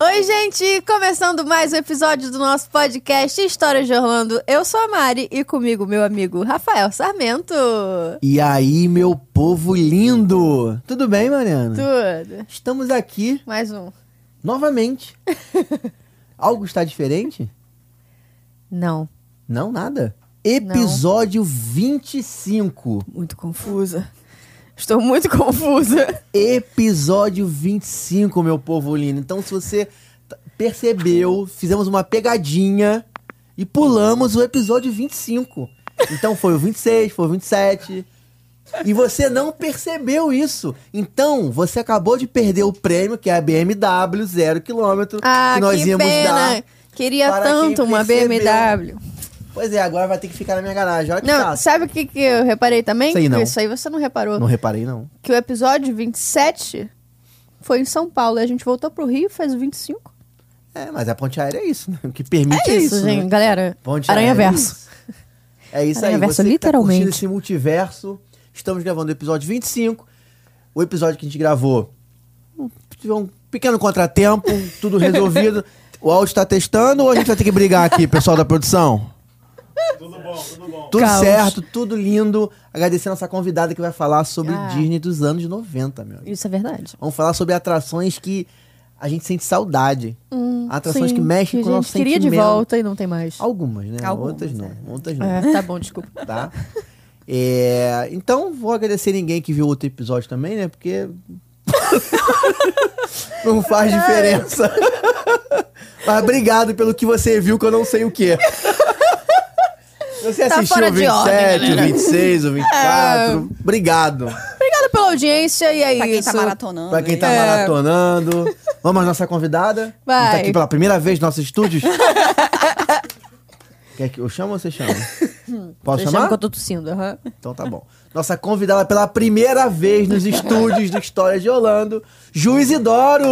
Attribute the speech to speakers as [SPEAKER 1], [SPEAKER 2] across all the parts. [SPEAKER 1] Oi, gente! Começando mais um episódio do nosso podcast História de Orlando. Eu sou a Mari e comigo meu amigo Rafael Sarmento.
[SPEAKER 2] E aí, meu povo lindo! Tudo bem, Mariana?
[SPEAKER 1] Tudo.
[SPEAKER 2] Estamos aqui
[SPEAKER 1] Mais um.
[SPEAKER 2] novamente. Algo está diferente?
[SPEAKER 1] Não.
[SPEAKER 2] Não, nada. Episódio 25.
[SPEAKER 1] Muito confusa. Estou muito confusa.
[SPEAKER 2] Episódio 25, meu povo lindo. Então, se você t- percebeu, fizemos uma pegadinha e pulamos o episódio 25. Então, foi o 26, foi o 27. E você não percebeu isso. Então, você acabou de perder o prêmio, que é a BMW 0km,
[SPEAKER 1] Ah,
[SPEAKER 2] que
[SPEAKER 1] que,
[SPEAKER 2] nós íamos
[SPEAKER 1] pena.
[SPEAKER 2] dar.
[SPEAKER 1] Queria
[SPEAKER 2] para
[SPEAKER 1] tanto
[SPEAKER 2] quem
[SPEAKER 1] uma
[SPEAKER 2] percebeu.
[SPEAKER 1] BMW.
[SPEAKER 2] Pois é, agora vai ter que ficar na minha garagem. Olha que
[SPEAKER 1] Não,
[SPEAKER 2] Tá fácil.
[SPEAKER 1] sabe o que, que eu reparei também?
[SPEAKER 2] Sei não.
[SPEAKER 1] Isso aí você não reparou.
[SPEAKER 2] Não reparei, não.
[SPEAKER 1] Que o episódio 27 foi em São Paulo. e A gente voltou pro Rio e faz o 25.
[SPEAKER 2] É, mas a ponte aérea é isso, né? O que permite
[SPEAKER 1] É isso,
[SPEAKER 2] né?
[SPEAKER 1] gente. Galera,
[SPEAKER 2] Ponte
[SPEAKER 1] Aranha
[SPEAKER 2] Aérea.
[SPEAKER 1] Verso.
[SPEAKER 2] É isso aí,
[SPEAKER 1] Aranha Verso,
[SPEAKER 2] você que
[SPEAKER 1] literalmente.
[SPEAKER 2] Tá curtindo esse multiverso. Estamos gravando o episódio 25. O episódio que a gente gravou um- tive um pequeno contratempo, tudo resolvido. o áudio tá testando ou a gente vai ter que brigar aqui, pessoal da produção? Tudo bom, tudo bom. Tudo
[SPEAKER 1] Caos.
[SPEAKER 2] certo, tudo lindo. Agradecendo essa convidada que vai falar sobre
[SPEAKER 1] Ah.
[SPEAKER 2] Disney dos anos 90, meu. amigo.
[SPEAKER 1] Isso é verdade.
[SPEAKER 2] Vamos falar sobre atrações que a gente sente saudade. atrações
[SPEAKER 1] Hum, Sim,
[SPEAKER 2] que mexem com o
[SPEAKER 1] a
[SPEAKER 2] nosso
[SPEAKER 1] gente queria de
[SPEAKER 2] sentimento.
[SPEAKER 1] volta e não tem mais.
[SPEAKER 2] Algumas, né?
[SPEAKER 1] Algumas,
[SPEAKER 2] Outras não.
[SPEAKER 1] é.
[SPEAKER 2] Outras não
[SPEAKER 1] É, tá bom, desculpa.
[SPEAKER 2] tá? É, então, vou agradecer ninguém que viu outro episódio também, né? Porque. Não faz
[SPEAKER 1] É.
[SPEAKER 2] diferença. Mas obrigado pelo que você viu, que eu não sei o que. Você
[SPEAKER 1] Tá
[SPEAKER 2] assistiu
[SPEAKER 1] fora
[SPEAKER 2] o
[SPEAKER 1] de
[SPEAKER 2] 27,
[SPEAKER 1] ordem,
[SPEAKER 2] o
[SPEAKER 1] galera. É.
[SPEAKER 2] 26, o 24. Obrigado
[SPEAKER 1] Obrigada pela audiência e é
[SPEAKER 3] Pra quem
[SPEAKER 1] isso.
[SPEAKER 3] tá maratonando. né?
[SPEAKER 2] pra quem tá
[SPEAKER 3] aí.
[SPEAKER 1] É.
[SPEAKER 2] maratonando. Vamos à nossa convidada. que Tá
[SPEAKER 1] Vai.
[SPEAKER 2] aqui pela primeira vez nos nossos estúdios. Quer que eu chamo ou você chama? Posso
[SPEAKER 1] Deixa
[SPEAKER 2] chamar?
[SPEAKER 1] que eu tô tossindo. aham.
[SPEAKER 2] Então tá bom. Nossa convidada pela primeira vez nos estúdios do História de Orlando, Juiz Idoro!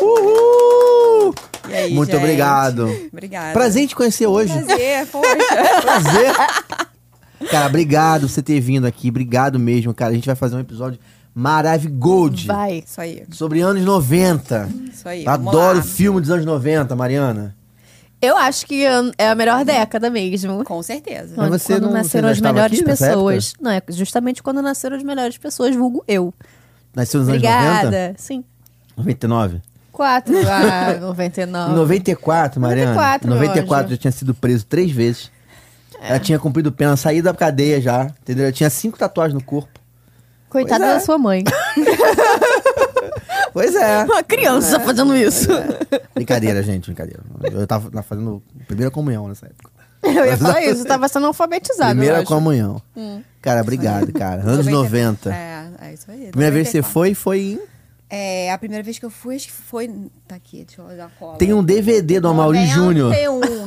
[SPEAKER 2] Uhul!
[SPEAKER 3] E aí,
[SPEAKER 2] Muito
[SPEAKER 3] gente?
[SPEAKER 2] obrigado.
[SPEAKER 3] Obrigada.
[SPEAKER 2] Prazer em te conhecer hoje.
[SPEAKER 3] Prazer, poxa.
[SPEAKER 2] Prazer. Cara, obrigado por você ter vindo aqui. Obrigado mesmo, cara. A gente vai fazer um episódio maravigold
[SPEAKER 1] Vai.
[SPEAKER 3] Isso aí,
[SPEAKER 2] sobre anos 90.
[SPEAKER 3] isso aí. vamos
[SPEAKER 2] Adoro
[SPEAKER 3] lá.
[SPEAKER 2] filme dos anos 90, Mariana.
[SPEAKER 1] Eu acho que an- é a melhor década mesmo.
[SPEAKER 3] Com certeza.
[SPEAKER 2] Mas você
[SPEAKER 1] quando
[SPEAKER 2] não- você
[SPEAKER 1] nasceram
[SPEAKER 2] já
[SPEAKER 1] as
[SPEAKER 2] estava
[SPEAKER 1] melhores
[SPEAKER 2] aqui nessa
[SPEAKER 1] pessoas. Não, é justamente quando nasceram as melhores pessoas, vulgo eu.
[SPEAKER 2] Nasceu nos anos 90?
[SPEAKER 1] Obrigada. Sim. Ah,
[SPEAKER 2] 99.
[SPEAKER 1] 4 a 99.
[SPEAKER 2] Em 94, Mariana.
[SPEAKER 1] 94, meu
[SPEAKER 2] 94
[SPEAKER 1] anjo.
[SPEAKER 2] eu tinha sido preso três vezes.
[SPEAKER 3] É.
[SPEAKER 2] Ela tinha cumprido pena, saí da cadeia já, entendeu? Eu tinha cinco tatuagens no corpo.
[SPEAKER 1] Coitada
[SPEAKER 2] Pois é.
[SPEAKER 1] da sua mãe.
[SPEAKER 2] Pois é.
[SPEAKER 1] Uma criança fazendo isso.
[SPEAKER 2] brincadeira, gente, brincadeira. Eu tava tava fazendo primeira comunhão nessa época.
[SPEAKER 1] É. Eu ia falar isso, tava sendo alfabetizado. eu
[SPEAKER 2] primeira
[SPEAKER 1] acho.
[SPEAKER 2] comunhão. Cara, obrigado, cara. Anos 90.
[SPEAKER 3] Hum. É, é isso aí.
[SPEAKER 2] Primeira vez que você
[SPEAKER 3] 94.
[SPEAKER 2] foi, foi em...
[SPEAKER 3] É, a primeira vez que eu fui, acho que foi. Tá aqui, deixa eu olhar a cola.
[SPEAKER 2] Tem um DVD do Amaury Júnior.
[SPEAKER 3] 91,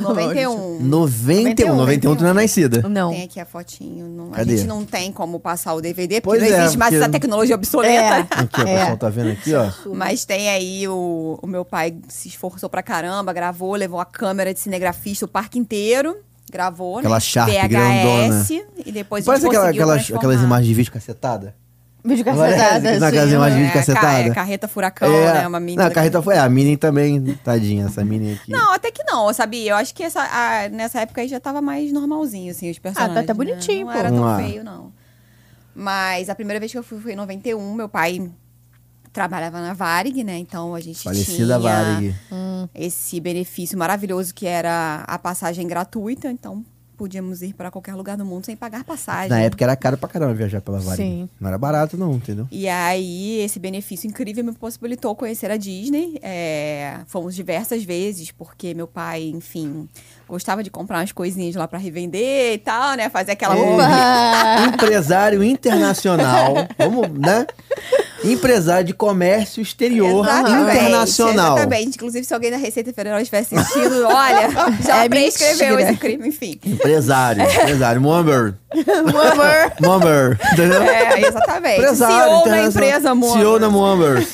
[SPEAKER 3] 91.
[SPEAKER 2] 91, 91, tu não é nascida.
[SPEAKER 1] Não.
[SPEAKER 3] Tem aqui a fotinho. não-
[SPEAKER 2] Cadê?
[SPEAKER 3] A gente não tem como passar o DVD, porque
[SPEAKER 2] Pois
[SPEAKER 3] não
[SPEAKER 2] é,
[SPEAKER 3] existe mais
[SPEAKER 2] porque-
[SPEAKER 3] essa tecnologia obsoleta.
[SPEAKER 2] Aqui, ó, o
[SPEAKER 1] É.
[SPEAKER 2] pessoal tá vendo aqui, ó.
[SPEAKER 3] Mas tem aí o, o meu pai se esforçou pra caramba, gravou, levou a câmera de cinegrafista o parque inteiro, gravou,
[SPEAKER 2] Aquela
[SPEAKER 3] né?
[SPEAKER 2] Sharp
[SPEAKER 3] VHS,
[SPEAKER 2] grandona.
[SPEAKER 3] e depois a
[SPEAKER 2] Parece aquela,
[SPEAKER 3] gente tipo, conseguiu
[SPEAKER 2] aquelas, aquelas
[SPEAKER 3] transformar.
[SPEAKER 2] imagens de vídeo cacetada.
[SPEAKER 1] Vídeo assim, né?
[SPEAKER 2] Parece que
[SPEAKER 1] cacetada,
[SPEAKER 2] naquelas
[SPEAKER 1] sim.
[SPEAKER 2] imagens- é de
[SPEAKER 3] É,
[SPEAKER 2] cacetada.
[SPEAKER 3] ca- é, carreta furacão, né? Uma menina.
[SPEAKER 2] Não, a carreta foi. É, a Mini também, tadinha, essa Mini aqui.
[SPEAKER 3] Não, até que não, sabia? Eu acho que essa, a- nessa época aí já tava mais normalzinho, assim, os personagens.
[SPEAKER 1] até
[SPEAKER 3] né?
[SPEAKER 1] bonitinho,
[SPEAKER 3] Não
[SPEAKER 1] pô.
[SPEAKER 3] era tão
[SPEAKER 2] Vamos lá.
[SPEAKER 3] feio, não. Mas a primeira vez que eu fui foi em 91, meu pai trabalhava na Varig, né? Então a gente
[SPEAKER 2] Falecida
[SPEAKER 3] tinha
[SPEAKER 2] Varig.
[SPEAKER 3] esse benefício maravilhoso que era a passagem gratuita, então podíamos ir pra qualquer lugar do mundo sem pagar passagem.
[SPEAKER 2] Na época era caro pra caramba viajar pela Varig.
[SPEAKER 1] Sim.
[SPEAKER 2] Não era barato, não, entendeu?
[SPEAKER 3] E aí, esse benefício incrível me possibilitou conhecer a Disney. É, fomos diversas vezes, porque meu pai, enfim, gostava de comprar umas coisinhas lá pra revender e tal, né? Fazer aquela
[SPEAKER 2] Ei,
[SPEAKER 3] roupa.
[SPEAKER 2] Empresário internacional. Vamos, né? Empresário de comércio exterior internacional.
[SPEAKER 3] Exatamente. Inclusive, se alguém da Receita Federal estiver assistindo, olha, já
[SPEAKER 1] É
[SPEAKER 3] prescreveu
[SPEAKER 1] mentira.
[SPEAKER 3] esse crime, enfim.
[SPEAKER 2] Empresário, empresário. Mumber.
[SPEAKER 1] Amor.
[SPEAKER 2] Mumber. Entendeu?
[SPEAKER 3] É, exatamente.
[SPEAKER 2] Empresário
[SPEAKER 3] CEO da
[SPEAKER 2] internacional.
[SPEAKER 3] empresa, amor.
[SPEAKER 2] CEO da Mumber.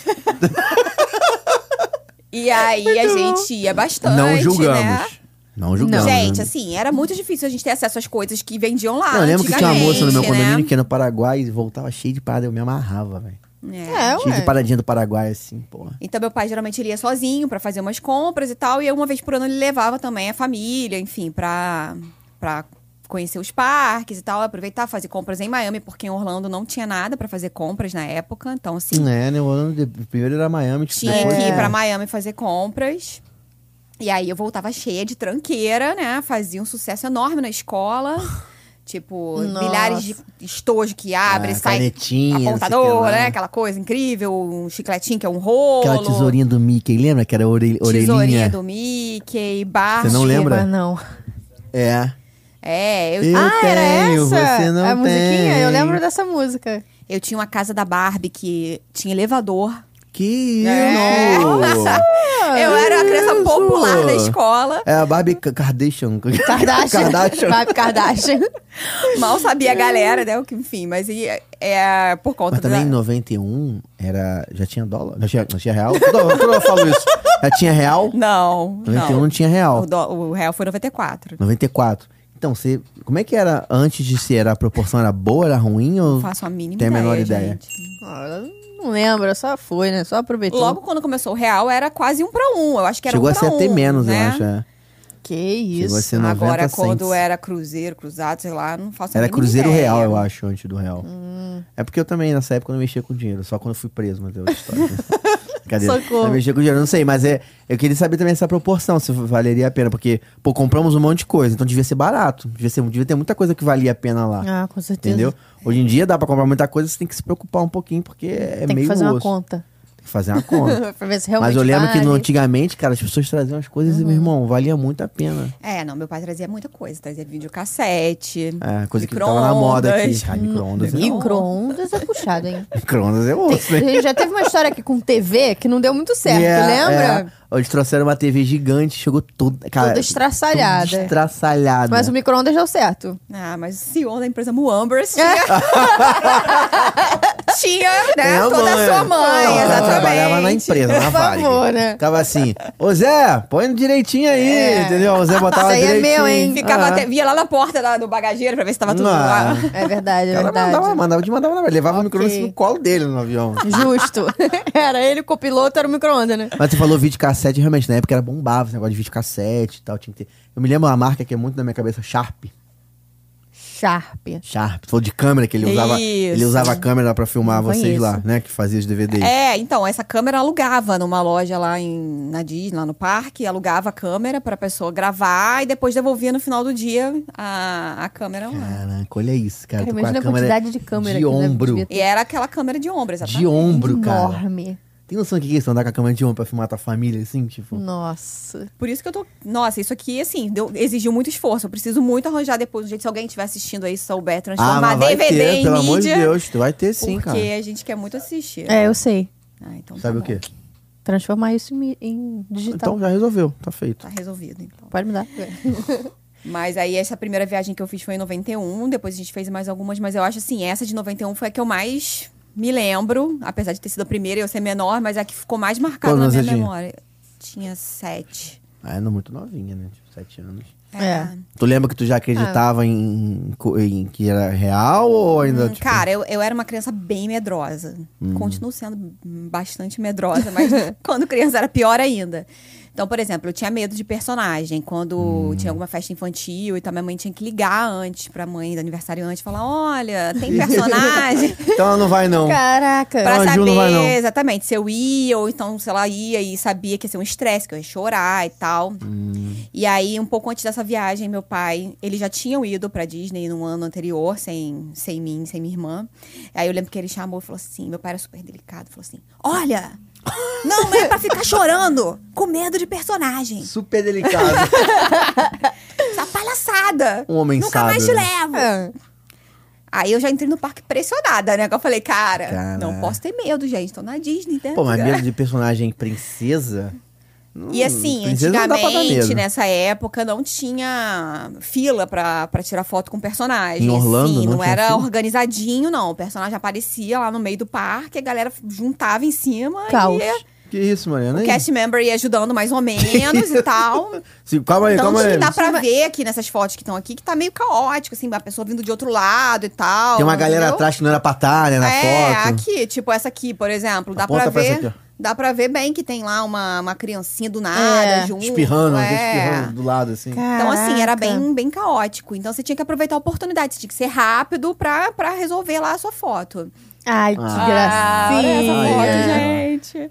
[SPEAKER 3] E aí, a gente ia bastante,
[SPEAKER 2] Não
[SPEAKER 3] né?
[SPEAKER 2] julgamos. Não julgamos.
[SPEAKER 3] gente,
[SPEAKER 2] né?
[SPEAKER 3] assim, era muito difícil a gente ter acesso às coisas que vendiam lá.
[SPEAKER 2] Não, eu lembro que tinha uma moça no meu
[SPEAKER 3] Ah, antigamente, né?
[SPEAKER 2] condomínio que ia no Paraguai e voltava cheio de parada, eu me amarrava, velho.
[SPEAKER 3] É.
[SPEAKER 1] É,
[SPEAKER 2] Cheio de
[SPEAKER 1] ué.
[SPEAKER 2] paradinha do Paraguai, assim, porra.
[SPEAKER 3] Então meu pai geralmente ele ia sozinho pra fazer umas compras e tal, e uma vez por ano ele levava também a família, enfim, pra, pra conhecer os parques e tal, aproveitar fazer compras em Miami, porque em Orlando não tinha nada pra fazer compras na época, então assim,
[SPEAKER 2] É, né? O ano de... primeiro era Miami, tipo,
[SPEAKER 3] tinha
[SPEAKER 2] depois-
[SPEAKER 3] que ir pra Miami fazer compras. E aí eu voltava cheia de tranqueira, né? Fazia um sucesso enorme na escola. Tipo,
[SPEAKER 1] Nossa.
[SPEAKER 3] milhares de estojos que abre,
[SPEAKER 2] Ah,
[SPEAKER 3] sai
[SPEAKER 2] canetinha, não sei o que
[SPEAKER 3] apontador,
[SPEAKER 2] lá.
[SPEAKER 3] né? Aquela coisa incrível, um chicletinho que é um rolo.
[SPEAKER 2] Aquela tesourinha do Mickey, lembra? Que era orelha, orelhinha.
[SPEAKER 3] Tesourinha do Mickey, barra.
[SPEAKER 2] Você não lembra?
[SPEAKER 1] Mas não.
[SPEAKER 2] É.
[SPEAKER 3] É, eu,
[SPEAKER 2] Eu
[SPEAKER 1] ah, era
[SPEAKER 2] tenho,
[SPEAKER 1] essa?
[SPEAKER 3] É
[SPEAKER 2] você não
[SPEAKER 1] a musiquinha? Eu
[SPEAKER 2] tem.
[SPEAKER 1] lembro dessa música.
[SPEAKER 3] eu tinha uma casa da Barbie que tinha elevador.
[SPEAKER 2] Que
[SPEAKER 3] É.
[SPEAKER 2] isso!
[SPEAKER 3] eu era a criança
[SPEAKER 2] Ah, isso!
[SPEAKER 3] popular da escola.
[SPEAKER 2] É a Barbie K- Kardashian.
[SPEAKER 1] Kardashian.
[SPEAKER 2] Kardashian.
[SPEAKER 1] Vai, Kardashian.
[SPEAKER 3] Mal sabia a galera, né? o que Enfim, mas e, é por conta
[SPEAKER 2] Mas também em
[SPEAKER 3] da...
[SPEAKER 2] 91 era, já tinha dólar. Não tinha, não tinha real? Toda, toda hora eu falo isso. Já tinha real?
[SPEAKER 3] Não,
[SPEAKER 2] 91 não
[SPEAKER 3] não.
[SPEAKER 2] um tinha real.
[SPEAKER 3] O, dó- o real foi 94.
[SPEAKER 2] 94. Então, você. Como é que era antes de ser? Era a proporção era boa, era ruim? Ou...
[SPEAKER 3] Não faço a mínima
[SPEAKER 2] Tem a
[SPEAKER 3] ideia,
[SPEAKER 2] menor ideia.
[SPEAKER 3] gente.
[SPEAKER 1] Ah, eu Não lembro, eu só fui, né? Só aproveitou.
[SPEAKER 3] Logo quando começou o real era quase um pra um. Eu acho que era
[SPEAKER 2] Chegou
[SPEAKER 3] um
[SPEAKER 2] a ser
[SPEAKER 3] pra um,
[SPEAKER 2] até menos,
[SPEAKER 3] né?
[SPEAKER 2] eu acho. é.
[SPEAKER 1] Que
[SPEAKER 2] Chegou a
[SPEAKER 1] isso.
[SPEAKER 2] ser 90
[SPEAKER 3] Agora quando
[SPEAKER 2] cents.
[SPEAKER 3] era cruzeiro, cruzado, sei lá, não faço a
[SPEAKER 2] Era
[SPEAKER 3] mínima
[SPEAKER 2] Cruzeiro
[SPEAKER 3] ideia. Hum.
[SPEAKER 2] Real, eu acho, antes do Real. É porque eu também, nessa época, não mexia com dinheiro. Só quando eu fui preso, mas é outra história. Cadê?
[SPEAKER 1] Socorro.
[SPEAKER 2] Não mexia com dinheiro, não sei. Mas é, eu queria saber também essa proporção, se valeria a pena. Porque, pô, compramos um monte de coisa. Então devia ser barato. Devia, ser, devia ter muita coisa que valia a pena lá.
[SPEAKER 1] Ah, com certeza.
[SPEAKER 2] Entendeu? Hoje em dia dá pra comprar muita coisa, você tem que se preocupar um pouquinho, porque é
[SPEAKER 1] Tem
[SPEAKER 2] meio
[SPEAKER 1] que fazer uma
[SPEAKER 2] osso.
[SPEAKER 1] conta.
[SPEAKER 2] Tem que fazer uma conta.
[SPEAKER 1] pra ver se realmente
[SPEAKER 2] Mas eu lembro que no-
[SPEAKER 1] vale.
[SPEAKER 2] antigamente, cara, as pessoas traziam as coisas
[SPEAKER 1] Uhum.
[SPEAKER 2] e, meu irmão, valia muito a pena.
[SPEAKER 3] É, não, meu pai trazia muita coisa. Trazia videocassete.
[SPEAKER 2] É, coisa que tava na moda aqui.
[SPEAKER 3] micro-ondas.
[SPEAKER 2] Ah, micro-ondas.
[SPEAKER 1] Hum.
[SPEAKER 2] é-
[SPEAKER 1] Micro-ondas é puxado, hein?
[SPEAKER 2] Micro-ondas é osso,
[SPEAKER 1] A
[SPEAKER 2] né?
[SPEAKER 1] gente já teve uma história aqui com TV que não deu muito certo,
[SPEAKER 2] Yeah,
[SPEAKER 1] lembra?
[SPEAKER 2] é. Eles trouxeram uma TV gigante, chegou toda. Cara,
[SPEAKER 1] Toda estraçalhada.
[SPEAKER 2] toda estraçalhada.
[SPEAKER 1] Mas o micro-ondas deu certo.
[SPEAKER 3] Ah, mas o CEO da empresa Muambers tinha, tinha né,
[SPEAKER 2] É a
[SPEAKER 3] toda a sua mãe,
[SPEAKER 2] Ela
[SPEAKER 3] exatamente.
[SPEAKER 2] trabalhava na empresa, na
[SPEAKER 1] Por
[SPEAKER 2] Varig.
[SPEAKER 1] favor, né?
[SPEAKER 2] Ficava assim, ô Zé, põe direitinho aí, entendeu? O Zé
[SPEAKER 1] Isso
[SPEAKER 2] botava
[SPEAKER 1] aí é
[SPEAKER 2] direitinho.
[SPEAKER 1] meu, hein?
[SPEAKER 3] Ficava
[SPEAKER 2] Ah.
[SPEAKER 3] até, via lá na porta da- do bagageiro pra ver se tava tudo
[SPEAKER 2] Ah.
[SPEAKER 3] lá.
[SPEAKER 1] É verdade, é
[SPEAKER 2] Ela
[SPEAKER 1] verdade.
[SPEAKER 2] mandava, mandava, de mandava, mandava. Levava o
[SPEAKER 1] Ok.
[SPEAKER 2] micro-ondas no colo dele no avião.
[SPEAKER 1] Justo. Era ele, o copiloto, era o micro-ondas, né?
[SPEAKER 2] Mas você falou videocassete, realmente, na época era bombava esse negócio de videocassete e tal. Tinha que ter. Eu me lembro uma marca que é muito na minha cabeça, Sharp.
[SPEAKER 1] Sharp.
[SPEAKER 2] Sharp. Você falou de câmera que ele usava. Ele
[SPEAKER 3] Isso.
[SPEAKER 2] usava a câmera pra filmar
[SPEAKER 1] Não
[SPEAKER 2] vocês lá,
[SPEAKER 1] conheço.
[SPEAKER 2] né? Que fazia os DVDs.
[SPEAKER 3] É, então, essa câmera alugava numa loja lá em, na Disney, lá no parque, alugava a câmera pra pessoa gravar e depois devolvia no final do dia a, a câmera lá.
[SPEAKER 2] Caraca, olha isso, cara.
[SPEAKER 1] Cara,
[SPEAKER 2] Tô com
[SPEAKER 1] imagina a
[SPEAKER 2] câmera
[SPEAKER 1] quantidade de câmera
[SPEAKER 2] De
[SPEAKER 1] que deve-
[SPEAKER 2] ombro.
[SPEAKER 1] devia ter.
[SPEAKER 3] E era aquela câmera de ombro, exatamente.
[SPEAKER 2] De ombro, cara.
[SPEAKER 1] Enorme.
[SPEAKER 2] Tem noção do que é isso? Andar com a câmera de ombro pra filmar tua família, assim, tipo.
[SPEAKER 1] Hum, Nossa.
[SPEAKER 3] Por isso que eu tô. Nossa, isso aqui, assim, deu- exigiu muito esforço. Eu preciso muito arranjar depois. Gente, se alguém estiver assistindo aí, souber
[SPEAKER 2] Ah,
[SPEAKER 3] transformar
[SPEAKER 2] mas vai
[SPEAKER 3] DVD
[SPEAKER 2] ter,
[SPEAKER 3] em
[SPEAKER 2] pelo
[SPEAKER 3] mídia.
[SPEAKER 2] amor de Deus. Tu vai ter sim,
[SPEAKER 3] porque
[SPEAKER 2] cara.
[SPEAKER 3] a gente quer muito assistir.
[SPEAKER 1] É, eu sei.
[SPEAKER 3] Ah, então tá
[SPEAKER 2] Sabe o
[SPEAKER 3] bom.
[SPEAKER 2] quê?
[SPEAKER 1] Transformar isso em, mi- em digital.
[SPEAKER 2] Então já resolveu, tá feito.
[SPEAKER 3] Tá resolvido, então.
[SPEAKER 1] Pode mudar.
[SPEAKER 3] Mas aí, essa primeira viagem que eu fiz foi em 91. Depois a gente fez mais algumas, mas eu acho assim, essa de 91 foi a que eu mais me lembro. Apesar de ter sido a primeira e eu ser menor, mas é a que ficou mais marcada
[SPEAKER 2] Quantos
[SPEAKER 3] na minha
[SPEAKER 2] anos você tinha?
[SPEAKER 3] memória. Tinha sete.
[SPEAKER 2] Ah, não muito novinha, né? Tipo, sete anos.
[SPEAKER 1] É.
[SPEAKER 2] Tu lembra que tu já acreditava
[SPEAKER 3] Ah.
[SPEAKER 2] em, co- em que era real ou ainda, tipo...
[SPEAKER 3] Hum, Cara, eu, eu era uma criança bem medrosa.
[SPEAKER 2] Uhum.
[SPEAKER 3] Continuo sendo bastante medrosa, mas quando criança era pior ainda. Então, por exemplo, eu tinha medo de personagem. Quando
[SPEAKER 2] Hum.
[SPEAKER 3] tinha alguma festa infantil e tal, minha mãe tinha que ligar antes pra mãe do aniversariante e falar: olha, tem personagem.
[SPEAKER 2] Então ela não vai, não.
[SPEAKER 1] Caraca.
[SPEAKER 3] Pra
[SPEAKER 2] É, Não, a
[SPEAKER 3] saber
[SPEAKER 2] Ju não vai, não.
[SPEAKER 3] exatamente se eu ia, ou então, sei lá, ia e sabia que ia ser um estresse, que eu ia chorar e tal.
[SPEAKER 2] Hum.
[SPEAKER 3] E aí, um pouco antes dessa viagem, meu pai, eles já tinham ido pra Disney no ano anterior, sem, sem mim, sem minha irmã. Aí eu lembro que ele chamou e falou assim: meu pai era super delicado, falou assim: Olha! Não é pra ficar chorando, com medo de personagem.
[SPEAKER 2] Super delicado.
[SPEAKER 3] Essa palhaçada.
[SPEAKER 2] Um homem
[SPEAKER 3] Nunca mais
[SPEAKER 2] sábio,
[SPEAKER 3] te
[SPEAKER 2] né?
[SPEAKER 3] levo.
[SPEAKER 1] É.
[SPEAKER 3] Aí eu já entrei no parque pressionada, né? Que eu falei, cara,
[SPEAKER 2] Cara.
[SPEAKER 3] não posso ter medo, gente. Tô na Disney, né?
[SPEAKER 2] Pô, mas medo de personagem princesa... Hum,
[SPEAKER 3] E assim,
[SPEAKER 2] princesa não dá pra dar
[SPEAKER 3] antigamente, né?
[SPEAKER 2] medo.
[SPEAKER 3] nessa época, não tinha fila pra, pra tirar foto com personagem.
[SPEAKER 2] Em Orlando,
[SPEAKER 3] Sim,
[SPEAKER 2] não
[SPEAKER 3] não,
[SPEAKER 2] tinha
[SPEAKER 3] era
[SPEAKER 2] fila?
[SPEAKER 3] organizadinho, não. O personagem aparecia lá no meio do parque, a galera juntava em cima
[SPEAKER 1] Caos.
[SPEAKER 3] e
[SPEAKER 2] Que isso, Mariana?
[SPEAKER 3] O
[SPEAKER 2] aí?
[SPEAKER 3] cast member ia ajudando mais ou menos e tal.
[SPEAKER 2] Sim, calma aí,
[SPEAKER 3] Então,
[SPEAKER 2] calma
[SPEAKER 3] o que
[SPEAKER 2] aí.
[SPEAKER 3] dá pra ver aqui nessas fotos que estão aqui, que tá meio caótico, assim, a pessoa vindo de outro lado e tal.
[SPEAKER 2] Tem uma galera
[SPEAKER 3] entendeu?
[SPEAKER 2] atrás que não era pra tá, né, na
[SPEAKER 3] é,
[SPEAKER 2] foto.
[SPEAKER 3] aqui, tipo essa aqui, por exemplo, dá
[SPEAKER 2] Aponta
[SPEAKER 3] pra
[SPEAKER 2] pra essa
[SPEAKER 3] ver.
[SPEAKER 2] aqui,
[SPEAKER 3] dá pra ver bem que tem lá uma, uma criancinha do nada,
[SPEAKER 1] É.
[SPEAKER 3] junto.
[SPEAKER 2] Espirrando, alguém
[SPEAKER 3] é.
[SPEAKER 2] espirrando do lado, assim.
[SPEAKER 3] Então, assim, era
[SPEAKER 1] Caraca.
[SPEAKER 3] bem, bem caótico. Então, você tinha que aproveitar a oportunidade, você tinha que ser rápido pra, pra resolver lá a sua foto.
[SPEAKER 1] Ai, que
[SPEAKER 2] Ah,
[SPEAKER 3] olha essa
[SPEAKER 1] gracinha.
[SPEAKER 3] foto,
[SPEAKER 2] é.
[SPEAKER 3] gente.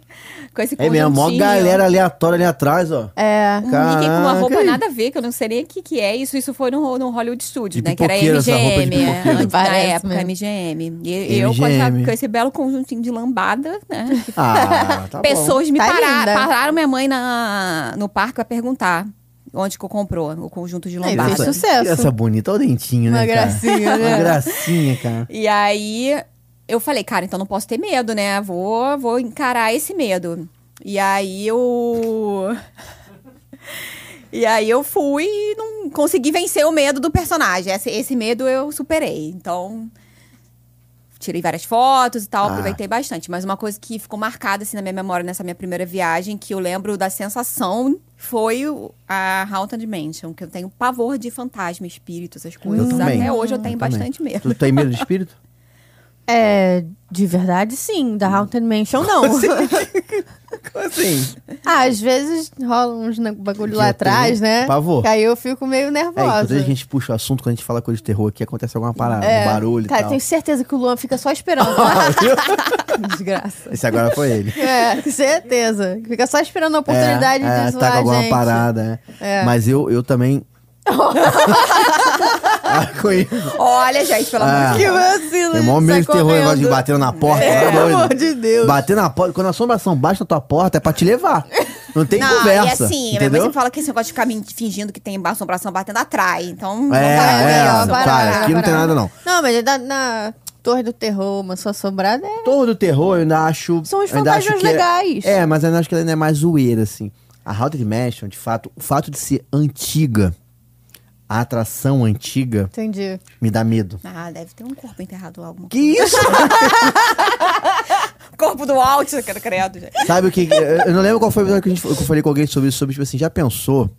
[SPEAKER 3] Com esse
[SPEAKER 2] É mesmo, mó
[SPEAKER 3] conjuntinho.
[SPEAKER 2] galera aleatória ali atrás, ó.
[SPEAKER 1] É.
[SPEAKER 3] Um Mickey com uma roupa
[SPEAKER 2] Caraca.
[SPEAKER 3] nada a ver, que eu não sei nem o que, que é isso. Isso foi no, no Hollywood Studios,
[SPEAKER 2] De
[SPEAKER 3] né? Que era
[SPEAKER 2] pipoqueiro, essa roupa de
[SPEAKER 3] MGM. é,
[SPEAKER 2] pipoqueiro.
[SPEAKER 3] antes da
[SPEAKER 1] Parece
[SPEAKER 3] época,
[SPEAKER 1] mesmo.
[SPEAKER 3] MGM. E eu com, essa-
[SPEAKER 2] MGM.
[SPEAKER 3] com esse belo conjuntinho de lambada, né?
[SPEAKER 2] Ah, tá bom.
[SPEAKER 3] Pessoas me
[SPEAKER 1] Tá
[SPEAKER 3] pararam,
[SPEAKER 1] linda.
[SPEAKER 3] pararam minha mãe na, no parque pra perguntar onde que eu comprou o conjunto de
[SPEAKER 1] Aí,
[SPEAKER 3] lambada.
[SPEAKER 1] fez sucesso.
[SPEAKER 2] Essa bonita, olha o dentinho, né,
[SPEAKER 1] Uma
[SPEAKER 2] cara?
[SPEAKER 1] gracinha, né?
[SPEAKER 2] Uma gracinha, cara.
[SPEAKER 3] E aí eu falei, cara, então não posso ter medo, né? Vou, vou encarar esse medo. E aí eu. E aí eu fui e não consegui vencer o medo do personagem. Esse, esse medo eu superei. Então. Tirei várias fotos e tal,
[SPEAKER 2] Ah.
[SPEAKER 3] aproveitei bastante. Mas uma coisa que ficou marcada assim, na minha memória nessa minha primeira viagem, que eu lembro da sensação, foi o- a Haunted Mansion, que eu tenho pavor de fantasma, espírito, essas coisas.
[SPEAKER 2] também.
[SPEAKER 3] Até hoje eu tenho
[SPEAKER 2] Eu também.
[SPEAKER 3] bastante medo.
[SPEAKER 2] Tu tem medo de espírito?
[SPEAKER 1] É, de verdade, sim. Da Haunted Mansion, não.
[SPEAKER 2] Como assim?
[SPEAKER 1] ah, às vezes rola uns ne- bagulho
[SPEAKER 2] Que
[SPEAKER 1] lá
[SPEAKER 2] eu
[SPEAKER 1] atrás,
[SPEAKER 2] tenho
[SPEAKER 1] né?
[SPEAKER 2] um pavor.
[SPEAKER 1] Que aí eu fico meio
[SPEAKER 2] É, e toda
[SPEAKER 1] nervosa.
[SPEAKER 2] vez que a gente puxa o assunto, quando a gente fala coisa de terror aqui, acontece alguma parada,
[SPEAKER 1] É.
[SPEAKER 2] um barulho
[SPEAKER 1] Cara,
[SPEAKER 2] e tal.
[SPEAKER 1] tenho certeza que o Luan fica só esperando. né? Desgraça.
[SPEAKER 2] Esse agora foi ele.
[SPEAKER 1] É, com certeza. Fica só esperando a oportunidade
[SPEAKER 2] é,
[SPEAKER 1] de
[SPEAKER 2] é,
[SPEAKER 1] zoar
[SPEAKER 2] tá com
[SPEAKER 1] a
[SPEAKER 2] alguma
[SPEAKER 1] gente.
[SPEAKER 2] parada, né?
[SPEAKER 1] É.
[SPEAKER 2] Mas eu, eu também... ah, com isso.
[SPEAKER 3] Olha, gente, pelo
[SPEAKER 2] Ah.
[SPEAKER 3] amor de
[SPEAKER 1] Que
[SPEAKER 3] Deus.
[SPEAKER 1] vacina.
[SPEAKER 2] Tem o maior
[SPEAKER 1] sai
[SPEAKER 2] medo de terror,
[SPEAKER 1] correndo.
[SPEAKER 2] negócio de bater na porta.
[SPEAKER 1] É,
[SPEAKER 2] tá doido?
[SPEAKER 1] pelo amor de Deus.
[SPEAKER 2] Bater na porta, quando a assombração bate na tua porta, é pra te levar. Não tem
[SPEAKER 3] Não,
[SPEAKER 2] conversa.
[SPEAKER 3] e assim, a minha mãe
[SPEAKER 2] entendeu?
[SPEAKER 3] sempre fala que esse negócio de ficar men- fingindo que tem assombração batendo atrai. Então, não
[SPEAKER 2] É,
[SPEAKER 3] vai
[SPEAKER 2] é,
[SPEAKER 3] ver isso.
[SPEAKER 2] para, para, aqui não tem nada, não.
[SPEAKER 1] Não, mas na, na Torre do Terror, uma sua assombrada é...
[SPEAKER 2] Torre do Terror, eu ainda acho.
[SPEAKER 1] São os
[SPEAKER 2] eu ainda acho
[SPEAKER 1] fantasmas
[SPEAKER 2] que é-
[SPEAKER 1] legais.
[SPEAKER 2] É, mas eu ainda acho que ela ainda é mais zoeira, assim. A Haunted Mansion, de fato, o fato de ser antiga, a atração antiga,
[SPEAKER 1] Entendi.
[SPEAKER 2] me dá medo.
[SPEAKER 3] Ah, deve ter um corpo enterrado lá, algum
[SPEAKER 2] Que isso?
[SPEAKER 3] corpo do Walt, eu quero credo, gente.
[SPEAKER 2] Sabe o que. Eu eu não lembro qual foi o episódio que, a gente, que eu falei com alguém sobre isso, sobre, tipo assim, já pensou?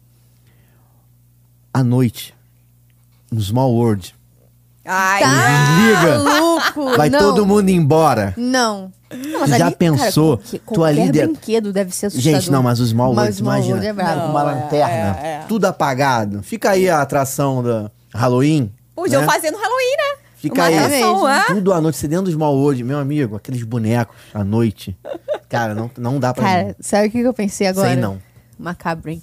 [SPEAKER 2] À noite, no Small World,
[SPEAKER 3] Ai,
[SPEAKER 2] Tá. desliga,
[SPEAKER 1] Maluco!
[SPEAKER 2] vai
[SPEAKER 1] Tá Ah, não.
[SPEAKER 2] todo mundo embora.
[SPEAKER 1] Não. Não, mas
[SPEAKER 2] Já
[SPEAKER 1] ali,
[SPEAKER 2] pensou?
[SPEAKER 1] Cara, qualquer,
[SPEAKER 2] Tu ali
[SPEAKER 1] qualquer
[SPEAKER 2] dentro-
[SPEAKER 1] brinquedo deve ser assustador.
[SPEAKER 2] Gente, não, mas o
[SPEAKER 1] tá
[SPEAKER 2] Small
[SPEAKER 1] Mas o
[SPEAKER 2] World,
[SPEAKER 1] Small
[SPEAKER 2] imagina.
[SPEAKER 1] World é brabo.
[SPEAKER 2] com uma
[SPEAKER 3] Não, é,
[SPEAKER 2] lanterna,
[SPEAKER 3] é, é.
[SPEAKER 2] tudo apagado. Fica aí a atração da Halloween.
[SPEAKER 3] podiam
[SPEAKER 2] né?
[SPEAKER 3] fazer no Halloween, né?
[SPEAKER 2] Fica
[SPEAKER 3] Uma
[SPEAKER 2] aí.
[SPEAKER 3] atração,
[SPEAKER 1] É
[SPEAKER 3] é?
[SPEAKER 2] Tudo à noite, você dentro do Small World, meu amigo, aqueles bonecos à noite. Cara, não, não dá pra
[SPEAKER 1] Cara, sabe o que que eu pensei agora?
[SPEAKER 2] Sei não.
[SPEAKER 1] Macabro, hein?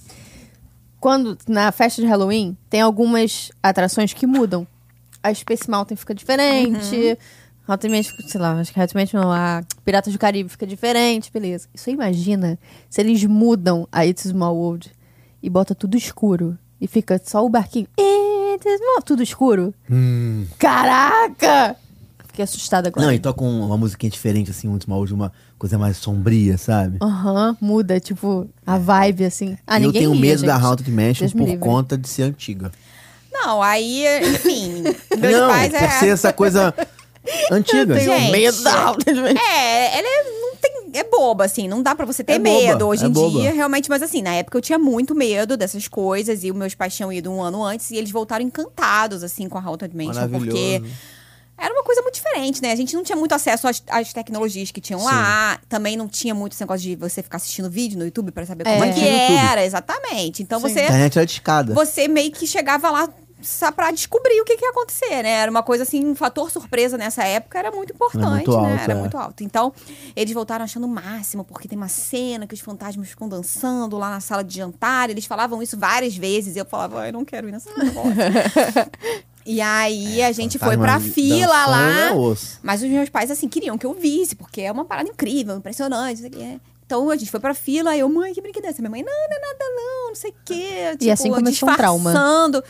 [SPEAKER 1] Quando, na festa de Halloween, tem algumas atrações que mudam. A Space Mountain fica diferente. Uhum. sei lá, acho que Ultimate não. A Piratas do Caribe fica diferente, beleza. Isso aí imagina se eles mudam a It's a Small World e bota tudo escuro. E fica só o barquinho. It's a small... Tudo escuro. Caraca! Fiquei assustada agora.
[SPEAKER 2] Hum. Não, e toca um- uma musiquinha diferente, assim, um Small World, uma coisa mais sombria, sabe?
[SPEAKER 1] Aham, muda, tipo, a vibe, assim. Ah,
[SPEAKER 2] eu
[SPEAKER 1] ninguém
[SPEAKER 2] tenho
[SPEAKER 1] ria,
[SPEAKER 2] medo da
[SPEAKER 1] gente.
[SPEAKER 2] Haunted Mansion
[SPEAKER 1] Deus me
[SPEAKER 2] por
[SPEAKER 1] livre.
[SPEAKER 2] conta de ser antiga.
[SPEAKER 3] Não, aí, enfim, meus
[SPEAKER 2] não,
[SPEAKER 3] pais
[SPEAKER 2] por ser
[SPEAKER 3] é...
[SPEAKER 2] essa coisa antiga.
[SPEAKER 3] tenho
[SPEAKER 2] Gente,
[SPEAKER 3] medo da
[SPEAKER 1] Haunted
[SPEAKER 3] É, ela é, não tem, é boba, assim, não dá pra você ter
[SPEAKER 2] É boba,
[SPEAKER 3] medo hoje
[SPEAKER 2] é
[SPEAKER 3] em
[SPEAKER 2] boba.
[SPEAKER 3] dia, realmente. Mas assim, na época eu tinha muito medo dessas coisas e os meus pais tinham ido um ano antes e eles voltaram encantados, assim, com a Haunted Mansion, porque
[SPEAKER 2] Maravilhoso.
[SPEAKER 3] era uma coisa muito diferente, né? A gente não tinha muito acesso às, às tecnologias que tinham lá, também não tinha muito esse negócio de você ficar assistindo vídeo no YouTube pra saber como
[SPEAKER 1] É.
[SPEAKER 3] é que
[SPEAKER 2] Tinha no YouTube.
[SPEAKER 3] era, exatamente. Então
[SPEAKER 2] A
[SPEAKER 3] você
[SPEAKER 2] internet é era de escada.
[SPEAKER 3] você meio que chegava lá só pra descobrir o que, que ia acontecer, né? Era uma coisa assim, um fator surpresa nessa época era muito importante,
[SPEAKER 2] Era muito
[SPEAKER 3] né?
[SPEAKER 2] alto,
[SPEAKER 3] era
[SPEAKER 2] é.
[SPEAKER 3] muito alto. Então, eles voltaram achando o máximo, porque tem uma cena que os fantasmas ficam dançando lá na sala de jantar, eles falavam isso várias vezes, e eu falava, "Ai, eu não quero ir nessa negócio. e aí a gente foi pra
[SPEAKER 2] Fantasma
[SPEAKER 3] fila
[SPEAKER 2] Tá, dançando é
[SPEAKER 3] lá.
[SPEAKER 2] osso.
[SPEAKER 3] Mas os meus pais, assim, queriam que eu visse, porque é uma parada incrível, impressionante, não sei o quê. Então a gente foi pra fila, eu, mãe, que brincadeira. Minha mãe, não, não é nada, não, não sei o quê. tipo,
[SPEAKER 1] assim começou um trauma. Hum,
[SPEAKER 3] disfarçando.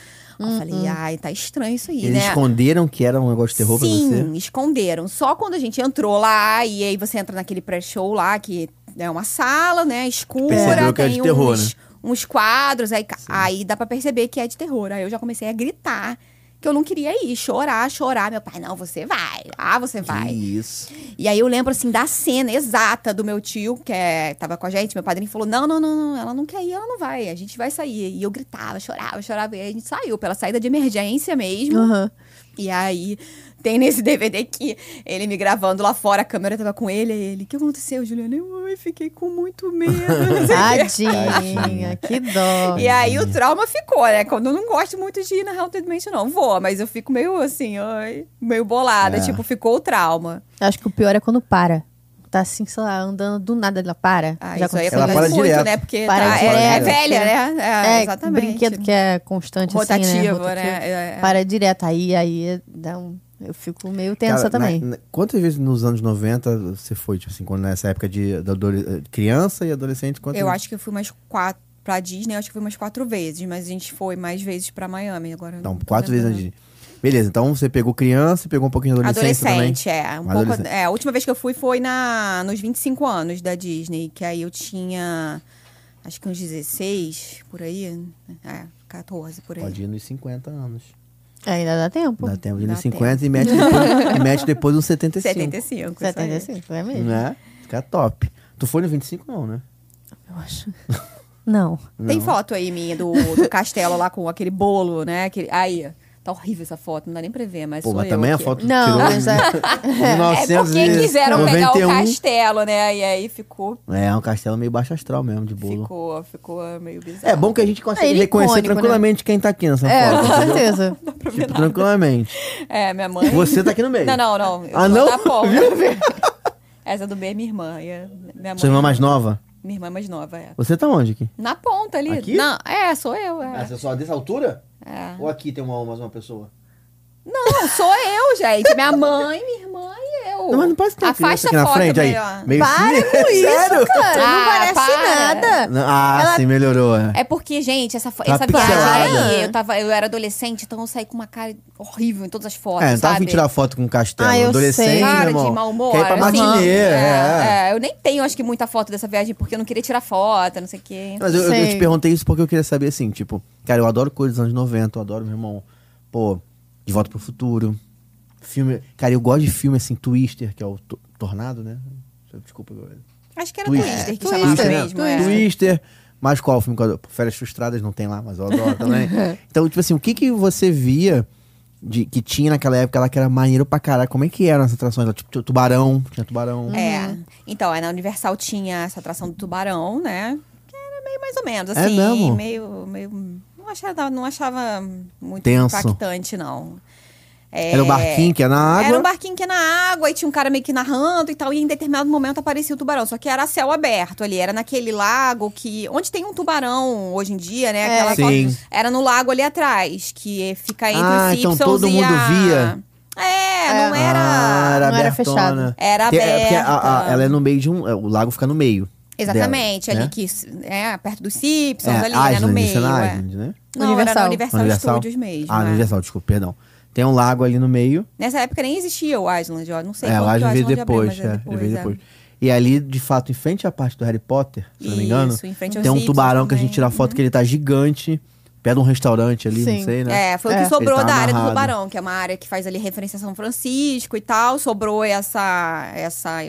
[SPEAKER 3] Aí eu falei, ai, tá estranho isso aí,
[SPEAKER 2] Eles
[SPEAKER 3] né?
[SPEAKER 2] esconderam que era um negócio de terror pra você?
[SPEAKER 3] Sim, esconderam. Só quando a gente entrou lá, e aí você entra naquele pré-show lá, que é uma sala, né, escura,
[SPEAKER 2] Percebeu que é
[SPEAKER 3] tem
[SPEAKER 2] de terror,
[SPEAKER 3] uns, uns quadros, aí, aí dá pra perceber que é de terror. Aí eu já comecei a gritar. que eu não queria ir, chorar, chorar. Meu pai, não, você vai. Ah, você vai.
[SPEAKER 2] Que isso.
[SPEAKER 3] E aí eu lembro, assim, da cena exata do meu tio, que é, tava com a gente, meu padrinho falou, não, não, não, não, ela não quer ir, ela não vai, a gente vai sair. E eu gritava, chorava, chorava, e aí a gente saiu, pela saída de emergência mesmo.
[SPEAKER 1] Aham.
[SPEAKER 3] E aí tem nesse DVD que ele me gravando lá fora, a câmera tava com ele, aí ele, o que aconteceu, Juliana? Eu, ai, fiquei com muito medo. não sei o quê.
[SPEAKER 1] Tadinha, que dó.
[SPEAKER 3] E aí o trauma ficou, né? Quando eu não gosto muito de ir na Haunted Mansion, não. Vou, mas eu fico meio assim, ai, meio bolada.
[SPEAKER 2] É.
[SPEAKER 3] Tipo, ficou o trauma.
[SPEAKER 1] Acho que o pior é quando para. Tá assim, sei lá, andando do nada, ela para.
[SPEAKER 3] Ah,
[SPEAKER 1] Já
[SPEAKER 3] isso aí
[SPEAKER 1] aconteceu.
[SPEAKER 2] Ela
[SPEAKER 3] acontece
[SPEAKER 2] para
[SPEAKER 3] muito,
[SPEAKER 2] direto.
[SPEAKER 3] né? Porque
[SPEAKER 1] Para
[SPEAKER 3] tá- é,
[SPEAKER 2] direto.
[SPEAKER 3] é velha, né? É,
[SPEAKER 1] É,
[SPEAKER 3] exatamente.
[SPEAKER 1] brinquedo que é constante assim, né?
[SPEAKER 3] Rotativo,
[SPEAKER 1] Rotativo.
[SPEAKER 3] né? É, é.
[SPEAKER 1] Para direto. Aí, aí, dá um... Eu fico meio tensa
[SPEAKER 2] Cara, na-
[SPEAKER 1] também.
[SPEAKER 2] na- quantas vezes nos anos 90 você foi, tipo assim, quando nessa época de, da adole- eh, criança e adolescente? Quantas
[SPEAKER 3] Eu acho que eu fui mais quatro. Pra Disney, eu acho que fui umas quatro vezes, mas a gente foi mais vezes pra Miami agora. eu
[SPEAKER 2] Então,
[SPEAKER 3] não tô
[SPEAKER 2] quatro vezes
[SPEAKER 3] lembrando.
[SPEAKER 2] antes de... Beleza, então você pegou criança, pegou um pouquinho de adolescência
[SPEAKER 3] Adolescente, é. Um
[SPEAKER 2] Um
[SPEAKER 3] pouco,
[SPEAKER 2] adolescente.
[SPEAKER 3] é. A última vez que eu fui foi na, nos 25 anos da Disney, que aí eu tinha acho que uns 16 por aí. É, 14 por aí.
[SPEAKER 2] também. Pode ir nos 50 anos.
[SPEAKER 1] Ainda dá tempo.
[SPEAKER 2] Dá tempo de ir
[SPEAKER 3] dá
[SPEAKER 2] nos 50 e mete depois, e mete depois uns 75.
[SPEAKER 3] 75. isso aí.
[SPEAKER 1] 75, é mesmo?
[SPEAKER 2] Né? Fica top. Tu foi no 25 não, né?
[SPEAKER 1] Eu acho. Não.
[SPEAKER 3] Tem
[SPEAKER 2] Não.
[SPEAKER 3] foto aí minha do, do castelo lá com aquele bolo, né? Aquele, aí, tá horrível essa foto, não dá nem pra ver, mas
[SPEAKER 2] Pô,
[SPEAKER 3] sou
[SPEAKER 2] mas
[SPEAKER 3] eu
[SPEAKER 2] também
[SPEAKER 3] aqui.
[SPEAKER 2] a foto
[SPEAKER 1] Não,
[SPEAKER 2] tirou
[SPEAKER 1] mas é-
[SPEAKER 3] É porque quiseram pegar
[SPEAKER 2] um.
[SPEAKER 3] o castelo, né? E aí ficou,
[SPEAKER 2] É, um castelo meio baixo astral mesmo, de bolo.
[SPEAKER 3] ficou, ficou meio bizarro.
[SPEAKER 2] É bom que a gente consegue
[SPEAKER 1] Ele é
[SPEAKER 2] reconhecer
[SPEAKER 1] icônico,
[SPEAKER 2] tranquilamente quem tá aqui nessa
[SPEAKER 1] É, com
[SPEAKER 2] foto. entendeu?
[SPEAKER 1] certeza.
[SPEAKER 2] Tipo, tranquilamente.
[SPEAKER 3] É, minha mãe...
[SPEAKER 2] Você tá aqui no meio.
[SPEAKER 3] Não, não, não. Eu
[SPEAKER 2] Ah,
[SPEAKER 3] sou
[SPEAKER 2] não?
[SPEAKER 3] da Paula. Essa do B é minha irmã. e a- minha
[SPEAKER 2] Sua
[SPEAKER 3] mãe-
[SPEAKER 2] irmã mais nova?
[SPEAKER 3] Minha irmã é mais nova, é.
[SPEAKER 2] Você tá onde aqui?
[SPEAKER 3] Na ponta ali.
[SPEAKER 2] Aqui?
[SPEAKER 3] Não, é, sou eu. É.
[SPEAKER 2] é só dessa altura?
[SPEAKER 3] É.
[SPEAKER 2] Ou aqui tem uma, mais uma pessoa?
[SPEAKER 3] Não, sou eu, gente. Minha mãe, minha irmã e eu.
[SPEAKER 2] Não, mas não parece que tem uma criança
[SPEAKER 3] Afasta
[SPEAKER 2] aqui
[SPEAKER 3] a
[SPEAKER 2] na
[SPEAKER 3] foto
[SPEAKER 2] frente aí.
[SPEAKER 3] melhor.
[SPEAKER 2] Meio
[SPEAKER 1] Para
[SPEAKER 2] assim.
[SPEAKER 1] com
[SPEAKER 2] Sério?
[SPEAKER 1] isso, cara.
[SPEAKER 3] Ah,
[SPEAKER 1] não parece
[SPEAKER 3] para.
[SPEAKER 1] nada.
[SPEAKER 2] Não, Ah,
[SPEAKER 1] Ela-
[SPEAKER 2] sim, melhorou. é.
[SPEAKER 3] É porque, gente, essa, fo-
[SPEAKER 2] Tá
[SPEAKER 3] essa viagem
[SPEAKER 2] pixelada. né?
[SPEAKER 3] aí, eu, tava, eu era adolescente, então eu saí com uma cara horrível em todas as fotos,
[SPEAKER 2] É, não tava
[SPEAKER 3] sabe?
[SPEAKER 2] vindo tirar foto com um castelo.
[SPEAKER 1] Ah, eu sei.
[SPEAKER 2] adolescente,
[SPEAKER 1] Sim,
[SPEAKER 3] cara
[SPEAKER 2] meu irmão.
[SPEAKER 3] de mau humor.
[SPEAKER 2] Quer ir pra
[SPEAKER 3] assim.
[SPEAKER 2] matinê, é.
[SPEAKER 3] é, Eu nem tenho, acho que, muita foto dessa viagem, porque eu não queria tirar foto, não sei o quê.
[SPEAKER 2] Mas eu, eu- eu
[SPEAKER 1] Sei.
[SPEAKER 2] te perguntei isso porque eu queria saber, assim, tipo... Cara, eu adoro coisas dos anos 90, eu adoro, meu irmão. Pô, De Volta pro Futuro. Filme... Cara, eu gosto de filme, assim, Twister, que é o to- Tornado, né? Desculpa, eu...
[SPEAKER 3] Acho que era
[SPEAKER 2] Twister.
[SPEAKER 3] É Twister que
[SPEAKER 1] É,
[SPEAKER 3] chamava
[SPEAKER 1] Twister,
[SPEAKER 3] mesmo.
[SPEAKER 1] né?
[SPEAKER 3] é.
[SPEAKER 2] Twister. Mas qual o filme que eu adoro? Pô, Férias Frustradas não tem lá, mas eu adoro também. então, tipo assim, o que que você via de, que tinha naquela época lá que era maneiro pra caralho? Como é que eram as atrações? lá? Tipo, tinha tubarão, tinha tubarão.
[SPEAKER 3] É. Então, aí na Universal tinha essa atração do tubarão, né? Que era meio mais ou menos,
[SPEAKER 2] É
[SPEAKER 3] assim.
[SPEAKER 2] mesmo?
[SPEAKER 3] Meio. meio não, achava, não achava muito
[SPEAKER 2] Tenso.
[SPEAKER 3] impactante, não. É,
[SPEAKER 2] Era o barquinho que é na água.
[SPEAKER 3] Era um barquinho que ia na água e tinha um cara meio que narrando e tal. E em determinado momento aparecia o tubarão. Só que era a céu aberto ali. Era naquele lago que. Onde tem um tubarão hoje em dia,
[SPEAKER 2] É.
[SPEAKER 3] né? Aquela
[SPEAKER 2] Sim.
[SPEAKER 3] Era no lago ali atrás, que fica entre
[SPEAKER 2] Ah,
[SPEAKER 3] os
[SPEAKER 2] então
[SPEAKER 3] Simpsons
[SPEAKER 2] todo
[SPEAKER 3] e
[SPEAKER 2] mundo
[SPEAKER 3] a...
[SPEAKER 2] via.
[SPEAKER 3] É, não
[SPEAKER 2] Ah,
[SPEAKER 3] era.
[SPEAKER 1] não era
[SPEAKER 2] abertona.
[SPEAKER 1] fechado.
[SPEAKER 3] Era
[SPEAKER 2] Porque- é porque a-
[SPEAKER 3] aberta.
[SPEAKER 2] a- ela é no meio de um. é, O lago fica no meio. dela,
[SPEAKER 3] Exatamente, ali
[SPEAKER 2] né?
[SPEAKER 3] que. É, perto dos Simpsons,
[SPEAKER 2] É,
[SPEAKER 3] ali, né? No
[SPEAKER 2] Island, isso
[SPEAKER 3] meio.
[SPEAKER 2] é na
[SPEAKER 3] é.
[SPEAKER 2] Island, né?
[SPEAKER 3] Não, era
[SPEAKER 1] Universal.
[SPEAKER 3] no Universal, Studios mesmo.
[SPEAKER 2] Ah,
[SPEAKER 3] é.
[SPEAKER 2] no Universal, desculpa, perdão. Tem um lago ali no meio.
[SPEAKER 3] Nessa época nem existia o Island, ó. Não sei
[SPEAKER 2] é,
[SPEAKER 3] quando
[SPEAKER 2] lá
[SPEAKER 3] que o
[SPEAKER 2] já veio
[SPEAKER 3] Island abriu,
[SPEAKER 2] depois.
[SPEAKER 3] mas
[SPEAKER 2] é,
[SPEAKER 3] é
[SPEAKER 2] já veio
[SPEAKER 3] é.
[SPEAKER 2] depois. E ali, de fato, em frente à parte do Harry Potter, se não me engano,
[SPEAKER 3] Isso, né? em frente aos
[SPEAKER 2] tem um
[SPEAKER 3] Simpsons
[SPEAKER 2] tubarão que a
[SPEAKER 3] também.
[SPEAKER 2] gente tira foto que ele tá gigante, perto de um restaurante ali, não
[SPEAKER 1] Sim.
[SPEAKER 2] sei, né?
[SPEAKER 3] É, foi o
[SPEAKER 1] É.
[SPEAKER 3] que sobrou
[SPEAKER 2] Ele tá
[SPEAKER 3] da área do
[SPEAKER 2] amarrado.
[SPEAKER 3] Tubarão, que é uma área que faz ali referência a São Francisco e tal. Sobrou essa. essa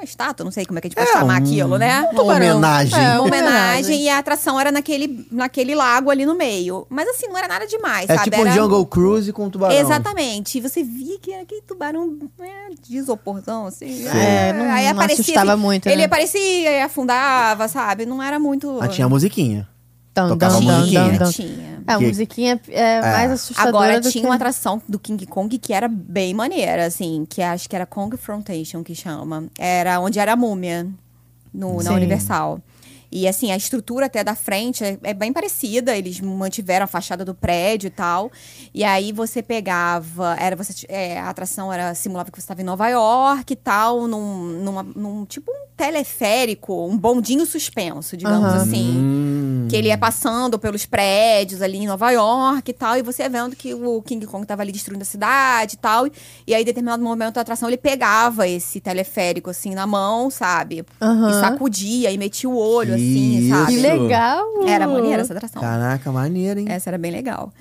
[SPEAKER 3] uma estátua, não sei como é que a gente pode
[SPEAKER 2] É,
[SPEAKER 3] chamar
[SPEAKER 2] um-
[SPEAKER 3] aquilo, né? um-
[SPEAKER 2] Uma homenagem.
[SPEAKER 1] É,
[SPEAKER 3] Uma
[SPEAKER 1] uma
[SPEAKER 3] homenagem
[SPEAKER 1] homenagem.
[SPEAKER 3] e a atração era naquele, naquele lago ali no meio. Mas assim, não era nada demais,
[SPEAKER 2] É
[SPEAKER 3] sabe?
[SPEAKER 2] tipo um
[SPEAKER 3] era...
[SPEAKER 2] Jungle Cruise com um tubarão.
[SPEAKER 3] Exatamente. E você via que era aquele tubarão né, de isoporzão, assim.
[SPEAKER 1] É, não- não assustava muito,
[SPEAKER 3] Ele
[SPEAKER 1] né?
[SPEAKER 3] aparecia e afundava, sabe? Não era muito.
[SPEAKER 2] Ah, tinha a musiquinha.
[SPEAKER 1] Dun,
[SPEAKER 2] Tocava
[SPEAKER 1] dun,
[SPEAKER 2] uma
[SPEAKER 1] dun,
[SPEAKER 2] musiquinha.
[SPEAKER 1] dun, dun.
[SPEAKER 3] Tinha.
[SPEAKER 1] A
[SPEAKER 2] Que-
[SPEAKER 1] musiquinha é, mais assustadora
[SPEAKER 3] Agora
[SPEAKER 1] do
[SPEAKER 3] tinha um
[SPEAKER 1] que...
[SPEAKER 3] uma atração do King Kong que era bem maneira, assim, que acho que era Confrontation que chama. Era onde era a múmia no, na
[SPEAKER 1] Sim.
[SPEAKER 3] Universal. E assim, a estrutura até da frente é, é bem parecida, eles mantiveram a fachada do prédio e tal. E aí você pegava, era você t- é, a atração era simulava que você estava em Nova York e tal, num, numa- num tipo um teleférico, um bondinho suspenso, digamos
[SPEAKER 1] Aham.
[SPEAKER 3] assim.
[SPEAKER 2] Hum.
[SPEAKER 3] Que ele ia passando pelos prédios ali em Nova York e tal, e você ia vendo que o King Kong tava ali destruindo a cidade e tal. E aí, em determinado momento da atração, ele pegava esse teleférico assim na mão, sabe?
[SPEAKER 1] Aham.
[SPEAKER 3] E sacudia e metia o
[SPEAKER 2] Que
[SPEAKER 3] olho, assim,
[SPEAKER 2] isso.
[SPEAKER 1] Que
[SPEAKER 3] sabe?
[SPEAKER 1] legal!
[SPEAKER 3] Era maneira essa atração. É,
[SPEAKER 2] Caraca, maneiro, hein?
[SPEAKER 3] Essa era bem legal.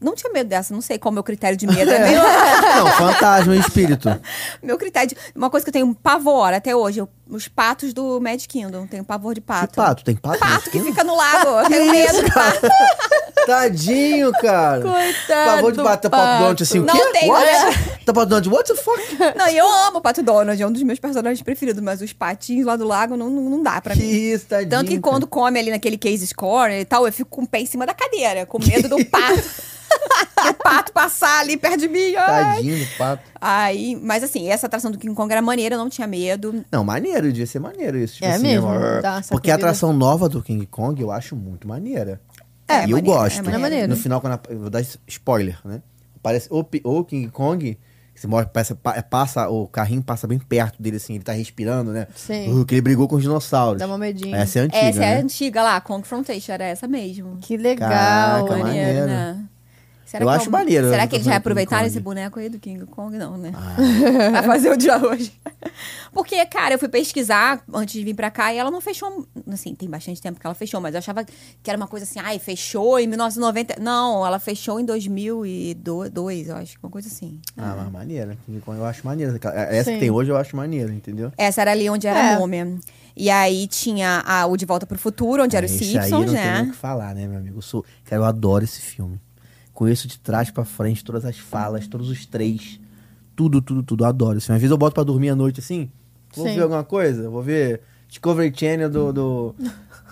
[SPEAKER 3] Não tinha medo dessa, não sei qual é o meu critério de medo. né?
[SPEAKER 2] Não, fantasma e espírito.
[SPEAKER 3] Meu critério de... Uma coisa que eu tenho pavor até hoje, eu- os patos do Magic Kingdom. Tenho pavor de
[SPEAKER 2] Que
[SPEAKER 3] pato.
[SPEAKER 2] pato? Tem pato?
[SPEAKER 3] Pato
[SPEAKER 2] nesse
[SPEAKER 3] que
[SPEAKER 2] filme?
[SPEAKER 3] fica no lago. Eu tenho medo de pato.
[SPEAKER 2] Tadinho, cara.
[SPEAKER 1] Coitado
[SPEAKER 2] Pavor de
[SPEAKER 1] do
[SPEAKER 2] pato, pato Donald, assim, o
[SPEAKER 3] Não
[SPEAKER 2] quê?
[SPEAKER 3] tem,
[SPEAKER 2] What?
[SPEAKER 3] né?
[SPEAKER 2] Tá pato Donald, what the fuck?
[SPEAKER 3] Não, e eu amo o Pato Donald, é um dos meus personagens preferidos, mas os patinhos lá do lago não, não, não dá pra
[SPEAKER 2] Que
[SPEAKER 3] mim.
[SPEAKER 2] isso, tadinho.
[SPEAKER 3] Tanto que
[SPEAKER 2] cara.
[SPEAKER 3] quando come ali naquele case score e tal, eu fico com o pé em cima da cadeira, com medo do pato. do pato passar ali perto de mim. ai.
[SPEAKER 2] Tadinho do pato.
[SPEAKER 3] Aí, mas assim, essa atração do King Kong era maneira, eu não tinha medo.
[SPEAKER 2] Não, maneiro, devia ser maneiro isso. Tipo
[SPEAKER 1] É
[SPEAKER 2] assim,
[SPEAKER 1] mesmo,
[SPEAKER 2] ó,
[SPEAKER 1] dá uma
[SPEAKER 2] Porque a
[SPEAKER 1] sacudida.
[SPEAKER 2] atração nova do King Kong eu acho muito maneira.
[SPEAKER 3] É,
[SPEAKER 2] e eu
[SPEAKER 3] maneiro,
[SPEAKER 2] gosto.
[SPEAKER 3] é
[SPEAKER 1] maneiro. É maneiro.
[SPEAKER 2] No final, quando a- eu vou dar spoiler, né? Aparece o, pi- o King Kong, que você mostra, parece- pa- passa, o carrinho passa bem perto dele, assim, ele tá respirando, né?
[SPEAKER 1] Sim.
[SPEAKER 2] Uh, que ele brigou com os dinossauros.
[SPEAKER 1] Dá uma medinha.
[SPEAKER 2] Essa é a antiga.
[SPEAKER 3] essa é a
[SPEAKER 2] né?
[SPEAKER 3] antiga lá, Confrontation, era essa mesmo.
[SPEAKER 1] Que legal.
[SPEAKER 2] Caraca,
[SPEAKER 1] né?
[SPEAKER 2] Tá maneiro.
[SPEAKER 3] né?
[SPEAKER 2] Eu
[SPEAKER 3] que
[SPEAKER 2] acho maneiro,
[SPEAKER 3] Será
[SPEAKER 2] eu
[SPEAKER 3] que
[SPEAKER 2] tô
[SPEAKER 3] eles já
[SPEAKER 2] falando do King
[SPEAKER 3] aproveitaram
[SPEAKER 2] Kong. Ah.
[SPEAKER 3] esse boneco aí do King Kong? Não, né? Vai fazer o dia hoje. Porque, cara, eu fui pesquisar antes de vir pra cá e ela não fechou. Assim, tem bastante tempo que ela fechou, mas eu achava que era uma coisa assim, ai, fechou em 1990. Não, ela fechou em 2002, eu acho, uma coisa assim.
[SPEAKER 2] Ah, mas maneira. King Kong eu acho maneira. Essa
[SPEAKER 1] Sim.
[SPEAKER 2] que tem hoje eu acho maneira, entendeu?
[SPEAKER 3] Essa era ali onde era
[SPEAKER 1] É.
[SPEAKER 3] a múmia. E aí tinha a, o De Volta pro Futuro, onde era os
[SPEAKER 2] Esse aí
[SPEAKER 3] Simpsons,
[SPEAKER 2] não tem nem o
[SPEAKER 3] né?
[SPEAKER 2] que falar, né, meu amigo? Eu sou... Cara, eu adoro esse filme. Conheço de trás pra frente todas as falas, todos os três. Tudo, tudo, tudo. Eu adoro esse filme. Às vezes eu boto pra dormir à noite assim. Vou
[SPEAKER 1] Sim.
[SPEAKER 2] ver alguma coisa? Vou ver Discovery Channel do. do...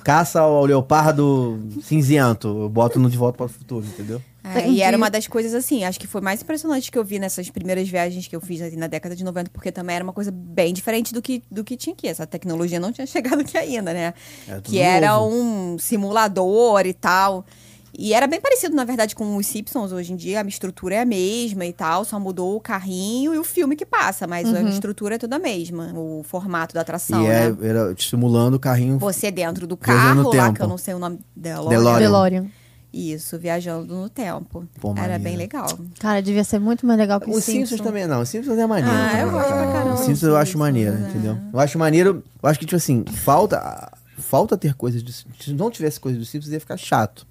[SPEAKER 2] Caça ao Leopardo Cinzento. Eu boto no De Volta para o Futuro, entendeu?
[SPEAKER 3] É, e era uma das coisas assim, acho que foi mais impressionante que eu vi nessas primeiras viagens que eu fiz assim, na década de 90, porque também era uma coisa bem diferente do que, do que tinha aqui. Essa tecnologia não tinha chegado aqui ainda, né?
[SPEAKER 2] Era É tudo
[SPEAKER 3] que era
[SPEAKER 2] novo.
[SPEAKER 3] um simulador e tal. E era bem parecido, na verdade, com os Simpsons hoje em dia. A estrutura é a mesma e tal, só mudou o carrinho e o filme que passa, mas a estrutura é toda a mesma, o formato da atração,
[SPEAKER 2] e
[SPEAKER 3] né?
[SPEAKER 2] é, era simulando o carrinho.
[SPEAKER 3] Você dentro do
[SPEAKER 2] Viajando
[SPEAKER 3] carro
[SPEAKER 2] no
[SPEAKER 3] lá,
[SPEAKER 2] tempo.
[SPEAKER 3] que eu não sei o nome dela.
[SPEAKER 2] DeLorean.
[SPEAKER 1] DeLorean.
[SPEAKER 3] Isso, viajando no tempo.
[SPEAKER 2] Pô,
[SPEAKER 3] Era
[SPEAKER 2] maneiro.
[SPEAKER 3] bem legal.
[SPEAKER 1] Cara, devia ser muito mais legal que
[SPEAKER 2] Os Simpsons, também, não. Os Simpsons é maneiro.
[SPEAKER 3] Ah, eu gosto pra
[SPEAKER 2] cara.
[SPEAKER 3] caramba
[SPEAKER 2] Os
[SPEAKER 3] dos
[SPEAKER 2] Simpsons eu acho
[SPEAKER 3] Simpsons,
[SPEAKER 2] maneiro,
[SPEAKER 3] é.
[SPEAKER 2] entendeu? Eu acho maneiro. Eu acho que, tipo assim, falta. Falta ter coisas do Simpsons. Se não tivesse coisas do Simpsons, ia ficar chato.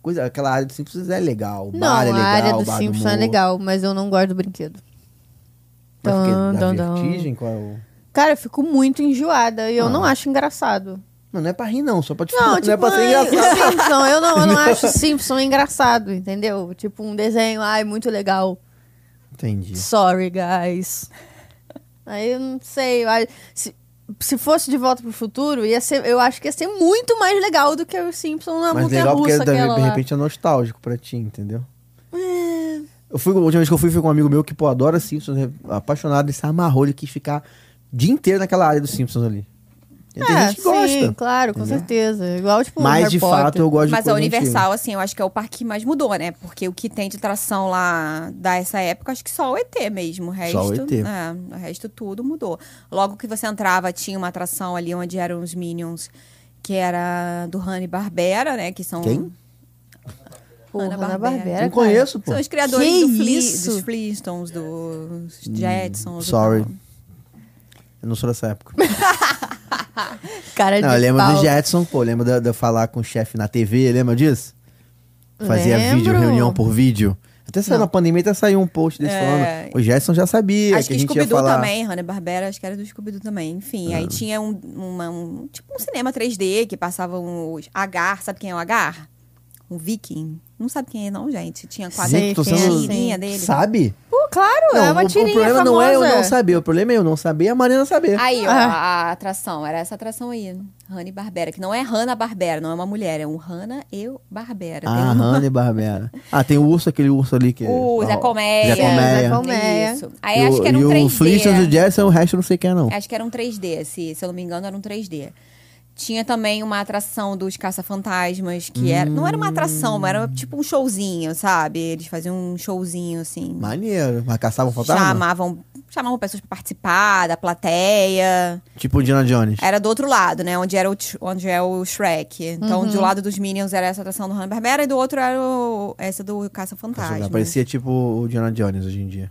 [SPEAKER 2] Coisa, aquela área do Simpsons é legal. O
[SPEAKER 1] Não,
[SPEAKER 2] bar é legal.
[SPEAKER 1] a área do
[SPEAKER 2] o bar
[SPEAKER 1] Simpsons
[SPEAKER 2] humor.
[SPEAKER 1] é legal, mas eu não gosto do brinquedo.
[SPEAKER 2] Mas o quê?
[SPEAKER 1] Dun,
[SPEAKER 2] Dá
[SPEAKER 1] dun, dun.
[SPEAKER 2] vertigem? Qual é o...
[SPEAKER 1] Cara, eu fico muito enjoada e
[SPEAKER 2] Ah.
[SPEAKER 1] eu não acho engraçado.
[SPEAKER 2] Não, não é pra rir, não. Só pra te
[SPEAKER 1] Não,
[SPEAKER 2] não,
[SPEAKER 1] tipo,
[SPEAKER 2] é pra ser
[SPEAKER 1] ai,
[SPEAKER 2] engraçado.
[SPEAKER 1] Simpson, eu não, eu não acho Simpson engraçado, entendeu? Tipo, um desenho, ai, muito legal.
[SPEAKER 2] Entendi.
[SPEAKER 1] Sorry, guys. Aí eu não sei. eu acho- se, se fosse de volta pro futuro, ia ser, eu acho que ia ser muito mais legal do que o Simpson na
[SPEAKER 2] Mas
[SPEAKER 1] Ah, montanha
[SPEAKER 2] legal porque
[SPEAKER 1] russa
[SPEAKER 2] de
[SPEAKER 1] aquela
[SPEAKER 2] de
[SPEAKER 1] lá. É.
[SPEAKER 2] repente é nostálgico pra ti, entendeu? Eu fui, a última vez que eu fui, foi com um amigo meu que, pô, adora Simpsons, é apaixonado, ele se amarrou, ele quis ficar o dia inteiro naquela área dos Simpsons ali. E tem
[SPEAKER 1] É,
[SPEAKER 2] gente que
[SPEAKER 1] sim,
[SPEAKER 2] gosta.
[SPEAKER 1] claro, com
[SPEAKER 2] entendeu?
[SPEAKER 1] certeza. Igual, tipo,
[SPEAKER 2] Mas,
[SPEAKER 1] Harry
[SPEAKER 2] de
[SPEAKER 1] Potter.
[SPEAKER 2] fato, eu gosto de
[SPEAKER 3] Mas a
[SPEAKER 2] coisa antiga.
[SPEAKER 3] Universal, assim, eu acho que é o parque que mais mudou, né? Porque o que tem de tração lá dessa época, acho que só o ET mesmo. O resto,
[SPEAKER 2] Só o ET.
[SPEAKER 3] É, o resto tudo mudou. Logo que você entrava, tinha uma atração ali onde eram os Minions, que era do Hanna-Barbera, né? Que são...
[SPEAKER 2] Quem?
[SPEAKER 1] Porra, na
[SPEAKER 3] Hanna-Barbera.
[SPEAKER 1] Barbera.
[SPEAKER 2] Não conheço, pô.
[SPEAKER 3] São os criadores
[SPEAKER 1] Que
[SPEAKER 3] do Fle-
[SPEAKER 1] isso?
[SPEAKER 3] dos Flintstones, dos Jetsons. e
[SPEAKER 2] Sorry.
[SPEAKER 3] tal.
[SPEAKER 2] Eu não sou dessa época.
[SPEAKER 1] Cara
[SPEAKER 2] não, é
[SPEAKER 1] de
[SPEAKER 2] eu lembro
[SPEAKER 1] pau.
[SPEAKER 2] do Jetson, pô. Lembro de, de eu falar com o chefe na TV, lembra disso? Fazia
[SPEAKER 1] Lembro.
[SPEAKER 2] vídeo, reunião por vídeo. Até saiu na pandemia, até saiu um post desse
[SPEAKER 3] É.
[SPEAKER 2] falando. O Jetson já sabia
[SPEAKER 3] Acho
[SPEAKER 2] que,
[SPEAKER 3] que,
[SPEAKER 2] a gente ia
[SPEAKER 3] Scooby-Doo
[SPEAKER 2] falar. Ah.
[SPEAKER 3] também, Hanna-Barbera, acho que era do Scooby-Doo também. Enfim, aí tinha um, uma- um- tipo um cinema 3D que passavam os Agar, sabe quem é o Agar? Um viking. Não sabe quem é não, gente. Tinha
[SPEAKER 1] Sei
[SPEAKER 3] quadrinho,
[SPEAKER 2] tô
[SPEAKER 1] quem é,
[SPEAKER 2] sendo-
[SPEAKER 1] sim.
[SPEAKER 3] tirinha dele.
[SPEAKER 2] Sabe?
[SPEAKER 1] Pô, claro, é uma
[SPEAKER 2] o, o
[SPEAKER 1] tirinha
[SPEAKER 2] problema
[SPEAKER 1] famosa.
[SPEAKER 2] não é eu não saber, o problema é eu não saber e a Marina saber.
[SPEAKER 3] Aí, ó,
[SPEAKER 1] Ah.
[SPEAKER 3] a a atração, era essa atração aí. Hanna-Barbera, que não é Hanna-Barbera, não é uma mulher, é um Hanna e Barbera. Tem
[SPEAKER 2] Ah,
[SPEAKER 3] um-
[SPEAKER 2] Hanna e Barbera. Ah, tem o urso, aquele urso ali que.
[SPEAKER 3] O Zé
[SPEAKER 2] Ah,
[SPEAKER 3] Colmeia.
[SPEAKER 2] Zé Colmeia.
[SPEAKER 1] Zé Colmeia. Colmeia.
[SPEAKER 3] Isso. Aí acho que era
[SPEAKER 2] e
[SPEAKER 3] um
[SPEAKER 2] o, e
[SPEAKER 3] 3D.
[SPEAKER 2] o Flintstones e o Jetson, o resto eu não sei quem é, não.
[SPEAKER 3] Acho que era um 3D, se, se eu não me engano, era um 3D. Tinha também uma atração dos caça-fantasmas, que era. Não era uma atração, mas era tipo um showzinho, sabe? Eles faziam um showzinho, assim.
[SPEAKER 2] Maneiro. Mas caçavam fantasma?
[SPEAKER 3] Chamavam, chamavam pessoas pra participar da plateia.
[SPEAKER 2] Tipo o Dina Jones.
[SPEAKER 3] Era do outro lado, né? Onde, era o, Sh- onde é o Shrek. Então, de um lado dos Minions era essa atração do Hanna-Barbera e do outro era o- essa do Caça-Fantasma.
[SPEAKER 2] Parecia tipo o Dina Jones hoje em dia.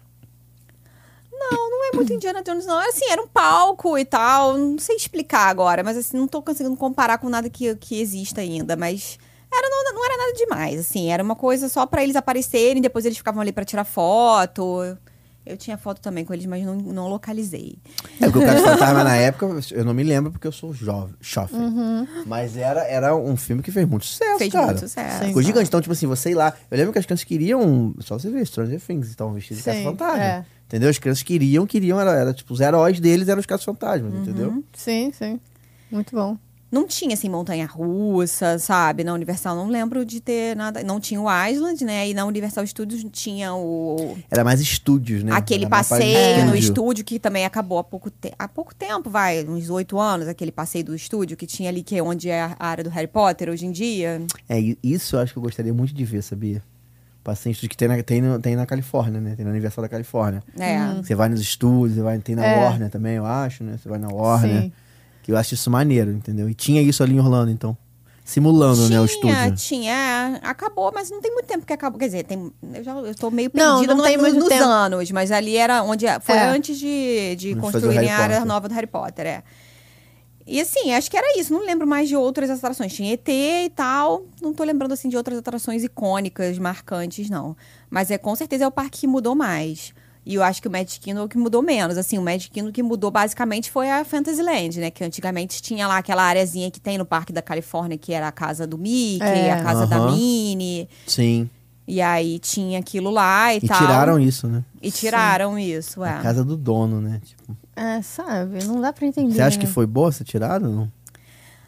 [SPEAKER 3] Não, não é muito Indiana Jones, não. Era assim, era um palco e tal. Não sei explicar agora, mas assim, não tô conseguindo comparar com nada que, que exista ainda. Mas Era, não, não era nada demais, assim. Era uma coisa só pra eles aparecerem, depois eles ficavam ali pra tirar foto. Eu tinha foto também com eles, mas não, não localizei.
[SPEAKER 2] É porque o Caso Fantasma na época, eu não me lembro porque eu sou jovem, jovem.
[SPEAKER 1] Uhum,
[SPEAKER 2] Mas era, era um filme que fez muito sucesso,
[SPEAKER 3] Uhum. Fez
[SPEAKER 2] cara.
[SPEAKER 3] muito sucesso.
[SPEAKER 2] Ficou gigante. Então, tipo assim, você ir lá. Eu lembro que as crianças queriam. Só você ver, Stranger Things, estavam vestidos de
[SPEAKER 1] Sim,
[SPEAKER 2] caça-fantasma.
[SPEAKER 1] é.
[SPEAKER 2] Entendeu? As crianças queriam, queriam, era, era tipo, os heróis deles eram os caça-fantasmas,
[SPEAKER 1] Uhum.
[SPEAKER 2] entendeu?
[SPEAKER 1] Sim, sim. Muito bom.
[SPEAKER 3] Não tinha, assim, montanha-russa, sabe? Na Universal não lembro de ter nada. Não tinha o Island, né? E na Universal Studios tinha o...
[SPEAKER 2] Era mais estúdios, né?
[SPEAKER 3] Aquele
[SPEAKER 2] Era mais pra
[SPEAKER 3] passeio no
[SPEAKER 2] estúdio.
[SPEAKER 3] estúdio que também acabou há pouco, te há pouco tempo, vai, uns oito anos, aquele passeio do estúdio que tinha ali, que é onde é a a área do Harry Potter hoje em dia.
[SPEAKER 2] É, i- isso eu acho que eu gostaria muito de ver, sabia? Passeio em estúdio que tem na, tem, no- tem na Califórnia, né? Tem no Universal da Califórnia.
[SPEAKER 3] É.
[SPEAKER 1] Uhum.
[SPEAKER 2] Você vai nos estúdios, você vai, tem na
[SPEAKER 1] É.
[SPEAKER 2] Warner também, eu acho, né? Você vai na Warner.
[SPEAKER 1] Sim.
[SPEAKER 2] Que eu acho isso maneiro, entendeu? E tinha isso ali em Orlando, então. Simulando, né, o
[SPEAKER 3] Tinha,
[SPEAKER 2] estúdio.
[SPEAKER 3] tinha. é, Acabou, mas não tem muito tempo que acabou. Quer dizer, tem, eu já eu tô meio perdida
[SPEAKER 1] Não, não
[SPEAKER 3] no-
[SPEAKER 1] tem
[SPEAKER 3] no-
[SPEAKER 1] muito
[SPEAKER 3] nos
[SPEAKER 1] tempo.
[SPEAKER 3] anos, mas ali era onde. Foi
[SPEAKER 1] É.
[SPEAKER 3] antes de, de
[SPEAKER 2] Fazer o
[SPEAKER 3] construírem
[SPEAKER 2] Harry
[SPEAKER 3] a área
[SPEAKER 2] Potter.
[SPEAKER 3] nova do Harry Potter, é. E assim, acho que era isso. Não lembro mais de outras atrações. Tinha ET e tal. Não tô lembrando assim de outras atrações icônicas, marcantes, não. Mas é com certeza é o parque que mudou mais. E eu acho que o Magic Kingdom é o que mudou menos. Assim, o Magic Kingdom que mudou basicamente foi a Fantasyland, né? Que antigamente tinha lá aquela areazinha que tem no Parque da Califórnia, que era a casa do Mickey,
[SPEAKER 1] É.
[SPEAKER 3] a casa da
[SPEAKER 2] Aham.
[SPEAKER 3] Minnie.
[SPEAKER 2] Sim.
[SPEAKER 3] E aí tinha aquilo lá e,
[SPEAKER 2] E
[SPEAKER 3] tal.
[SPEAKER 2] tiraram isso, né?
[SPEAKER 3] E tiraram isso, é.
[SPEAKER 2] A casa do dono, né? Tipo,
[SPEAKER 1] É, sabe? Não dá pra entender.
[SPEAKER 2] você acha que
[SPEAKER 1] né?
[SPEAKER 2] foi boa essa tirada ou não?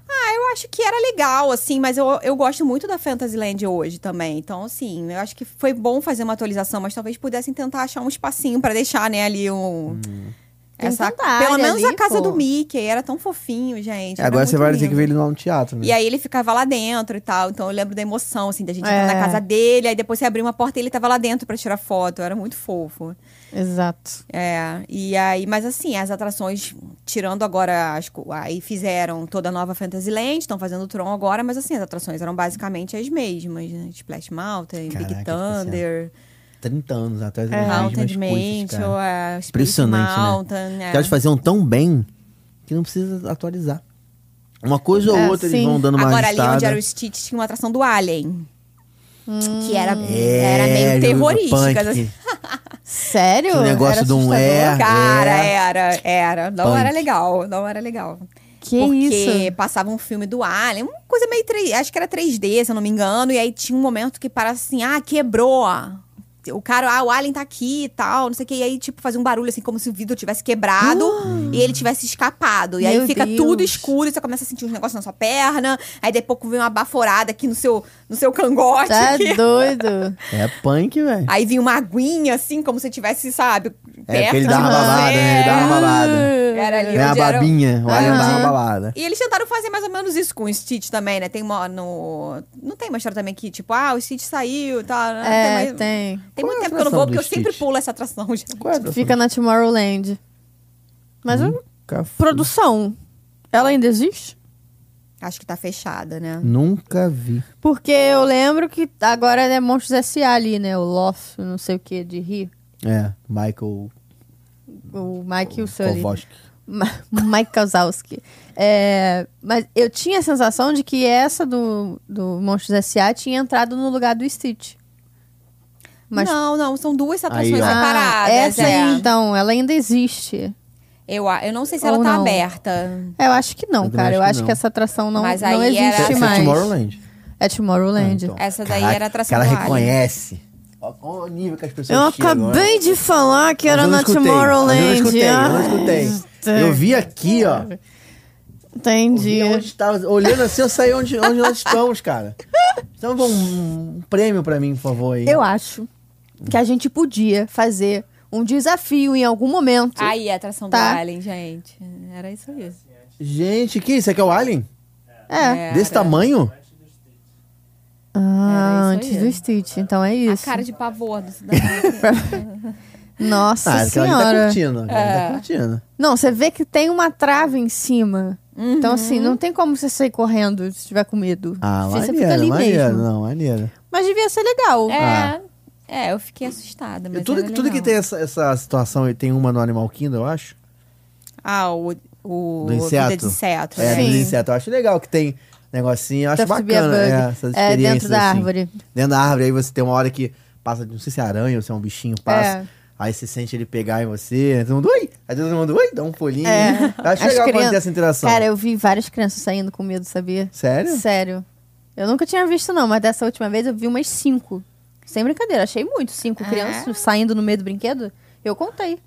[SPEAKER 3] Ah, eu acho que era legal, assim, mas eu, eu gosto muito da Fantasyland hoje também. Então, assim, eu acho que foi bom fazer uma atualização, mas talvez pudessem tentar achar um espacinho pra deixar, né, ali um.
[SPEAKER 1] Hum. Tem tanta área
[SPEAKER 3] pelo menos
[SPEAKER 1] Então né, ali,
[SPEAKER 3] a casa
[SPEAKER 1] pô.
[SPEAKER 3] do Mickey, era tão fofinho, gente.
[SPEAKER 2] É,
[SPEAKER 3] era
[SPEAKER 2] agora você
[SPEAKER 3] muito
[SPEAKER 2] vai dizer que
[SPEAKER 3] lindo.
[SPEAKER 2] veio ele lá no teatro, né?
[SPEAKER 3] E aí ele ficava lá dentro e tal. Então eu lembro da emoção, assim, da gente entrar
[SPEAKER 1] É.
[SPEAKER 3] na casa dele. Aí depois você abriu uma porta e ele tava lá dentro pra tirar foto. Era muito fofo.
[SPEAKER 1] Exato.
[SPEAKER 3] É, e aí, mas assim, as atrações, tirando agora, as, co- aí fizeram toda a nova Fantasyland, estão fazendo o Tron agora, mas assim, as atrações eram basicamente as mesmas, né? Splash Mountain,
[SPEAKER 2] Caraca,
[SPEAKER 3] Big
[SPEAKER 2] tipo assim,
[SPEAKER 3] Thunder,
[SPEAKER 2] 30 anos atrás.
[SPEAKER 1] É.
[SPEAKER 2] as mesmas
[SPEAKER 3] Haunted
[SPEAKER 2] coisas, cara.
[SPEAKER 3] Mansion, um é, Space
[SPEAKER 2] Impressionante, né?
[SPEAKER 3] Mountain,
[SPEAKER 2] Porque
[SPEAKER 3] é.
[SPEAKER 2] elas faziam tão bem que não precisa atualizar. Uma coisa ou
[SPEAKER 1] É,
[SPEAKER 2] outra eles
[SPEAKER 1] sim.
[SPEAKER 2] vão dando uma
[SPEAKER 3] Agora ali
[SPEAKER 2] ajustada.
[SPEAKER 3] onde era o Stitch tinha uma atração do Alien. Que era,
[SPEAKER 2] É,
[SPEAKER 3] era meio
[SPEAKER 2] jogo do punk,
[SPEAKER 3] terrorística. assim.
[SPEAKER 1] Sério?
[SPEAKER 2] Que negócio
[SPEAKER 1] Era
[SPEAKER 2] de um é.
[SPEAKER 1] assustador?
[SPEAKER 3] Cara, era, era. Não
[SPEAKER 2] Punk.
[SPEAKER 3] era legal, não era legal.
[SPEAKER 1] Que
[SPEAKER 3] porque
[SPEAKER 1] isso?
[SPEAKER 3] passava um filme do Alien, uma coisa meio. 3, acho que era 3D, se eu não me engano. E aí tinha um momento que parava assim: ah, quebrou. O cara, ah, o Alien tá aqui e tal, não sei o que. E aí, tipo, fazia um barulho assim, como se o vidro tivesse quebrado e ele tivesse escapado. E
[SPEAKER 1] Uh! Meu
[SPEAKER 3] aí fica
[SPEAKER 1] Deus.
[SPEAKER 3] tudo escuro, e você começa a sentir uns negócios na sua perna. Aí depois vem uma baforada aqui no seu, no seu cangote.
[SPEAKER 1] Tá
[SPEAKER 3] aqui.
[SPEAKER 1] doido.
[SPEAKER 2] É punk, velho.
[SPEAKER 3] Aí vinha uma aguinha, assim, como se tivesse, sabe, perto
[SPEAKER 2] É, porque ele dá uma
[SPEAKER 3] de você.
[SPEAKER 2] babada, né? Ele dá uma babada.
[SPEAKER 1] Ah,
[SPEAKER 3] Era ali
[SPEAKER 2] Né, a
[SPEAKER 3] onde era o-
[SPEAKER 2] babinha, o Alien dá uma
[SPEAKER 1] Aham.
[SPEAKER 2] balada.
[SPEAKER 3] E eles tentaram fazer mais ou menos isso com o Stitch também, né? Tem uma. No... Não tem uma história também que, tipo, ah, o Stitch saiu e tal. né?
[SPEAKER 1] É,
[SPEAKER 3] mais-
[SPEAKER 1] tem. Tipo,
[SPEAKER 3] Tem
[SPEAKER 2] Qual
[SPEAKER 3] muito
[SPEAKER 2] é a
[SPEAKER 3] tempo que eu não
[SPEAKER 2] atração
[SPEAKER 3] vou,
[SPEAKER 2] do
[SPEAKER 3] porque eu sempre
[SPEAKER 2] Stitch?
[SPEAKER 3] pulo essa atração, gente.
[SPEAKER 2] Qual é a atração?
[SPEAKER 1] Fica na Tomorrowland. Mas
[SPEAKER 3] um?
[SPEAKER 1] a
[SPEAKER 2] Nunca fui.
[SPEAKER 1] produção, ela ainda existe?
[SPEAKER 3] Acho que tá fechada, né?
[SPEAKER 2] Nunca vi.
[SPEAKER 1] Porque eu lembro que agora é Monstros S.A. ali, né? O Loft, não sei o que, de Rio.
[SPEAKER 2] É, Michael
[SPEAKER 1] O Mike e o Sully.
[SPEAKER 2] Kowalski.
[SPEAKER 1] Ma- Mike Kozalski. É, mas eu tinha a sensação de que essa do, do Monstros S.A. tinha entrado no lugar do Stitch. Mas-
[SPEAKER 3] Não, não, são duas atrações
[SPEAKER 2] ó.
[SPEAKER 1] Ah,
[SPEAKER 3] separadas.
[SPEAKER 1] essa
[SPEAKER 3] é.
[SPEAKER 1] aí, então, ela ainda existe.
[SPEAKER 3] eu, a- eu não sei se ela
[SPEAKER 1] Ou
[SPEAKER 3] tá
[SPEAKER 1] não.
[SPEAKER 3] aberta.
[SPEAKER 1] Eu acho que não,
[SPEAKER 2] Eu também
[SPEAKER 1] cara. eu
[SPEAKER 2] acho
[SPEAKER 1] acho
[SPEAKER 2] que
[SPEAKER 1] que
[SPEAKER 2] não.
[SPEAKER 1] essa atração não,
[SPEAKER 3] Mas
[SPEAKER 1] não
[SPEAKER 3] aí era-
[SPEAKER 1] existe
[SPEAKER 2] Essa
[SPEAKER 1] mais.
[SPEAKER 2] É Tomorrowland.
[SPEAKER 1] É Tomorrowland.
[SPEAKER 2] Ah, então.
[SPEAKER 3] Essa daí
[SPEAKER 2] Caraca,
[SPEAKER 3] era a atração
[SPEAKER 2] que
[SPEAKER 3] do
[SPEAKER 2] ela
[SPEAKER 3] Alien.
[SPEAKER 2] reconhece. Olha o nível que as pessoas
[SPEAKER 1] Eu
[SPEAKER 2] chegam, né?
[SPEAKER 1] acabei de falar que
[SPEAKER 2] Mas
[SPEAKER 1] era
[SPEAKER 2] eu não
[SPEAKER 1] na
[SPEAKER 2] escutei,
[SPEAKER 1] Tomorrowland.
[SPEAKER 2] mas Eu não escutei, eu não
[SPEAKER 1] Ah,
[SPEAKER 2] escutei. Eu vi aqui, ó. Eu
[SPEAKER 1] Ah, Entendi.
[SPEAKER 2] vi onde estava. Olhando assim, eu saí onde, onde nós estamos, cara. Então, bom, um um prêmio pra mim, por favor. Aí.
[SPEAKER 1] Eu acho que a gente podia fazer um desafio em algum momento.
[SPEAKER 3] Aí, a atração
[SPEAKER 1] Tá.
[SPEAKER 3] do Alien, gente. Era isso aí.
[SPEAKER 2] Gente, que isso aqui é o Alien?
[SPEAKER 1] é.
[SPEAKER 3] Era-
[SPEAKER 2] Desse tamanho?
[SPEAKER 1] Ah,
[SPEAKER 3] Era isso
[SPEAKER 1] antes
[SPEAKER 3] aí.
[SPEAKER 1] do Stitch. Então é
[SPEAKER 3] A
[SPEAKER 1] isso.
[SPEAKER 3] cara de pavor do
[SPEAKER 1] Nossa
[SPEAKER 2] Ah, aquela ali tá
[SPEAKER 1] senhora. É.
[SPEAKER 2] curtindo. aquela ali tá curtindo.
[SPEAKER 1] Não, você vê que tem uma trava em cima.
[SPEAKER 3] Uhum.
[SPEAKER 1] Então, assim, não tem como você sair correndo se tiver com medo.
[SPEAKER 2] Ah,
[SPEAKER 1] você
[SPEAKER 2] maneiro,
[SPEAKER 1] fica ali
[SPEAKER 2] maneiro.
[SPEAKER 1] mesmo.
[SPEAKER 2] Não, maneiro.
[SPEAKER 1] Mas devia ser legal.
[SPEAKER 3] É,
[SPEAKER 2] Ah.
[SPEAKER 3] é, eu fiquei assustada. Mas
[SPEAKER 2] tudo,
[SPEAKER 3] era
[SPEAKER 2] tudo que
[SPEAKER 3] legal.
[SPEAKER 2] tem essa, essa situação, e tem uma no Animal Kingdom, eu acho.
[SPEAKER 3] Ah, o. o
[SPEAKER 2] Do inseto.
[SPEAKER 3] Vida de inseto.
[SPEAKER 2] É,
[SPEAKER 3] né?
[SPEAKER 2] do
[SPEAKER 1] Sim.
[SPEAKER 2] inseto. Eu acho legal que tem negocinho. Eu acho
[SPEAKER 1] Tough to be a
[SPEAKER 2] bacana
[SPEAKER 1] bug.
[SPEAKER 2] é, essas
[SPEAKER 1] É,
[SPEAKER 2] experiências,
[SPEAKER 1] dentro da
[SPEAKER 2] assim.
[SPEAKER 1] árvore.
[SPEAKER 2] Dentro da árvore, aí você tem uma hora que passa, não sei se é aranha ou se é um bichinho, passa.
[SPEAKER 1] É.
[SPEAKER 2] Aí você sente ele pegar em você, aí todo mundo, ui! Aí todo mundo, ui, dá um pulinho.
[SPEAKER 1] É.
[SPEAKER 2] Eu acho
[SPEAKER 1] As
[SPEAKER 2] legal quando
[SPEAKER 1] crianças-
[SPEAKER 2] tem essa interação.
[SPEAKER 1] Cara, eu vi várias crianças saindo com medo, sabia?
[SPEAKER 2] Sério?
[SPEAKER 1] Sério. Eu nunca tinha visto, não, mas dessa última vez eu vi umas cinco. Sem brincadeira, achei muito. Cinco
[SPEAKER 3] Ah.
[SPEAKER 1] crianças saindo no meio do brinquedo. Eu contei.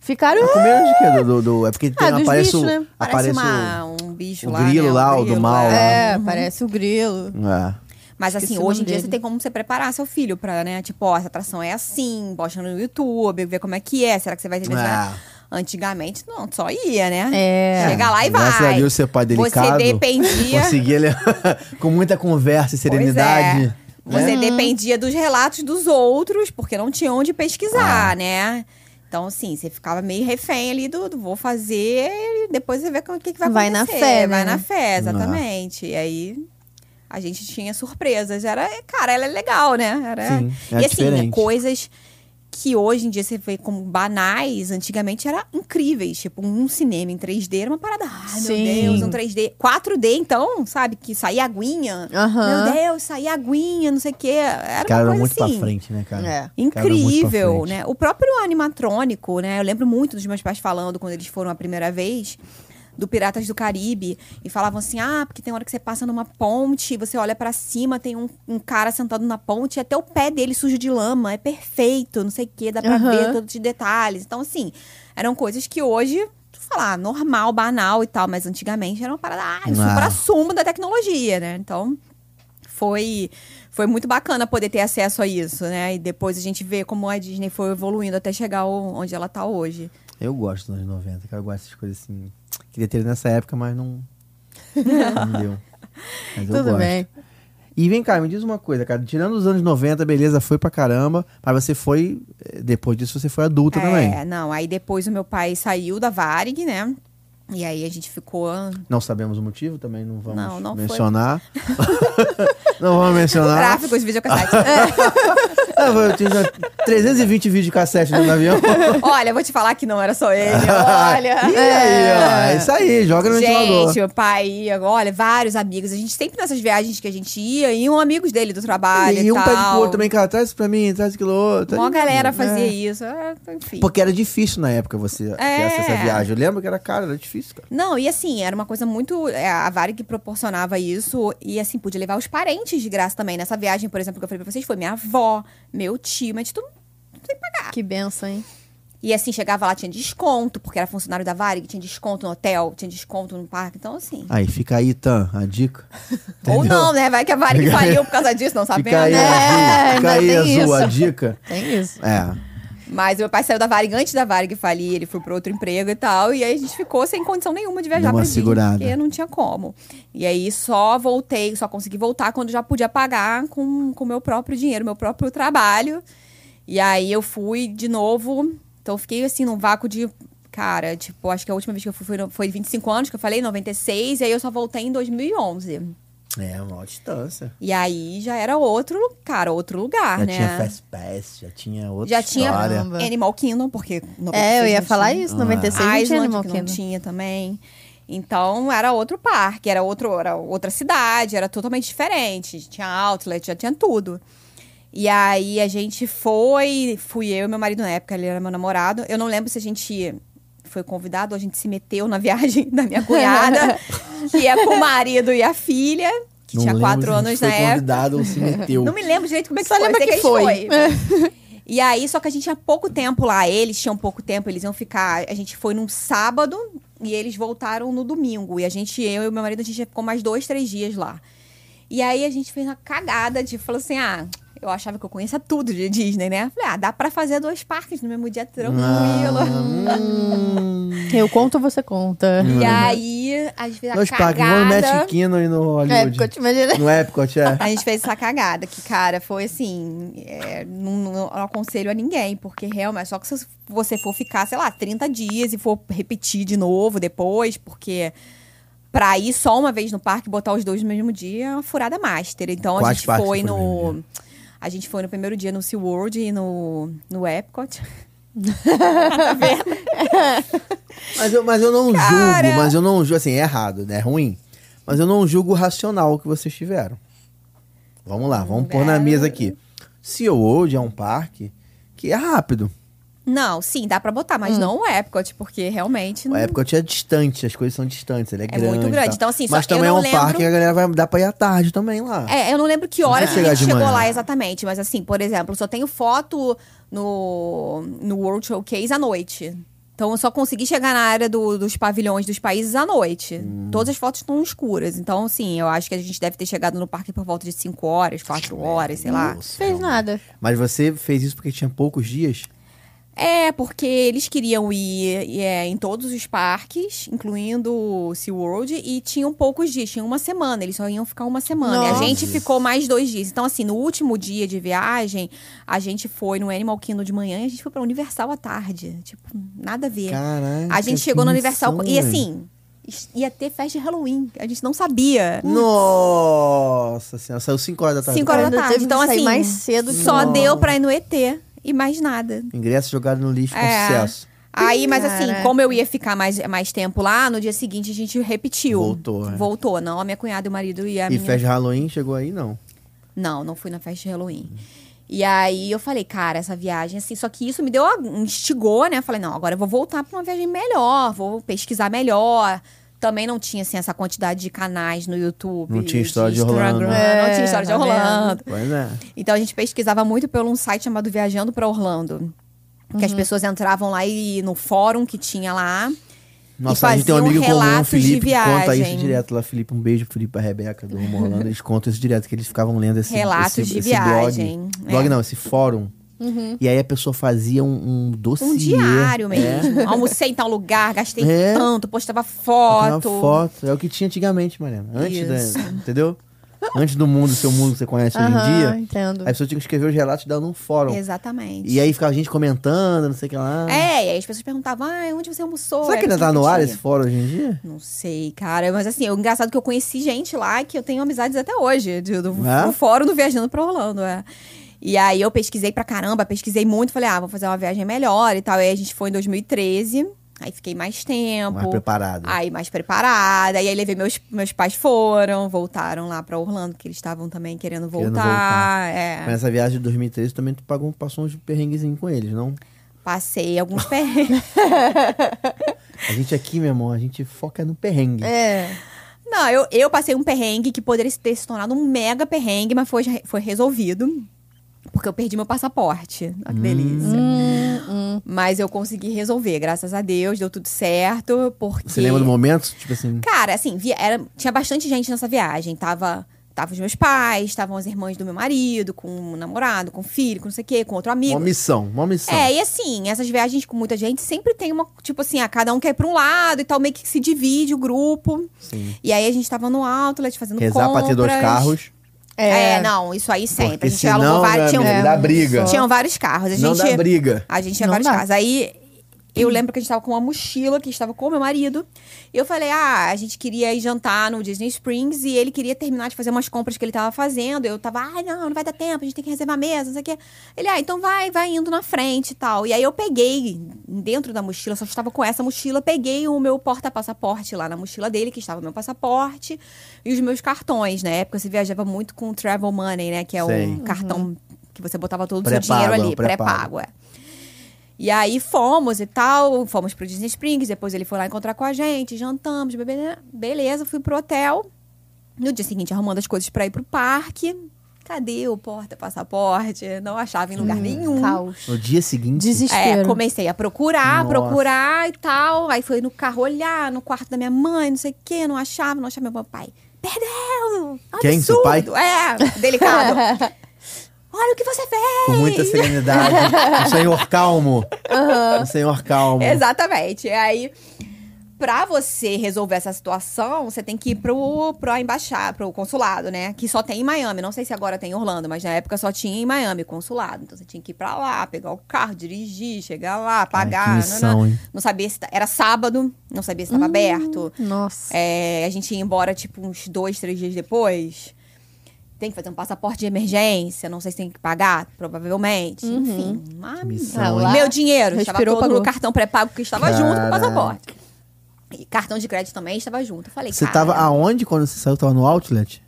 [SPEAKER 1] Ficaram.
[SPEAKER 2] Tá com medo de quê? Do, do- do- é porque tem,
[SPEAKER 1] Ah, dos
[SPEAKER 2] aparece
[SPEAKER 1] bichos,
[SPEAKER 2] o.
[SPEAKER 1] né?
[SPEAKER 3] Parece
[SPEAKER 2] Aparece
[SPEAKER 3] uma, um bicho
[SPEAKER 2] o
[SPEAKER 3] lá, né?
[SPEAKER 2] grilo
[SPEAKER 3] Um
[SPEAKER 2] lá, o do
[SPEAKER 3] grilo
[SPEAKER 2] mal lá.
[SPEAKER 1] É,
[SPEAKER 3] Uhum.
[SPEAKER 1] parece o grilo.
[SPEAKER 2] o. É.
[SPEAKER 3] Mas
[SPEAKER 1] Esqueci
[SPEAKER 3] assim,
[SPEAKER 1] o
[SPEAKER 3] hoje em
[SPEAKER 1] nome
[SPEAKER 3] dia
[SPEAKER 1] dele.
[SPEAKER 3] você tem como você preparar seu filho pra, né? Tipo, ó, essa atração é assim, bota no YouTube, ver como é que é, será que você vai entender?
[SPEAKER 2] Ah.
[SPEAKER 3] Antigamente, não, só ia, né?
[SPEAKER 1] É.
[SPEAKER 3] Chega lá e vai.
[SPEAKER 2] Graças a Deus, seu pai delicado.
[SPEAKER 3] Você dependia.
[SPEAKER 2] Conseguia levar com muita conversa e serenidade.
[SPEAKER 3] Pois é. Você
[SPEAKER 1] Né?
[SPEAKER 3] dependia dos relatos dos outros, porque não tinha onde pesquisar,
[SPEAKER 1] Ah.
[SPEAKER 3] né? Então, assim, você ficava meio refém ali do, do vou fazer e depois você vê como- o que, que vai
[SPEAKER 1] Vai
[SPEAKER 3] acontecer.
[SPEAKER 1] na fé,
[SPEAKER 3] Vai
[SPEAKER 1] né?
[SPEAKER 3] na fé, exatamente. E aí, a gente tinha surpresas. Era, cara, ela é legal, né? Era,
[SPEAKER 2] Sim, é
[SPEAKER 3] e assim,
[SPEAKER 2] diferente.
[SPEAKER 3] coisas que hoje em dia você vê como banais, antigamente era incríveis. Tipo, um cinema em 3D era uma parada. Ai,
[SPEAKER 1] Sim.
[SPEAKER 3] meu Deus, um 3D. 4D, então, sabe? Que saía aguinha.
[SPEAKER 1] Aham.
[SPEAKER 3] Meu Deus, saía aguinha, não sei o quê. Era
[SPEAKER 2] O cara
[SPEAKER 3] uma
[SPEAKER 2] era
[SPEAKER 3] coisa
[SPEAKER 2] muito
[SPEAKER 3] assim.
[SPEAKER 2] pra frente, né, cara?
[SPEAKER 1] É.
[SPEAKER 2] Cara, era muito pra
[SPEAKER 3] Incrível,
[SPEAKER 2] frente.
[SPEAKER 3] né? O próprio animatrônico, né? Eu lembro muito dos meus pais falando quando eles foram a primeira vez do Piratas do Caribe e falavam assim: "Ah, porque tem hora que você passa numa ponte, você olha pra cima, tem um, um cara sentado na ponte e até o pé dele sujo de lama, é perfeito, não sei o quê, dá pra
[SPEAKER 1] Aham.
[SPEAKER 3] ver todos os detalhes". Então assim, eram coisas que hoje tu falar normal, banal e tal, mas antigamente era uma parada ah,
[SPEAKER 2] Ah.
[SPEAKER 3] supra sumo da tecnologia, né? Então, foi foi muito bacana poder ter acesso a isso, né? E depois a gente vê como a Disney foi evoluindo até chegar o- onde ela tá hoje.
[SPEAKER 2] Eu gosto dos anos 90, cara. Eu gosto dessas coisas assim. Queria ter nessa época, mas não. não deu. Mas eu
[SPEAKER 1] Tudo
[SPEAKER 2] gosto.
[SPEAKER 1] bem.
[SPEAKER 2] E vem cá, me diz uma coisa, cara. Tirando os anos 90, beleza, foi pra caramba. Mas você foi. eh, Depois disso, você foi adulta também.
[SPEAKER 3] É, não. Aí depois o meu pai saiu da Varig, né? E aí a gente ficou.
[SPEAKER 2] Não sabemos o motivo, também não vamos
[SPEAKER 3] Não, não foi-
[SPEAKER 2] mencionar. não vamos mencionar.
[SPEAKER 3] Gráficos, videocassete.
[SPEAKER 2] Ah, eu tinha 320 vídeos de cassete dentro do avião.
[SPEAKER 3] Olha, eu vou te falar que não era só ele. Olha.
[SPEAKER 2] E aí, ó, é isso aí, joga no ventilador.
[SPEAKER 3] Gente, meu pai ia, olha, vários amigos. A gente sempre nessas viagens que a gente ia, iam amigos dele do trabalho.
[SPEAKER 2] E um
[SPEAKER 3] tal.
[SPEAKER 2] pede pro outro também, cara, traz isso pra mim, traz aquilo outro.
[SPEAKER 3] Mó
[SPEAKER 2] Aí,
[SPEAKER 3] galera
[SPEAKER 2] é.
[SPEAKER 3] fazia isso. é, Enfim.
[SPEAKER 2] Porque era difícil na época você ter
[SPEAKER 3] É.
[SPEAKER 2] acesso a essa viagem. Eu lembro que era caro, era difícil, cara.
[SPEAKER 3] Não, e assim, era uma coisa muito. é, A Varig proporcionava isso. E assim, podia levar os parentes de graça também. Nessa viagem, por exemplo, que eu falei pra vocês, foi minha avó, meu tio, mas tudo sem pagar.
[SPEAKER 1] Que benção, hein?
[SPEAKER 3] E assim, chegava lá, tinha desconto, porque era funcionário da Varig, tinha desconto no hotel, tinha desconto no parque. Então, assim.
[SPEAKER 2] Aí, fica aí, Tan, a dica.
[SPEAKER 3] Ou não, né? Vai que a Varig
[SPEAKER 2] Fica aí.
[SPEAKER 3] faliu por causa disso, não sabemos.
[SPEAKER 2] Fica aí,
[SPEAKER 3] né?
[SPEAKER 1] É,
[SPEAKER 2] azul, fica
[SPEAKER 1] ainda
[SPEAKER 2] aí,
[SPEAKER 1] tem
[SPEAKER 2] azul,
[SPEAKER 1] isso.
[SPEAKER 2] a dica.
[SPEAKER 1] Tem isso.
[SPEAKER 2] É.
[SPEAKER 3] Mas meu pai saiu da Varig antes da Varig falir, ele foi para outro emprego e tal, e aí a gente ficou sem condição nenhuma de
[SPEAKER 2] Deu
[SPEAKER 3] viajar
[SPEAKER 2] uma
[SPEAKER 3] pra Disney,
[SPEAKER 2] segurada.
[SPEAKER 3] porque não tinha como. E aí só voltei, só consegui voltar quando já podia pagar com com o meu próprio dinheiro, meu próprio trabalho. E aí eu fui de novo, então eu fiquei assim num vácuo de cara, tipo, acho que a última vez que eu fui foi, no- foi 25 anos, que eu falei, 96, e aí eu só voltei em 2011.
[SPEAKER 2] É, uma distância.
[SPEAKER 3] E aí já era outro, cara, outro lugar,
[SPEAKER 2] já
[SPEAKER 3] né?
[SPEAKER 2] tinha Fast Pass, já tinha outra
[SPEAKER 3] já tinha um,
[SPEAKER 2] história.
[SPEAKER 1] Caramba.
[SPEAKER 3] Animal Kingdom, porque 96
[SPEAKER 1] É, eu ia
[SPEAKER 3] não
[SPEAKER 1] falar
[SPEAKER 3] tinha.
[SPEAKER 2] Ah.
[SPEAKER 1] isso. 96 não tinha
[SPEAKER 3] Island,
[SPEAKER 1] Animal
[SPEAKER 3] Ah, que não
[SPEAKER 1] Kingdom.
[SPEAKER 3] tinha também. Então era outro parque, era, outro, era outra cidade, era totalmente diferente. Tinha outlet, já tinha tudo. E aí a gente foi, fui eu e meu marido na época, ele era meu namorado. Eu não lembro se a gente foi convidado ou a gente se meteu na viagem da minha cunhada, que ia com o marido e a filha, que
[SPEAKER 2] Não
[SPEAKER 3] tinha
[SPEAKER 2] lembro
[SPEAKER 3] quatro
[SPEAKER 2] se a gente
[SPEAKER 3] anos
[SPEAKER 2] foi
[SPEAKER 3] na época.
[SPEAKER 2] convidado ou se meteu.
[SPEAKER 3] Não me lembro direito como é que
[SPEAKER 1] Só
[SPEAKER 3] foi.
[SPEAKER 1] lembra
[SPEAKER 3] sei
[SPEAKER 1] que
[SPEAKER 3] a gente
[SPEAKER 1] foi. É.
[SPEAKER 3] E aí, só que a gente tinha pouco tempo lá. Eles tinham pouco tempo, eles iam ficar... A gente foi num sábado e eles voltaram no domingo. E a gente, eu e meu marido, a gente ficou mais dois, três dias lá. E aí, a gente fez uma cagada de... Falou assim, ah... Eu achava que eu conhecia tudo de Disney, né? Falei, ah, dá pra fazer dois parques no mesmo dia tranquilo.
[SPEAKER 2] Ah, hum.
[SPEAKER 1] Eu conto, você conta.
[SPEAKER 3] E aí, a gente fez a
[SPEAKER 2] Dois
[SPEAKER 3] Tá cagada.
[SPEAKER 2] parques, um no Magic Kingdom e no
[SPEAKER 1] É,
[SPEAKER 2] Hollywood.
[SPEAKER 1] porque eu te imaginei.
[SPEAKER 2] No Epcot, é.
[SPEAKER 3] A gente fez essa cagada, que, cara, foi assim. é, não, não- não aconselho a ninguém, porque realmente, só que se você for ficar, sei lá, 30 dias e for repetir de novo depois, porque pra ir só uma vez no parque e botar os dois no mesmo dia é uma furada master. Então a
[SPEAKER 2] Quais
[SPEAKER 3] gente
[SPEAKER 2] parques
[SPEAKER 3] foi
[SPEAKER 2] foram no mesmo
[SPEAKER 3] no. A gente foi no primeiro dia no SeaWorld e no, no Epcot.
[SPEAKER 2] Mas eu, mas eu não
[SPEAKER 3] Cara!
[SPEAKER 2] julgo, mas eu não julgo, assim, é errado, né? É ruim. Mas eu não julgo o racional que vocês tiveram. Vamos lá, vamos pôr na mesa aqui. Sea World é um parque que é rápido.
[SPEAKER 3] Não, sim, dá pra botar,
[SPEAKER 2] Hum.
[SPEAKER 3] mas não o Epcot, porque realmente
[SPEAKER 2] A
[SPEAKER 3] não...
[SPEAKER 2] época eu tinha distante, as coisas são distantes, ele é, grande.
[SPEAKER 3] Hum. muito
[SPEAKER 2] e
[SPEAKER 3] grande,
[SPEAKER 2] tal.
[SPEAKER 3] então, assim, só-
[SPEAKER 2] Mas
[SPEAKER 3] eu
[SPEAKER 2] também é
[SPEAKER 3] não
[SPEAKER 2] um
[SPEAKER 3] lembro-
[SPEAKER 2] parque que a galera vai dá pra ir à tarde também lá.
[SPEAKER 3] É, eu não lembro que hora
[SPEAKER 2] vai
[SPEAKER 3] que a
[SPEAKER 2] chegar
[SPEAKER 3] gente
[SPEAKER 2] de
[SPEAKER 3] chegou
[SPEAKER 2] manhã.
[SPEAKER 3] lá exatamente, mas assim, por exemplo, só tenho foto no, no World Showcase à noite. Então eu só consegui chegar na área do- dos pavilhões dos países à noite.
[SPEAKER 2] Hum.
[SPEAKER 3] Todas as fotos estão escuras. Então, assim, eu acho que a gente deve ter chegado no parque por volta de 5 horas, 4
[SPEAKER 2] é
[SPEAKER 3] horas, sei lá.
[SPEAKER 2] Nossa,
[SPEAKER 1] Fez
[SPEAKER 2] realmente.
[SPEAKER 1] nada.
[SPEAKER 2] Mas você fez isso porque tinha poucos dias?
[SPEAKER 3] É, porque eles queriam ir e é, em todos os parques, incluindo o SeaWorld, e tinham poucos dias, tinha uma semana, eles só iam ficar uma semana. E
[SPEAKER 1] Nossa.
[SPEAKER 3] a gente ficou mais dois dias. Então, assim, no último dia de viagem, a gente foi no Animal Kingdom de manhã e a gente foi pra Universal à tarde. Tipo, nada a ver.
[SPEAKER 2] Caraca.
[SPEAKER 3] a gente chegou no
[SPEAKER 2] que
[SPEAKER 3] Universal
[SPEAKER 2] missão,
[SPEAKER 3] e,
[SPEAKER 2] mano.
[SPEAKER 3] assim, is- ia ter festa de Halloween. A gente não sabia.
[SPEAKER 2] Hum. Nossa senhora, saiu 5 horas da tarde.
[SPEAKER 3] Cinco horas da
[SPEAKER 1] Ainda
[SPEAKER 3] tarde.
[SPEAKER 1] teve
[SPEAKER 3] Então,
[SPEAKER 1] que sair
[SPEAKER 3] assim,
[SPEAKER 1] mais cedo que
[SPEAKER 3] só
[SPEAKER 1] não.
[SPEAKER 3] deu pra ir no ET e mais nada.
[SPEAKER 2] Ingresso jogado no lixo com
[SPEAKER 3] É.
[SPEAKER 2] sucesso.
[SPEAKER 3] Aí, mas assim,
[SPEAKER 1] Caraca.
[SPEAKER 3] como eu ia ficar mais, mais tempo lá, no dia seguinte a gente repetiu.
[SPEAKER 2] Voltou, é.
[SPEAKER 3] Voltou, não, a minha cunhada, o marido e a
[SPEAKER 2] E
[SPEAKER 3] minha...
[SPEAKER 2] festa de Halloween chegou aí, não.
[SPEAKER 3] Não, não fui na festa de Halloween. E aí eu falei, cara, essa viagem, assim, só que isso me deu, a- instigou, né? Eu Falei, não, agora eu vou voltar pra uma viagem melhor, vou pesquisar melhor. Também não tinha, assim, essa quantidade de canais no YouTube.
[SPEAKER 2] Não tinha história de
[SPEAKER 3] Instagram,
[SPEAKER 2] Orlando.
[SPEAKER 3] Não tinha história de
[SPEAKER 1] É, tá vendo?
[SPEAKER 3] Orlando.
[SPEAKER 2] Pois é.
[SPEAKER 3] Então a gente pesquisava muito por um site chamado Viajando pra Orlando. Que
[SPEAKER 1] Uhum.
[SPEAKER 3] as pessoas entravam lá e no fórum que tinha lá.
[SPEAKER 2] Nossa, a gente tem um
[SPEAKER 3] faziam
[SPEAKER 2] amigo comum, o
[SPEAKER 3] relatos de
[SPEAKER 2] Felipe, que conta
[SPEAKER 3] viagem.
[SPEAKER 2] isso direto lá. Felipe, um beijo pro Felipe pra Rebeca, do Rumo Orlando. Eles contam isso direto, que eles ficavam lendo esse
[SPEAKER 3] Relatos
[SPEAKER 2] esse-
[SPEAKER 3] de
[SPEAKER 2] esse
[SPEAKER 3] viagem,
[SPEAKER 2] Blog,
[SPEAKER 3] é.
[SPEAKER 2] blog não, esse fórum.
[SPEAKER 1] Uhum.
[SPEAKER 2] E aí a pessoa fazia um, um dossiê.
[SPEAKER 3] Um diário
[SPEAKER 2] É.
[SPEAKER 3] mesmo. Almocei em tal lugar, gastei
[SPEAKER 2] É.
[SPEAKER 3] tanto, postava
[SPEAKER 2] Uma
[SPEAKER 3] foto.
[SPEAKER 2] foto. É o que tinha antigamente, Mariana. Antes
[SPEAKER 3] Isso.
[SPEAKER 2] da. Entendeu? Antes do mundo, seu mundo que você conhece hoje em
[SPEAKER 1] Aham,
[SPEAKER 2] dia.
[SPEAKER 1] entendo.
[SPEAKER 2] A pessoa tinha que escrever os relatos dela num fórum.
[SPEAKER 3] Exatamente.
[SPEAKER 2] E aí ficava gente comentando, não sei o que lá.
[SPEAKER 3] É, e aí as pessoas perguntavam, ah, onde você almoçou?
[SPEAKER 2] Será que
[SPEAKER 3] Era
[SPEAKER 2] ainda tá
[SPEAKER 3] tudo
[SPEAKER 2] no ar
[SPEAKER 3] tinha.
[SPEAKER 2] esse fórum hoje em dia?
[SPEAKER 3] Não sei, cara. Mas assim, o engraçado é que eu conheci gente lá que eu tenho amizades até hoje, de- do,
[SPEAKER 2] É?
[SPEAKER 3] do fórum do Viajando pra Orlando, é. E aí eu pesquisei pra caramba, pesquisei muito, falei, ah, vou fazer uma viagem melhor e tal. Aí a gente foi em 2013, aí fiquei mais tempo.
[SPEAKER 2] Mais preparado. né?
[SPEAKER 3] Aí mais preparada, e aí levei meus, meus pais foram, voltaram lá pra Orlando, que eles estavam também querendo voltar.
[SPEAKER 2] Querendo voltar.
[SPEAKER 3] é.
[SPEAKER 2] Mas essa viagem de 2013 também tu pagou, passou uns perrenguezinhos com eles, não?
[SPEAKER 3] Passei alguns perrengues.
[SPEAKER 2] A gente aqui, meu amor, a gente foca no perrengue.
[SPEAKER 1] É.
[SPEAKER 2] assim.
[SPEAKER 3] Não, eu, eu passei um perrengue que poderia ter se tornado um mega perrengue, mas foi, foi resolvido. Porque eu perdi meu passaporte. Olha que delícia.
[SPEAKER 1] Hum, hum.
[SPEAKER 3] Mas eu consegui resolver, graças a Deus, deu tudo certo. Porque.
[SPEAKER 2] Você lembra do momento? Tipo assim,
[SPEAKER 3] Cara, assim, via- era- tinha bastante gente nessa viagem. Tava, tava os meus pais, estavam as irmãs do meu marido, com o namorado, com o filho, com não sei o quê, com outro amigo.
[SPEAKER 2] uma missão, uma missão.
[SPEAKER 3] É, e assim, essas viagens com muita gente sempre tem uma. Tipo assim, ah, cada um quer ir pra um lado e tal, meio que se divide o grupo.
[SPEAKER 2] Sim.
[SPEAKER 3] E aí a gente tava no outlet fazendo
[SPEAKER 2] Rezar
[SPEAKER 3] compras.
[SPEAKER 2] pra ter dois carros.
[SPEAKER 3] É,
[SPEAKER 1] É,
[SPEAKER 3] não, isso aí sempre.
[SPEAKER 2] Porque
[SPEAKER 3] a gente alugou
[SPEAKER 2] senão,
[SPEAKER 3] vários.
[SPEAKER 2] meu
[SPEAKER 3] Tinham,
[SPEAKER 2] amigo, dá briga.
[SPEAKER 3] tinham vários carros. um A
[SPEAKER 2] Não dá
[SPEAKER 3] gente,
[SPEAKER 2] briga.
[SPEAKER 3] a gente tinha
[SPEAKER 1] Não
[SPEAKER 3] vários
[SPEAKER 1] dá.
[SPEAKER 3] carros. Aí eu lembro que a gente tava com uma mochila que estava com o meu marido. E eu falei, ah, a gente queria ir jantar no Disney Springs e ele queria terminar de fazer umas compras que ele tava fazendo. Eu tava, ah, não, não vai dar tempo, a gente tem que reservar mesa, não sei o quê. Ele, ah, então vai, vai indo na frente e tal. E aí eu peguei dentro da mochila, só estava com essa mochila, peguei o meu porta-passaporte lá na mochila dele, que estava o meu passaporte, e os meus cartões. Na época você viajava muito com travel money, né? Que é
[SPEAKER 2] Sei.
[SPEAKER 3] um cartão que você botava todo o seu
[SPEAKER 2] Pré-pago,
[SPEAKER 3] dinheiro
[SPEAKER 2] é
[SPEAKER 3] ali,
[SPEAKER 2] o pré-pago.
[SPEAKER 3] pré-pago, é. E aí fomos e tal, fomos pro Disney Springs, depois ele foi lá encontrar com a gente, jantamos, bebê, né? beleza, fui pro hotel. No dia seguinte, arrumando as coisas pra ir pro parque. Cadê o porta-passaporte? Não achava em
[SPEAKER 2] Hum,
[SPEAKER 3] lugar nenhum.
[SPEAKER 1] Caos.
[SPEAKER 2] No dia seguinte.
[SPEAKER 1] um Desespero.
[SPEAKER 3] É, comecei a procurar,
[SPEAKER 2] Nossa.
[SPEAKER 3] procurar e tal. Aí foi no carro olhar, no quarto da minha mãe, não sei o quê, não achava, não achava meu pai. Perdeu!
[SPEAKER 2] Quem? Seu pai?
[SPEAKER 3] Absurdo! É, delicado. Olha o que você fez!
[SPEAKER 2] Com muita serenidade. um senhor calmo. Um senhor calmo.
[SPEAKER 3] Exatamente. E aí, pra você resolver essa situação, você tem que ir pro, pro embaixada, pro consulado, né? Que só tem em Miami. Não sei se agora tem em Orlando, mas na época só tinha em Miami, consulado. Então você tinha que ir pra lá, pegar o carro, dirigir, chegar lá, pagar.
[SPEAKER 2] que
[SPEAKER 3] não-
[SPEAKER 2] missão, Hum.
[SPEAKER 3] não,
[SPEAKER 2] hein?
[SPEAKER 3] não sabia se. ta- Era sábado, não sabia se tava aberto.
[SPEAKER 1] Nossa.
[SPEAKER 3] É, a gente ia embora, tipo, uns dois, três dias depois. Tem que fazer um passaporte de emergência, não sei se tem que pagar, provavelmente. Enfim, uma
[SPEAKER 2] missão,
[SPEAKER 1] Ah,
[SPEAKER 2] hein?
[SPEAKER 1] lá.
[SPEAKER 3] meu dinheiro estava
[SPEAKER 1] Uhum. Respirou,
[SPEAKER 3] todo no
[SPEAKER 1] pagou.
[SPEAKER 3] cartão pré-pago que estava junto com o
[SPEAKER 2] Caraca.
[SPEAKER 3] passaporte. E cartão de crédito também estava junto. Eu falei,
[SPEAKER 2] Você
[SPEAKER 3] cara, né?
[SPEAKER 2] tava aonde quando você saiu? Tava no outlet?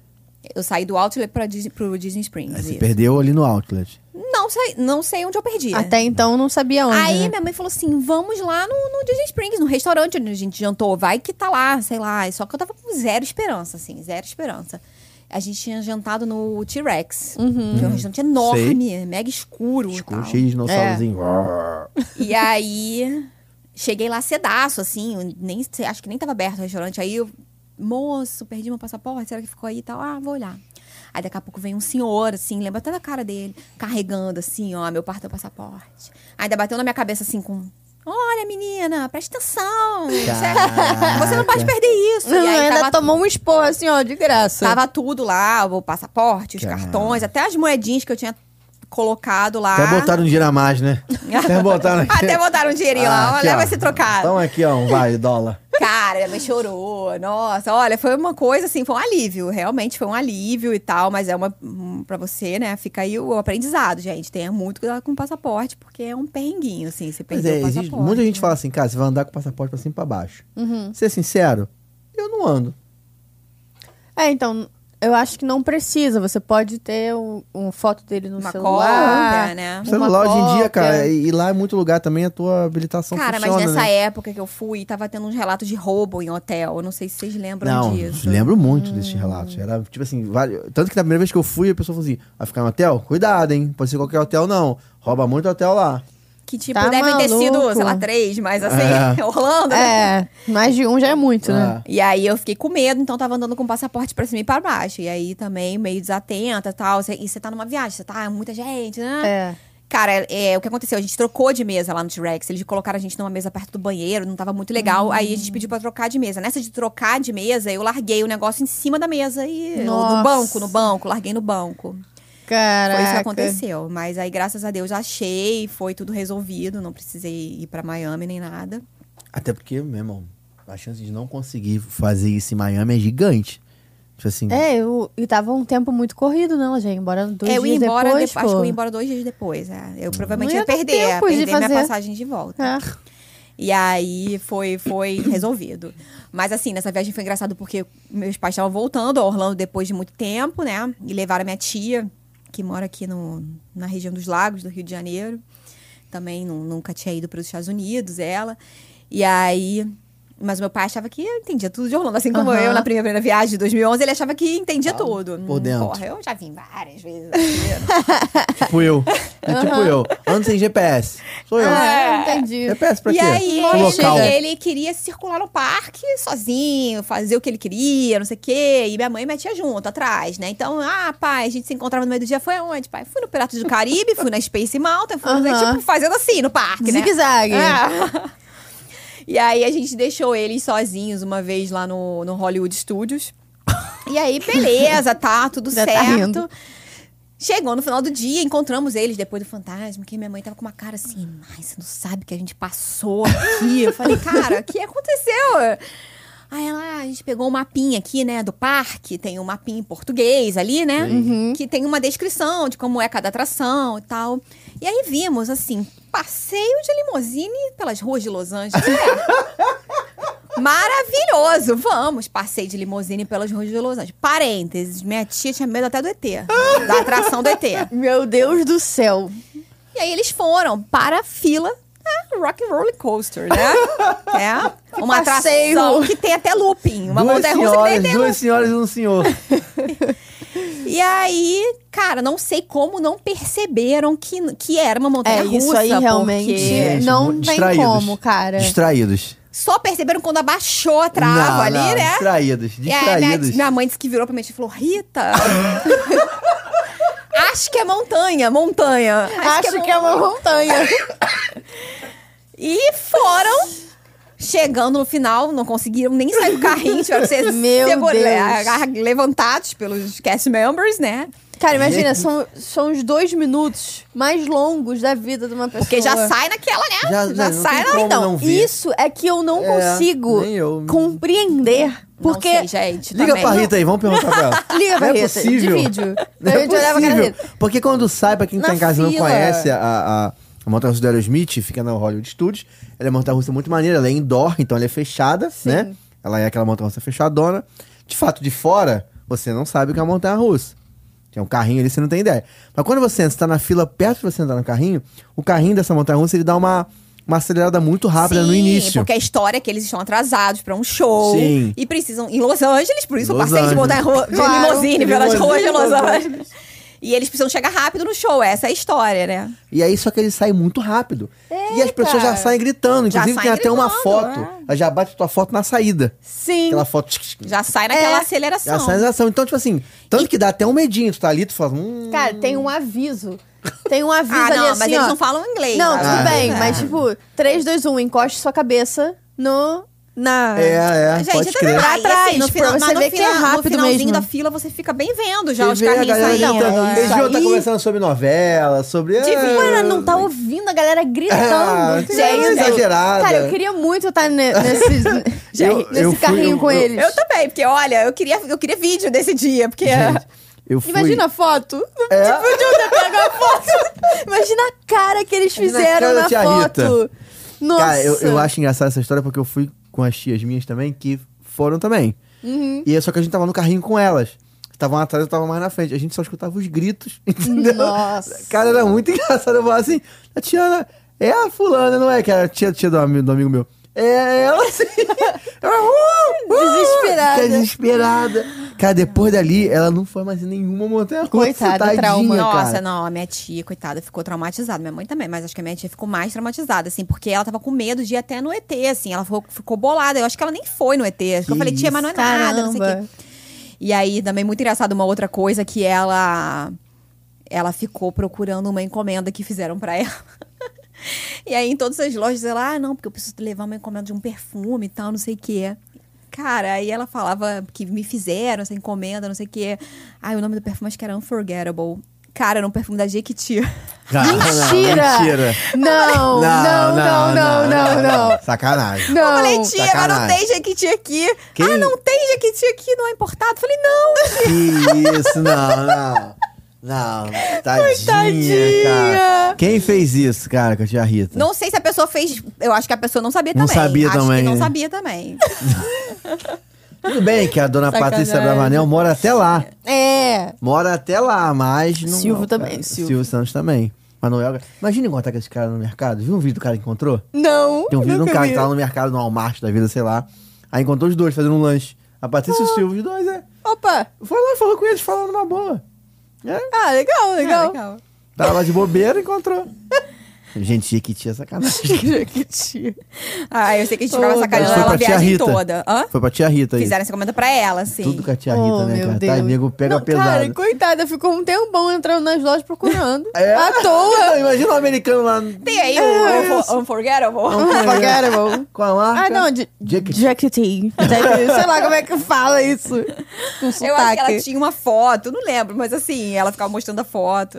[SPEAKER 3] Eu saí do Outlet para Disney, pro Disney Springs.
[SPEAKER 2] Aí você
[SPEAKER 3] isso.
[SPEAKER 2] perdeu ali no outlet.
[SPEAKER 3] Não sei, não sei onde eu perdi. né?
[SPEAKER 1] Até então não sabia onde.
[SPEAKER 3] Aí
[SPEAKER 1] né?
[SPEAKER 3] minha mãe falou assim: vamos lá no, no Disney Springs, no restaurante onde a gente jantou, vai que tá lá, sei lá. Só que eu tava com zero esperança, assim, zero esperança. A gente tinha jantado no
[SPEAKER 1] Hum.
[SPEAKER 3] T-Rex,
[SPEAKER 1] Uhum.
[SPEAKER 3] que é um restaurante enorme, mega escuro. e
[SPEAKER 2] Escuro,
[SPEAKER 3] tal.
[SPEAKER 2] cheio de dinossaurozinho.
[SPEAKER 3] É. E aí, cheguei lá cedaço, assim, eu nem, sei, acho que nem tava aberto o restaurante. Aí eu, moço, perdi meu passaporte, será que ficou aí e tal? Ah, vou olhar. Aí daqui a pouco vem um senhor, assim, lembra até da cara dele, carregando, assim, ó, meu par- teu passaporte. Ainda bateu na minha cabeça, assim, com... Olha, menina, presta atenção. é,
[SPEAKER 2] Caraca.
[SPEAKER 3] Você não pode perder isso.
[SPEAKER 1] Não,
[SPEAKER 3] e aí
[SPEAKER 1] ainda
[SPEAKER 3] tava
[SPEAKER 1] tomou um esporro assim, ó, de graça.
[SPEAKER 3] Tava tudo lá, o passaporte, os
[SPEAKER 2] Caraca.
[SPEAKER 3] cartões, até as moedinhas que eu tinha colocado lá.
[SPEAKER 2] Até botaram um dinheiro a mais, né? Até botaram aqui.
[SPEAKER 3] Ah. Até botaram um dinheirinho
[SPEAKER 2] Ah,
[SPEAKER 3] lá.
[SPEAKER 2] aqui,
[SPEAKER 3] Olha,
[SPEAKER 2] ó.
[SPEAKER 3] vai ser trocado.
[SPEAKER 2] Então aqui, ó, um vale dólar.
[SPEAKER 3] Cara, minha mãe chorou. Nossa, olha, foi uma coisa assim, foi um alívio. Realmente foi um alívio e tal, mas é uma. um, Pra você, né? Fica aí o aprendizado, gente. Tenha muito cuidado com o passaporte, porque é um perrenguinho, assim, você
[SPEAKER 2] Mas
[SPEAKER 3] perdeu
[SPEAKER 2] é,
[SPEAKER 3] o
[SPEAKER 2] existe,
[SPEAKER 3] passaporte. Hum.
[SPEAKER 2] muita gente fala assim, cara, você vai andar com o passaporte pra cima e pra baixo.
[SPEAKER 1] Uhum.
[SPEAKER 2] Ser sincero, eu não ando.
[SPEAKER 1] É, então, eu acho que não precisa. Você pode ter um, uma foto dele no
[SPEAKER 3] Uma
[SPEAKER 1] celular.
[SPEAKER 3] cópia, né?
[SPEAKER 2] O
[SPEAKER 1] uma
[SPEAKER 2] celular hoje em
[SPEAKER 1] cópia.
[SPEAKER 2] dia, cara, e, e lá em muito lugar também a tua habilitação
[SPEAKER 3] Cara,
[SPEAKER 2] funciona,
[SPEAKER 3] mas nessa
[SPEAKER 2] né?
[SPEAKER 3] época que eu fui, tava tendo uns relatos de roubo em hotel. Eu não sei se vocês lembram
[SPEAKER 2] Não,
[SPEAKER 3] disso. Hum.
[SPEAKER 2] lembro muito desses relatos. Era tipo assim, vale- tanto que na primeira vez que eu fui, a pessoa falou assim: vai ficar no hotel? Cuidado, hein? Pode ser qualquer hotel, não. Rouba muito hotel lá.
[SPEAKER 3] Que tipo,
[SPEAKER 1] Tá
[SPEAKER 3] devem ter sido,
[SPEAKER 1] maluco.
[SPEAKER 3] sei lá, três, mas assim,
[SPEAKER 2] É.
[SPEAKER 3] Orlando. né?
[SPEAKER 1] É, mais de um já é muito, né?
[SPEAKER 2] Ah,
[SPEAKER 3] E aí eu fiquei com medo, então tava andando com o passaporte pra cima e pra baixo. E aí também meio desatenta e tal. Cê- E você tá numa viagem, você tá muita gente, né?
[SPEAKER 1] É.
[SPEAKER 3] Cara, é, é, o que aconteceu? A gente trocou de mesa lá no T-Rex. Eles colocaram a gente numa mesa perto do banheiro, não tava muito legal. Aí a gente pediu pra trocar de mesa. Nessa de trocar de mesa, eu larguei o negócio em cima da mesa e. ou
[SPEAKER 1] Nossa.
[SPEAKER 3] No banco, no banco, larguei no banco.
[SPEAKER 1] Caraca.
[SPEAKER 3] Foi isso que aconteceu. Mas aí, graças a Deus, achei, foi tudo resolvido. Não precisei ir pra Miami nem nada.
[SPEAKER 2] Até porque, meu irmão, a chance de não conseguir fazer isso em Miami é gigante. Tipo assim,
[SPEAKER 1] É, eu, e tava um tempo muito corrido, né? Ela já ia embora dois
[SPEAKER 3] É, eu ia
[SPEAKER 1] dias
[SPEAKER 3] embora,
[SPEAKER 1] depois,
[SPEAKER 3] depois, acho que
[SPEAKER 1] pô.
[SPEAKER 3] eu ia embora dois dias depois. é. Eu provavelmente
[SPEAKER 1] Não
[SPEAKER 3] ia,
[SPEAKER 1] ia dar
[SPEAKER 3] perder,
[SPEAKER 1] tempo de
[SPEAKER 3] perder minha
[SPEAKER 1] fazer.
[SPEAKER 3] passagem de volta.
[SPEAKER 1] É.
[SPEAKER 3] E aí foi, foi resolvido. Mas assim, nessa viagem foi engraçado porque meus pais estavam voltando a Orlando depois de muito tempo, né? E levaram minha tia, que mora aqui no, na região dos lagos do Rio de Janeiro. Também nu- nunca tinha ido para os Estados Unidos, ela. E aí. Mas meu pai achava que entendia tudo de Orlando. Assim como
[SPEAKER 1] Aham.
[SPEAKER 3] eu na primeira viagem de 2011, ele achava que entendia tudo.
[SPEAKER 2] por dentro.
[SPEAKER 3] Porra, eu já vim várias vezes aqui, né?
[SPEAKER 2] tipo eu. É tipo eu. Ando sem GPS. Sou eu.
[SPEAKER 3] É.
[SPEAKER 1] Ah, entendi.
[SPEAKER 2] GPS pra
[SPEAKER 3] e
[SPEAKER 2] quê?
[SPEAKER 3] aí
[SPEAKER 2] Pro
[SPEAKER 3] ele,
[SPEAKER 2] local.
[SPEAKER 3] ele queria circular no parque sozinho, fazer o que ele queria, não sei o quê. E minha mãe e minha tia junto, atrás, né? Então, ah, pai, a gente se encontrava no meio do dia. Foi aonde, pai? Fui no Piratas do Caribe, fui na Space Mountain, fui
[SPEAKER 1] Aham.
[SPEAKER 3] tipo, fazendo assim no parque, né?
[SPEAKER 1] Zigue-zague.
[SPEAKER 3] É. E aí a gente deixou eles sozinhos uma vez lá no, no Hollywood Studios. E aí, beleza, tá, tudo
[SPEAKER 1] Já tá
[SPEAKER 3] certo.
[SPEAKER 1] rindo.
[SPEAKER 3] Chegou no final do dia, encontramos eles depois do fantasma, que minha mãe tava com uma cara assim, ai, você não sabe o que a gente passou aqui. Eu falei, cara, o que aconteceu? Aí ela, "Ah, a gente pegou um mapinha aqui, né, do parque, tem um mapinha em português ali, né? Que tem uma descrição de como é cada atração e tal. E aí vimos, assim, passeio de limusine pelas ruas de Los Angeles. É. Maravilhoso! Vamos, passeio de limusine pelas ruas de Los Angeles. Parênteses, minha tia tinha medo até do ET, da atração do ET.
[SPEAKER 1] Meu Deus do céu.
[SPEAKER 3] E aí eles foram para a fila né, Rock and Roller Coaster, né? É, uma
[SPEAKER 1] passeio.
[SPEAKER 3] atração que tem até looping, uma
[SPEAKER 2] duas
[SPEAKER 3] montanha russa que tem
[SPEAKER 2] senhoras,
[SPEAKER 3] até
[SPEAKER 2] duas senhoras e um senhor.
[SPEAKER 3] E aí, cara, não sei como não perceberam que, que era uma montanha
[SPEAKER 1] É,
[SPEAKER 3] russa.
[SPEAKER 1] isso aí realmente
[SPEAKER 3] porque
[SPEAKER 1] não
[SPEAKER 2] Gente,
[SPEAKER 1] tem
[SPEAKER 2] distraídos.
[SPEAKER 1] como, cara.
[SPEAKER 2] Distraídos.
[SPEAKER 3] Só perceberam quando abaixou a trava
[SPEAKER 2] Não,
[SPEAKER 3] ali,
[SPEAKER 2] não,
[SPEAKER 3] né?
[SPEAKER 2] Distraídos,
[SPEAKER 1] é
[SPEAKER 3] E aí, minha,
[SPEAKER 2] distraídos.
[SPEAKER 3] minha mãe disse que virou pra mim e falou: Rita! acho que é montanha, montanha.
[SPEAKER 1] Acho, que, é uma montanha.
[SPEAKER 3] E foram. Chegando no final, não conseguiram nem sair do carrinho, tiveram que ser
[SPEAKER 1] Meu
[SPEAKER 3] segura-
[SPEAKER 1] Deus.
[SPEAKER 3] ah, levantados pelos cast members, né?
[SPEAKER 1] Cara, imagina, são, são os dois minutos mais longos da vida de uma pessoa.
[SPEAKER 3] Porque já sai naquela, né?
[SPEAKER 2] Já- já, não
[SPEAKER 3] sai
[SPEAKER 2] tem
[SPEAKER 3] na
[SPEAKER 2] como
[SPEAKER 3] então.
[SPEAKER 2] não ver.
[SPEAKER 1] Isso é que eu não
[SPEAKER 2] É,
[SPEAKER 1] consigo
[SPEAKER 2] nem eu.
[SPEAKER 1] compreender. Porque.
[SPEAKER 3] Não sei, gente,
[SPEAKER 2] Liga
[SPEAKER 3] também.
[SPEAKER 2] pra Rita aí, vamos perguntar pra ela.
[SPEAKER 1] Liga pra
[SPEAKER 2] Não é
[SPEAKER 1] Rita, de
[SPEAKER 2] possível.
[SPEAKER 1] vídeo.
[SPEAKER 2] Não
[SPEAKER 1] a
[SPEAKER 2] é
[SPEAKER 1] gente olhava a cara
[SPEAKER 2] possível.
[SPEAKER 1] dele.
[SPEAKER 2] Porque quando sai, pra quem
[SPEAKER 1] Na
[SPEAKER 2] tá em casa e não
[SPEAKER 1] fila.
[SPEAKER 2] conhece a, a, A montanha-russa do Aerosmith fica na Hollywood Studios. Ela é uma montanha-russa muito maneira, ela é indoor, então ela é fechada, né? Ela é aquela montanha-russa fechadona. De fato, de fora, você não sabe o que é uma montanha-russa. Tem um carrinho ali, você não tem ideia. Mas quando você está na fila perto de você entrar no carrinho, o carrinho dessa montanha-russa, ele dá uma, uma acelerada muito rápida no
[SPEAKER 3] Sim,
[SPEAKER 2] início.
[SPEAKER 3] Porque a história é que eles estão atrasados pra um show.
[SPEAKER 2] Sim.
[SPEAKER 3] E precisam. Em Los Angeles, por isso
[SPEAKER 2] Los
[SPEAKER 3] eu passei de montar ro- de
[SPEAKER 1] Claro,
[SPEAKER 3] limousine pelas
[SPEAKER 2] limousine,
[SPEAKER 3] ruas de Los
[SPEAKER 2] Los
[SPEAKER 3] Angeles. E eles precisam chegar rápido no show. Essa é a história, né?
[SPEAKER 2] E aí, só que ele sai muito rápido. e as pessoas já
[SPEAKER 1] cara.
[SPEAKER 2] saem gritando.
[SPEAKER 3] Já
[SPEAKER 2] Inclusive,
[SPEAKER 3] saem
[SPEAKER 2] tem até uma
[SPEAKER 3] gritando,
[SPEAKER 2] foto.
[SPEAKER 3] é.
[SPEAKER 2] Ela já bate a tua foto na saída.
[SPEAKER 1] Sim.
[SPEAKER 2] Aquela foto. tch, tch, tch,
[SPEAKER 3] Já sai naquela
[SPEAKER 1] É.
[SPEAKER 2] Ela
[SPEAKER 3] aceleração.
[SPEAKER 2] sai na ação. Então, tipo assim, tanto que dá até um medinho. Tu tá ali, tu fala. Hum,
[SPEAKER 1] Cara, tem um aviso. Tem um aviso
[SPEAKER 3] Ah,
[SPEAKER 1] ali
[SPEAKER 3] não,
[SPEAKER 1] assim,
[SPEAKER 3] mas eles
[SPEAKER 1] ó.
[SPEAKER 3] não falam inglês.
[SPEAKER 1] Não,
[SPEAKER 3] tá?
[SPEAKER 1] tudo
[SPEAKER 2] Ah,
[SPEAKER 1] bem,
[SPEAKER 3] É.
[SPEAKER 1] mas tipo, 3, 2, 1, encoste sua cabeça no... Na...
[SPEAKER 2] é, é,
[SPEAKER 3] Gente,
[SPEAKER 2] pode
[SPEAKER 3] até
[SPEAKER 2] crer.
[SPEAKER 1] Pra
[SPEAKER 3] lá, e
[SPEAKER 1] trás,
[SPEAKER 3] assim, no
[SPEAKER 1] pra
[SPEAKER 3] final-
[SPEAKER 1] você
[SPEAKER 3] mas no
[SPEAKER 1] ver que é
[SPEAKER 3] final-
[SPEAKER 1] rápido
[SPEAKER 3] No finalzinho
[SPEAKER 1] mesmo.
[SPEAKER 3] da fila, você fica bem vendo já
[SPEAKER 2] Você
[SPEAKER 3] os
[SPEAKER 2] vê a
[SPEAKER 3] carrinhos
[SPEAKER 2] galera então,
[SPEAKER 3] saindo.
[SPEAKER 2] gritando.
[SPEAKER 3] né?
[SPEAKER 2] Eles deviam estar
[SPEAKER 1] Aí-
[SPEAKER 2] tá conversando sobre novela, sobre.
[SPEAKER 1] De
[SPEAKER 2] ah,
[SPEAKER 1] ela não tá ouvindo a galera gritando.
[SPEAKER 2] Ah,
[SPEAKER 1] gente.
[SPEAKER 2] tem uma exagerada.
[SPEAKER 1] Cara, eu queria muito estar ne- nesse, gente,
[SPEAKER 2] Eu-
[SPEAKER 1] nesse
[SPEAKER 2] eu fui-
[SPEAKER 1] carrinho
[SPEAKER 2] eu-
[SPEAKER 1] com
[SPEAKER 2] eu-
[SPEAKER 1] eles.
[SPEAKER 3] Eu também, porque olha, eu queria, eu queria vídeo desse dia, porque.
[SPEAKER 2] Eu fui...
[SPEAKER 1] Imagina a foto.
[SPEAKER 2] É.
[SPEAKER 1] Tipo, de onde pegar a foto. Imagina a cara que eles
[SPEAKER 2] Imagina a
[SPEAKER 1] fizeram
[SPEAKER 2] cara da
[SPEAKER 1] na
[SPEAKER 2] tia
[SPEAKER 1] foto. Nossa.
[SPEAKER 2] Cara, eu, eu acho engraçada essa história porque eu fui com as tias minhas também, que foram também.
[SPEAKER 1] Uhum.
[SPEAKER 2] E é só que a gente tava no carrinho com elas. Estavam atrás, eu estava mais na frente. A gente só escutava os gritos, entendeu?
[SPEAKER 1] Nossa.
[SPEAKER 2] Cara, era muito engraçado. Eu falava assim, a Tiana, é a fulana, não é? Que era a tia, tia do, ami- do amigo meu. É ela, sim. Ela, uh, uh,
[SPEAKER 1] Desesperada.
[SPEAKER 2] fica desesperada. Cara, depois dali, ela não foi mais em nenhuma montanha-russa.
[SPEAKER 1] Coitada,
[SPEAKER 3] é um
[SPEAKER 2] tadinha,
[SPEAKER 1] trauma.
[SPEAKER 2] cara.
[SPEAKER 3] Nossa, não, a minha tia, coitada, ficou traumatizada. Minha mãe também, mas acho que a minha tia ficou mais traumatizada, assim, porque ela tava com medo de ir até no ET, assim. Ela ficou, ficou bolada. Eu acho que ela nem foi no ET. Acho que eu
[SPEAKER 2] Que
[SPEAKER 3] falei, tia, mas não é nada, não sei o quê.
[SPEAKER 1] Caramba.
[SPEAKER 3] E aí, também muito engraçado, uma outra coisa que ela ela ficou procurando uma encomenda que fizeram pra ela. e aí, em todas as lojas, ela, ah, não, porque eu preciso levar uma encomenda de um perfume e tal, não sei o quê. Cara, aí ela falava que me fizeram essa encomenda, não sei o quê. Ai, o nome do perfume acho que era Unforgettable. Cara, era um perfume da Jequiti.
[SPEAKER 2] Cara, Ah, não,
[SPEAKER 1] Mentira.
[SPEAKER 2] mentira.
[SPEAKER 1] Não, não, não, não, não, não.
[SPEAKER 2] Sacanagem.
[SPEAKER 1] Não.
[SPEAKER 3] Eu falei, tia, mas não
[SPEAKER 2] tá sacanagem.
[SPEAKER 3] tem Jequiti aqui.
[SPEAKER 2] Quem-
[SPEAKER 3] Ah, não tem Jequiti aqui, não é importado. Falei, não,
[SPEAKER 2] Que isso, não, não. Não, tadinha,
[SPEAKER 1] Coitadinha.
[SPEAKER 2] cara. Quem fez isso, cara, com a tia Rita?
[SPEAKER 3] Não sei se a pessoa fez. Eu acho que a pessoa não sabia
[SPEAKER 2] Não
[SPEAKER 3] também.
[SPEAKER 2] sabia
[SPEAKER 3] acho
[SPEAKER 2] também,
[SPEAKER 3] Que não
[SPEAKER 2] né?
[SPEAKER 3] sabia também.
[SPEAKER 2] Tudo bem que a dona
[SPEAKER 1] Sacanagem.
[SPEAKER 2] Patrícia Bravanel mora até lá.
[SPEAKER 1] É.
[SPEAKER 2] Mora até lá, mas... Não,
[SPEAKER 1] Silvio
[SPEAKER 2] não,
[SPEAKER 1] também,
[SPEAKER 2] cara.
[SPEAKER 1] Silvio.
[SPEAKER 2] Silvio Santos também. Manuel... Imagina encontrar com esse cara no mercado. Viu um vídeo do cara que encontrou?
[SPEAKER 1] Não.
[SPEAKER 2] Tem um vídeo de um
[SPEAKER 1] nunca
[SPEAKER 2] cara
[SPEAKER 1] vi.
[SPEAKER 2] que tá lá no mercado, no Walmart da vida, sei lá. Aí encontrou os dois fazendo um lanche. A Patrícia
[SPEAKER 1] Ah.
[SPEAKER 2] e o Silvio, os dois, é.
[SPEAKER 1] Opa.
[SPEAKER 2] Foi lá, falou com eles, falando uma boa. É,
[SPEAKER 1] Ah, legal, legal.
[SPEAKER 2] tava lá de bobeira e encontrou. Gente, Jequiti é sacanagem.
[SPEAKER 1] Jequiti.
[SPEAKER 3] Ah, eu sei que a gente ficava
[SPEAKER 1] Oh,
[SPEAKER 3] sacaneando
[SPEAKER 2] Mas foi
[SPEAKER 3] ela
[SPEAKER 2] pra
[SPEAKER 3] a
[SPEAKER 2] tia
[SPEAKER 3] viagem
[SPEAKER 2] Rita.
[SPEAKER 3] toda. Hã?
[SPEAKER 2] Foi pra tia Rita aí.
[SPEAKER 3] Fizeram essa encomenda pra ela, assim.
[SPEAKER 2] Tudo com a tia Rita,
[SPEAKER 1] Oh,
[SPEAKER 2] né,
[SPEAKER 1] meu
[SPEAKER 2] cara?
[SPEAKER 1] Deus.
[SPEAKER 2] Tá, nego pega
[SPEAKER 1] Não, Cara,
[SPEAKER 2] pesado.
[SPEAKER 1] coitada, ficou um tempão entrando nas lojas procurando.
[SPEAKER 2] É.
[SPEAKER 1] À toa.
[SPEAKER 2] Não, imagina o americano lá
[SPEAKER 3] Tem aí
[SPEAKER 1] É
[SPEAKER 3] o Unfor-
[SPEAKER 1] Um
[SPEAKER 3] Unforgettable. é
[SPEAKER 1] Unforgettable.
[SPEAKER 2] com a marca.
[SPEAKER 1] Ah, não, de
[SPEAKER 2] Jequiti.
[SPEAKER 1] Jequiti. Jequiti. Sei lá como é que fala isso. Com
[SPEAKER 3] Eu acho que ela
[SPEAKER 1] sotaque.
[SPEAKER 3] tinha uma foto, não lembro, mas assim, ela ficava mostrando a foto.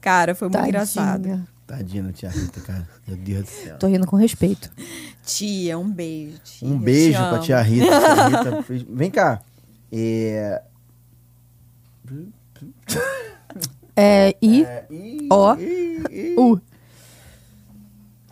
[SPEAKER 3] Cara, foi muito
[SPEAKER 1] Tadinha.
[SPEAKER 3] engraçado.
[SPEAKER 2] Tadinha da tia Rita, cara. Meu Deus do céu.
[SPEAKER 1] Tô rindo com respeito.
[SPEAKER 3] Tia, um beijo. Tia,
[SPEAKER 2] Um beijo
[SPEAKER 3] te
[SPEAKER 2] pra
[SPEAKER 3] amo.
[SPEAKER 2] tia Rita. Tia Rita fez- Vem cá. É...
[SPEAKER 1] É, e
[SPEAKER 2] é, ih,
[SPEAKER 1] Ó.
[SPEAKER 2] ih, ih.
[SPEAKER 1] o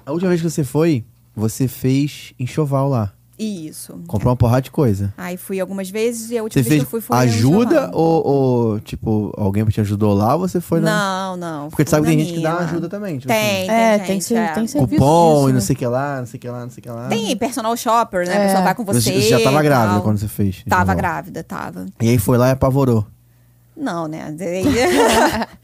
[SPEAKER 2] A última vez que você foi, você fez enxoval lá.
[SPEAKER 3] Isso.
[SPEAKER 2] Comprou uma porrada de coisa.
[SPEAKER 3] Aí fui algumas vezes e a última
[SPEAKER 2] Você
[SPEAKER 3] vez que
[SPEAKER 2] fez
[SPEAKER 3] eu fui foi no
[SPEAKER 2] ajuda
[SPEAKER 3] Churrasco.
[SPEAKER 2] ou, ou, tipo, alguém te ajudou lá ou você foi na...
[SPEAKER 3] Não, não.
[SPEAKER 2] Porque tu
[SPEAKER 3] fui
[SPEAKER 2] sabe que
[SPEAKER 3] na
[SPEAKER 2] tem gente que dá
[SPEAKER 3] minha.
[SPEAKER 2] ajuda também. tipo assim.
[SPEAKER 3] Tem, tem.
[SPEAKER 1] É,
[SPEAKER 3] gente,
[SPEAKER 1] tem, ser-
[SPEAKER 3] é.
[SPEAKER 1] tem serviço.
[SPEAKER 2] cupom e não
[SPEAKER 1] disso,
[SPEAKER 2] sei o que lá, não sei o que lá, não sei o que lá.
[SPEAKER 3] Tem personal shopper, né?
[SPEAKER 1] É.
[SPEAKER 3] A pessoa vai com
[SPEAKER 2] Você,
[SPEAKER 3] você.
[SPEAKER 2] você já tava
[SPEAKER 3] e
[SPEAKER 2] grávida
[SPEAKER 3] tal.
[SPEAKER 2] quando você fez.
[SPEAKER 3] Tava
[SPEAKER 2] João.
[SPEAKER 3] grávida, tava.
[SPEAKER 2] E aí foi lá e apavorou.
[SPEAKER 3] Não, né?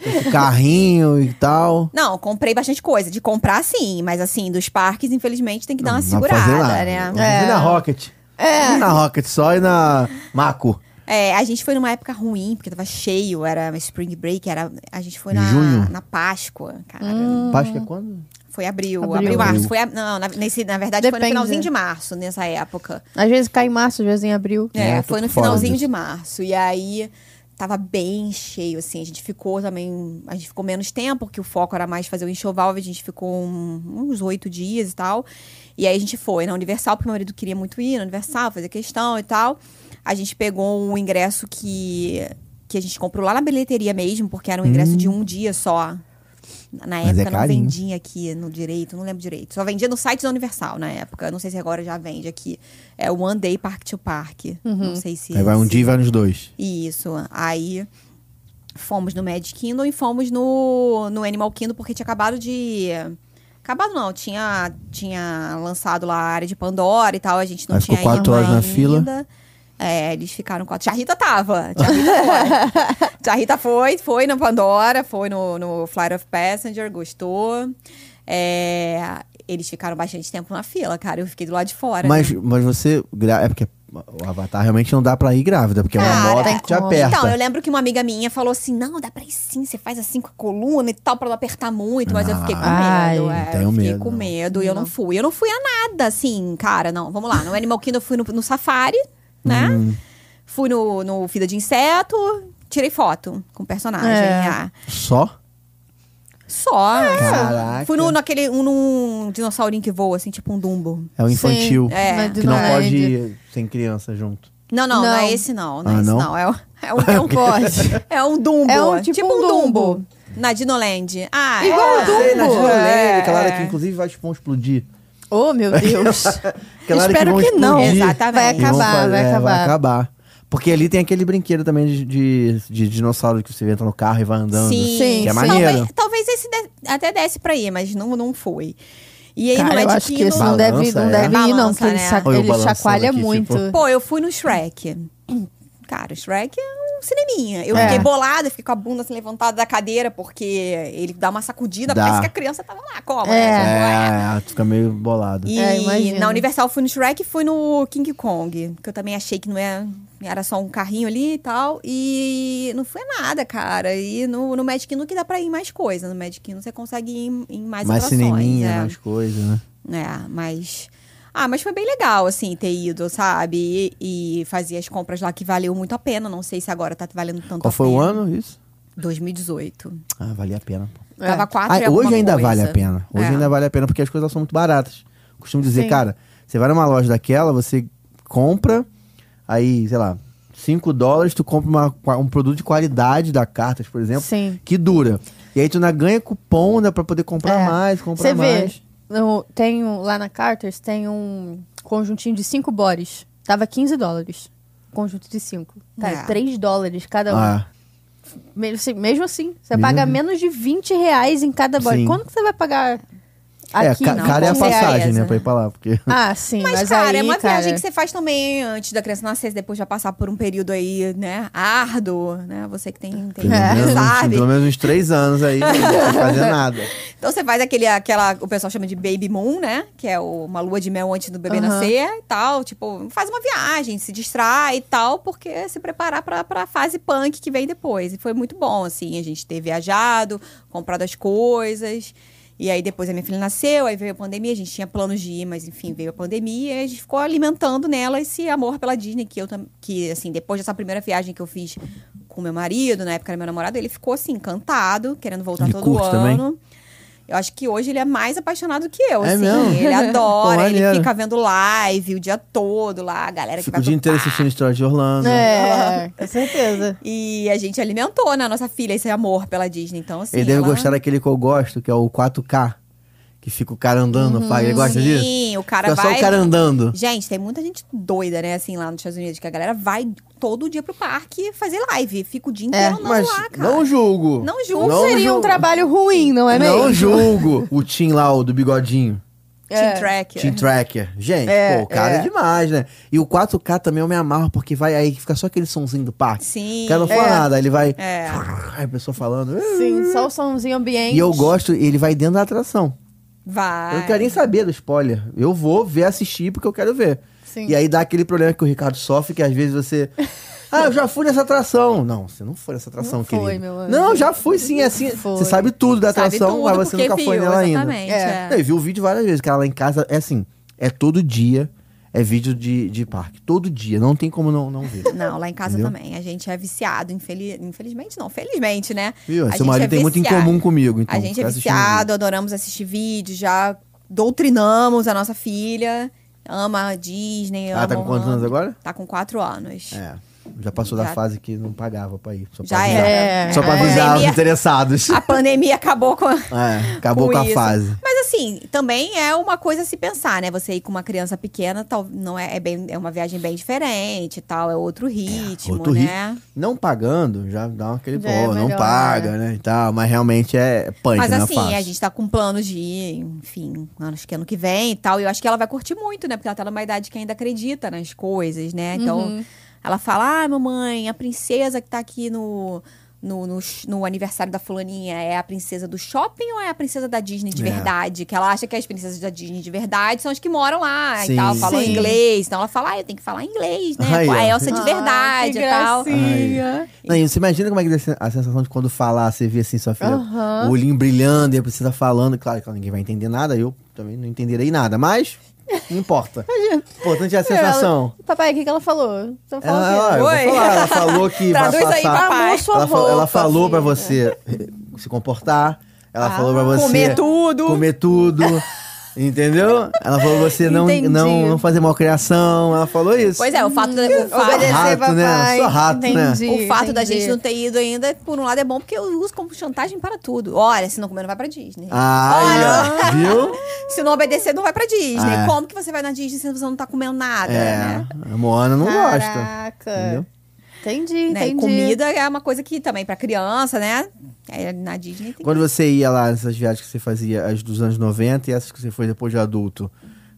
[SPEAKER 2] Esse carrinho e tal.
[SPEAKER 3] não, comprei bastante coisa. De comprar, sim. Mas assim, dos parques, infelizmente, tem que dar uma
[SPEAKER 2] Não dá pra fazer
[SPEAKER 3] segurada,
[SPEAKER 2] nada.
[SPEAKER 3] né?
[SPEAKER 2] Eu
[SPEAKER 1] É.
[SPEAKER 2] Fui na Rocket. É. Fui na Rocket só e na Maco.
[SPEAKER 3] É, a gente foi numa época ruim, porque tava cheio. Era Spring Break, era... A gente foi na,
[SPEAKER 2] Junho.
[SPEAKER 3] na Páscoa, cara.
[SPEAKER 2] Páscoa é quando?
[SPEAKER 3] Foi abril,
[SPEAKER 1] Hum. Abril.
[SPEAKER 3] abril, março.
[SPEAKER 2] Abril.
[SPEAKER 3] Foi a- Não, na, nesse, na verdade foi no
[SPEAKER 1] Depende.
[SPEAKER 3] finalzinho de março, nessa época.
[SPEAKER 1] Às vezes cai em março, às vezes em abril.
[SPEAKER 3] É,
[SPEAKER 2] É, tô
[SPEAKER 3] foi no
[SPEAKER 2] por fora
[SPEAKER 3] finalzinho
[SPEAKER 2] disso.
[SPEAKER 3] de março. E aí tava bem cheio, assim. A gente ficou também. A gente ficou menos tempo, porque o foco era mais fazer o enxoval. A gente ficou um- uns oito dias e tal. E aí a gente foi na Universal, porque meu marido queria muito ir na Universal, fazer questão e tal. A gente pegou um ingresso que, que a gente comprou lá na bilheteria mesmo, porque era um ingresso de um dia só. Na
[SPEAKER 2] Hum. Mas é
[SPEAKER 3] época não
[SPEAKER 2] carinho.
[SPEAKER 3] vendia aqui no direito, não lembro direito. Só vendia no site da Universal na época. Não sei se agora já vende aqui. É o One Day Park to Park. Não sei se.
[SPEAKER 2] Aí vai um
[SPEAKER 3] se-
[SPEAKER 2] dia e vai nos dois.
[SPEAKER 3] Isso. Aí fomos no Magic Kingdom e fomos no, no Animal Kingdom, porque tinha acabado de. Acabado não, tinha, tinha lançado lá a área de Pandora e tal, a gente não
[SPEAKER 2] Aí
[SPEAKER 3] tinha
[SPEAKER 2] ficou quatro
[SPEAKER 3] ido
[SPEAKER 2] horas na
[SPEAKER 3] ainda.
[SPEAKER 2] fila.
[SPEAKER 3] É, eles ficaram quatro. Tia Rita tava. Tia Rita foi. Tia Rita foi, foi na Pandora, foi no, no Flight of Passenger, gostou. É, eles ficaram bastante tempo na fila, cara. Eu fiquei do lado de fora.
[SPEAKER 2] Mas,
[SPEAKER 3] né?
[SPEAKER 2] mas você. gra- É porque o Avatar realmente não dá pra ir grávida, porque é uma
[SPEAKER 3] Cara,
[SPEAKER 2] moto
[SPEAKER 1] tem
[SPEAKER 2] que te
[SPEAKER 1] como.
[SPEAKER 2] aperta.
[SPEAKER 3] Então, eu lembro que uma amiga minha falou assim: não, dá pra ir sim, você faz assim com a coluna e tal, pra não apertar muito, mas eu fiquei com
[SPEAKER 1] Ah,
[SPEAKER 3] medo.
[SPEAKER 1] ai,
[SPEAKER 3] é,
[SPEAKER 2] não tenho
[SPEAKER 3] eu fiquei
[SPEAKER 2] medo,
[SPEAKER 3] com
[SPEAKER 2] não.
[SPEAKER 3] medo e eu não fui. Eu não fui a nada, assim, cara, não. Vamos lá, no Animal Kingdom eu fui no, no safari, né?
[SPEAKER 2] Hum.
[SPEAKER 3] Fui no, no Vida de Inseto, tirei foto com o personagem.
[SPEAKER 1] É.
[SPEAKER 3] ah.
[SPEAKER 2] Só?
[SPEAKER 3] Só.
[SPEAKER 2] Caraca.
[SPEAKER 3] Fui no, naquele, um, num dinossaurinho que voa, assim, tipo um Dumbo.
[SPEAKER 2] É o infantil.
[SPEAKER 1] Sim,
[SPEAKER 3] É.
[SPEAKER 1] mas
[SPEAKER 2] Que não
[SPEAKER 1] é
[SPEAKER 2] pode
[SPEAKER 1] de-
[SPEAKER 2] ir sem criança junto.
[SPEAKER 3] Não, não, não,
[SPEAKER 1] Não.
[SPEAKER 3] é esse não. Não
[SPEAKER 2] Ah,
[SPEAKER 3] é esse
[SPEAKER 2] não?
[SPEAKER 3] não. É, o- é um, é um pode. É um Dumbo.
[SPEAKER 1] É um- tipo um Dumbo.
[SPEAKER 3] Na Dinoland. Ah,
[SPEAKER 1] Igual
[SPEAKER 3] é.
[SPEAKER 1] o Dumbo.
[SPEAKER 2] Sei, na Disneyland,
[SPEAKER 3] É.
[SPEAKER 2] aquela hora que inclusive vai vão explodir.
[SPEAKER 1] Oh, meu Deus.
[SPEAKER 2] Aquela hora
[SPEAKER 1] Espero
[SPEAKER 2] vão
[SPEAKER 1] que não.
[SPEAKER 2] explodir.
[SPEAKER 3] Exatamente.
[SPEAKER 1] Vai
[SPEAKER 2] E vão
[SPEAKER 1] acabar,
[SPEAKER 2] fazer-
[SPEAKER 1] vai
[SPEAKER 2] é,
[SPEAKER 1] acabar.
[SPEAKER 2] Vai acabar. Porque ali tem aquele brinquedo também de, de, de dinossauro que você entra no carro e vai andando.
[SPEAKER 3] Sim,
[SPEAKER 1] Sim,
[SPEAKER 2] Que é
[SPEAKER 1] sim.
[SPEAKER 2] maneiro.
[SPEAKER 3] Talvez, talvez esse de- até desce pra ir, mas não, não foi. E aí é
[SPEAKER 1] Cara, eu
[SPEAKER 3] no
[SPEAKER 1] acho
[SPEAKER 3] Magic
[SPEAKER 1] que esse
[SPEAKER 3] Kingdom...
[SPEAKER 1] não deve, não
[SPEAKER 2] Balança, é.
[SPEAKER 1] deve ir, não,
[SPEAKER 3] Balança,
[SPEAKER 1] porque ele,
[SPEAKER 3] né?
[SPEAKER 1] chac-
[SPEAKER 2] Olha o
[SPEAKER 1] ele
[SPEAKER 2] balançando
[SPEAKER 1] chacoalha
[SPEAKER 2] aqui,
[SPEAKER 1] muito.
[SPEAKER 2] tipo-
[SPEAKER 3] Pô, eu fui no Shrek. Cara, o Shrek é um cineminha. Eu
[SPEAKER 1] É.
[SPEAKER 3] fiquei bolada, fiquei com a bunda assim, levantada da cadeira, porque ele dá uma sacudida,
[SPEAKER 2] Dá.
[SPEAKER 3] parece que a criança tava lá. né? Como?
[SPEAKER 1] É.
[SPEAKER 2] É, tu fica meio bolado.
[SPEAKER 3] E
[SPEAKER 1] É, imagino.
[SPEAKER 3] na Universal fui no Shrek e fui no King Kong, que eu também achei que não era, era só um carrinho ali e tal. E não foi nada, cara. E no, no Magic Kingdom que dá pra ir mais coisa. No Magic Kingdom você consegue ir em, em mais
[SPEAKER 2] mais
[SPEAKER 3] atrações.
[SPEAKER 2] cineminha,
[SPEAKER 3] é.
[SPEAKER 2] mais coisa, né?
[SPEAKER 3] É, mas... Ah, mas foi bem legal, assim, ter ido, sabe? E, e fazer as compras lá que valeu muito a pena. Não sei se agora tá valendo tanto
[SPEAKER 2] Qual
[SPEAKER 3] a
[SPEAKER 2] foi
[SPEAKER 3] pena.
[SPEAKER 2] o ano isso?
[SPEAKER 3] 2018.
[SPEAKER 2] Ah, valia a pena. pô.
[SPEAKER 1] É.
[SPEAKER 3] Tava quatro
[SPEAKER 2] Ah,
[SPEAKER 3] e alguma
[SPEAKER 2] hoje ainda
[SPEAKER 3] coisa.
[SPEAKER 2] vale a pena. Hoje
[SPEAKER 3] É.
[SPEAKER 2] ainda vale a pena porque as coisas são muito baratas. Costumo dizer,
[SPEAKER 1] Sim.
[SPEAKER 2] cara, você vai numa loja daquela, você compra, aí, sei lá, 5 dólares, tu compra uma- um produto de qualidade da Cartas, por exemplo,
[SPEAKER 1] Sim.
[SPEAKER 2] que dura. E aí tu ainda ganha cupom, dá pra poder comprar
[SPEAKER 1] É.
[SPEAKER 2] mais, comprar
[SPEAKER 1] Você vê,
[SPEAKER 2] mais.
[SPEAKER 1] no- tem um- lá na Carters tem um conjuntinho de cinco bores. Tava 15 dólares. Conjunto de cinco. Cara,
[SPEAKER 3] É.
[SPEAKER 1] 3 dólares cada um.
[SPEAKER 2] Ah,
[SPEAKER 1] Me- se- Mesmo assim, você
[SPEAKER 2] Mesmo
[SPEAKER 1] paga
[SPEAKER 2] assim.
[SPEAKER 1] menos de 20 reais em cada body.
[SPEAKER 2] Sim.
[SPEAKER 1] Quando que você vai pagar
[SPEAKER 2] é,
[SPEAKER 1] aqui?
[SPEAKER 2] ca-
[SPEAKER 3] não,
[SPEAKER 2] cara é a
[SPEAKER 3] com certeza.
[SPEAKER 2] passagem, né, pra ir pra lá, porque...
[SPEAKER 1] Ah, sim. Mas,
[SPEAKER 3] Mas, cara,
[SPEAKER 1] aí,
[SPEAKER 3] é uma
[SPEAKER 1] cara,
[SPEAKER 3] viagem que você faz também antes da criança nascer, depois já passar por um período aí, né, árduo, né? Você que tem, tem
[SPEAKER 2] Pelo, menos, uns-
[SPEAKER 3] sabe?
[SPEAKER 2] pelo menos uns três anos aí, sem fazer nada.
[SPEAKER 3] Então você faz aquele, aquela, o pessoal chama de baby moon, né? Que é o- uma lua de mel antes do bebê
[SPEAKER 1] Aham.
[SPEAKER 3] nascer e tal. Tipo, faz uma viagem, se distrai e tal, porque é se preparar pra, pra fase punk que vem depois. E foi muito bom, assim, a gente ter viajado, comprado as coisas. E aí depois a minha filha nasceu, aí veio a pandemia, a gente tinha planos de ir, mas enfim, veio a pandemia e a gente ficou alimentando nela esse amor pela Disney que eu tam- que assim, depois dessa primeira viagem que eu fiz com meu marido, na época era meu namorado, ele ficou assim encantado, querendo voltar
[SPEAKER 2] Ele
[SPEAKER 3] todo
[SPEAKER 2] curte
[SPEAKER 3] ano.
[SPEAKER 2] também?
[SPEAKER 3] Eu acho que hoje ele é mais apaixonado que eu,
[SPEAKER 2] É
[SPEAKER 3] assim.
[SPEAKER 2] mesmo?
[SPEAKER 3] Ele adora,
[SPEAKER 2] Pô,
[SPEAKER 3] ele
[SPEAKER 2] maneiro.
[SPEAKER 3] fica vendo live o dia todo lá, a galera que
[SPEAKER 2] Fico
[SPEAKER 3] vai
[SPEAKER 2] o dia
[SPEAKER 3] pro
[SPEAKER 2] inteiro
[SPEAKER 3] parque.
[SPEAKER 2] assistindo História de Orlando.
[SPEAKER 3] né?
[SPEAKER 1] É, com certeza.
[SPEAKER 3] E a gente alimentou na nossa filha esse amor pela Disney, então assim.
[SPEAKER 2] Ele deve
[SPEAKER 3] ela-
[SPEAKER 2] gostar daquele que eu gosto, que é o 4K. Que fica o cara andando, no pai. Ele gosta disso?
[SPEAKER 3] Uhum, Sim, o cara
[SPEAKER 2] fica
[SPEAKER 3] vai
[SPEAKER 2] só o cara andando.
[SPEAKER 3] Gente, tem muita gente doida, né, assim, lá nos Estados Unidos, que a galera vai todo dia pro parque fazer live. Fica o dia inteiro andando
[SPEAKER 2] É, Mas
[SPEAKER 3] lá, cara.
[SPEAKER 2] não julgo.
[SPEAKER 3] Não
[SPEAKER 1] Não,
[SPEAKER 3] julgo.
[SPEAKER 1] seria um
[SPEAKER 2] julgo.
[SPEAKER 1] trabalho ruim, não é mesmo?
[SPEAKER 2] Não julgo o Tim lá, o do bigodinho.
[SPEAKER 1] É.
[SPEAKER 3] Team Tracker.
[SPEAKER 2] Team Tracker. Gente,
[SPEAKER 1] É,
[SPEAKER 2] pô, o cara é.
[SPEAKER 1] é.
[SPEAKER 2] demais, né? E o 4K também eu me amarro, porque vai aí que fica só aquele sonzinho do parque.
[SPEAKER 3] Sim.
[SPEAKER 2] O cara não fala
[SPEAKER 1] É.
[SPEAKER 2] nada, aí ele vai.
[SPEAKER 3] É.
[SPEAKER 2] Aí a pessoa falando.
[SPEAKER 1] Sim, só o somzinho ambiente.
[SPEAKER 2] E eu gosto, ele vai dentro da atração.
[SPEAKER 3] Vai.
[SPEAKER 2] Eu não quero nem saber do spoiler. Eu vou ver, assistir, porque eu quero ver.
[SPEAKER 1] Sim.
[SPEAKER 2] E aí dá aquele problema que o Ricardo sofre, que às vezes você. Ah, eu já fui nessa atração. Não, você não foi nessa atração,
[SPEAKER 1] Não foi,
[SPEAKER 2] querido.
[SPEAKER 1] meu anjo.
[SPEAKER 2] Não, já fui sim, é assim.
[SPEAKER 1] Foi.
[SPEAKER 2] Você sabe tudo da
[SPEAKER 3] Sabe
[SPEAKER 2] atração,
[SPEAKER 3] tudo,
[SPEAKER 2] um, mas você
[SPEAKER 3] porque
[SPEAKER 2] nunca foi
[SPEAKER 3] viu,
[SPEAKER 2] nela
[SPEAKER 3] exatamente,
[SPEAKER 2] ainda.
[SPEAKER 3] é.
[SPEAKER 2] Eu vi o vídeo várias vezes, cara, lá em casa, é assim, é todo dia, é vídeo de, de parque. Todo dia, não tem como não, não ver.
[SPEAKER 3] Não, lá em casa
[SPEAKER 2] Entendeu?
[SPEAKER 3] também. A gente é viciado, infeli- infelizmente não, felizmente, né?
[SPEAKER 2] Viu?
[SPEAKER 3] A
[SPEAKER 2] Seu
[SPEAKER 3] gente
[SPEAKER 2] marido
[SPEAKER 3] é
[SPEAKER 2] tem muito em
[SPEAKER 3] viciado.
[SPEAKER 2] comum comigo, então.
[SPEAKER 3] a gente é
[SPEAKER 2] fica assistindo
[SPEAKER 3] viciado, adoramos assistir vídeos, já doutrinamos a nossa filha. Ama a Disney,
[SPEAKER 2] Ah,
[SPEAKER 3] ama
[SPEAKER 2] tá com
[SPEAKER 3] o
[SPEAKER 2] quantos anos
[SPEAKER 3] Orlando.
[SPEAKER 2] agora?
[SPEAKER 3] Tá com quatro anos.
[SPEAKER 2] vídeo. É. Já passou da
[SPEAKER 3] Já-
[SPEAKER 2] fase que não pagava pra ir. Só pra
[SPEAKER 3] Já
[SPEAKER 2] avisar.
[SPEAKER 3] era.
[SPEAKER 1] É,
[SPEAKER 2] Só pra
[SPEAKER 1] é.
[SPEAKER 2] avisar os
[SPEAKER 3] Pandemia.
[SPEAKER 2] interessados.
[SPEAKER 3] A pandemia acabou com a,
[SPEAKER 2] É, acabou
[SPEAKER 3] com
[SPEAKER 2] com, a
[SPEAKER 3] isso.
[SPEAKER 2] fase.
[SPEAKER 3] Mas assim, também é uma coisa a se pensar, né? Você ir com uma criança pequena, tal, não é, é bem, é uma viagem bem diferente, e tal, é outro ritmo,
[SPEAKER 2] outro
[SPEAKER 3] né?
[SPEAKER 2] Não pagando, já dá aquele pô,
[SPEAKER 1] Já é
[SPEAKER 2] não
[SPEAKER 1] melhor,
[SPEAKER 2] paga, né? E tal, mas realmente é punk,
[SPEAKER 3] Mas
[SPEAKER 2] né?
[SPEAKER 3] assim, a gente tá com planos de ir, enfim, acho que ano que vem e tal. E eu acho que ela vai curtir muito, né? Porque ela tá numa idade que ainda acredita nas coisas, né? Então,
[SPEAKER 1] Uhum.
[SPEAKER 3] ela fala: ah, mamãe, a princesa que tá aqui no. No, no sh- no aniversário da fulaninha, é a princesa do shopping ou é a princesa da Disney de
[SPEAKER 2] É.
[SPEAKER 3] verdade? Que ela acha que as princesas da Disney de verdade são as que moram lá
[SPEAKER 2] Sim. é.
[SPEAKER 3] e tal, falam
[SPEAKER 1] Sim.
[SPEAKER 3] inglês. Então ela fala, ah, eu tenho que falar inglês, né?
[SPEAKER 2] Aí,
[SPEAKER 3] Com a
[SPEAKER 2] ó.
[SPEAKER 3] Elsa de verdade
[SPEAKER 1] ah,
[SPEAKER 3] e tal.
[SPEAKER 1] que gracinha.
[SPEAKER 2] Não, e você imagina como é que deve ser a sensação de quando falar, você vê assim, sua filha,
[SPEAKER 1] Aham.
[SPEAKER 2] o olhinho brilhando e a princesa falando. Claro que ninguém vai entender nada, eu também não entenderei nada, mas não importa. O importante é a sensação.
[SPEAKER 1] Papai, o que, que ela falou? Tô tá falando
[SPEAKER 2] Ela,
[SPEAKER 1] o quê?
[SPEAKER 2] ela, eu vou
[SPEAKER 3] Oi.
[SPEAKER 2] falar, ela falou que vai
[SPEAKER 3] Traduz Tá aí,
[SPEAKER 2] passar.
[SPEAKER 3] papai.
[SPEAKER 1] Amor, sua
[SPEAKER 2] ela, falou- ela
[SPEAKER 1] roupa, assim.
[SPEAKER 2] falou pra
[SPEAKER 1] filha.
[SPEAKER 2] você eh, se comportar. Ela
[SPEAKER 3] Ah,
[SPEAKER 2] falou pra você.
[SPEAKER 3] comer tudo.
[SPEAKER 2] Comer tudo. Entendeu? Ela falou pra você não,
[SPEAKER 1] Entendi.
[SPEAKER 2] não, não fazer malcriação. Ela falou isso.
[SPEAKER 3] Pois é, o fato, da- o fato
[SPEAKER 1] Obedecer,
[SPEAKER 2] Rato, né?
[SPEAKER 1] papai.
[SPEAKER 2] Só rato, né?
[SPEAKER 1] Entendi,
[SPEAKER 3] O fato da
[SPEAKER 1] entendi.
[SPEAKER 3] gente não ter ido ainda, por um lado, é bom porque eu uso como chantagem para tudo. Olha, se não comer, não vai pra Disney.
[SPEAKER 2] Ah, aí, ó, viu?
[SPEAKER 3] Se não obedecer, não vai pra Disney.
[SPEAKER 2] É.
[SPEAKER 3] Como que você vai na Disney se você não tá comendo nada,
[SPEAKER 2] É,
[SPEAKER 3] né?
[SPEAKER 2] a Moana não gosta.
[SPEAKER 1] Caraca.
[SPEAKER 2] entendeu?
[SPEAKER 1] Entendi,
[SPEAKER 3] Né? E
[SPEAKER 1] entendi.
[SPEAKER 3] Comida é uma coisa que também pra criança, né? É, na Disney tem
[SPEAKER 2] Quando você ia lá nessas viagens que você fazia, as dos anos 90 e essas que você foi depois de adulto,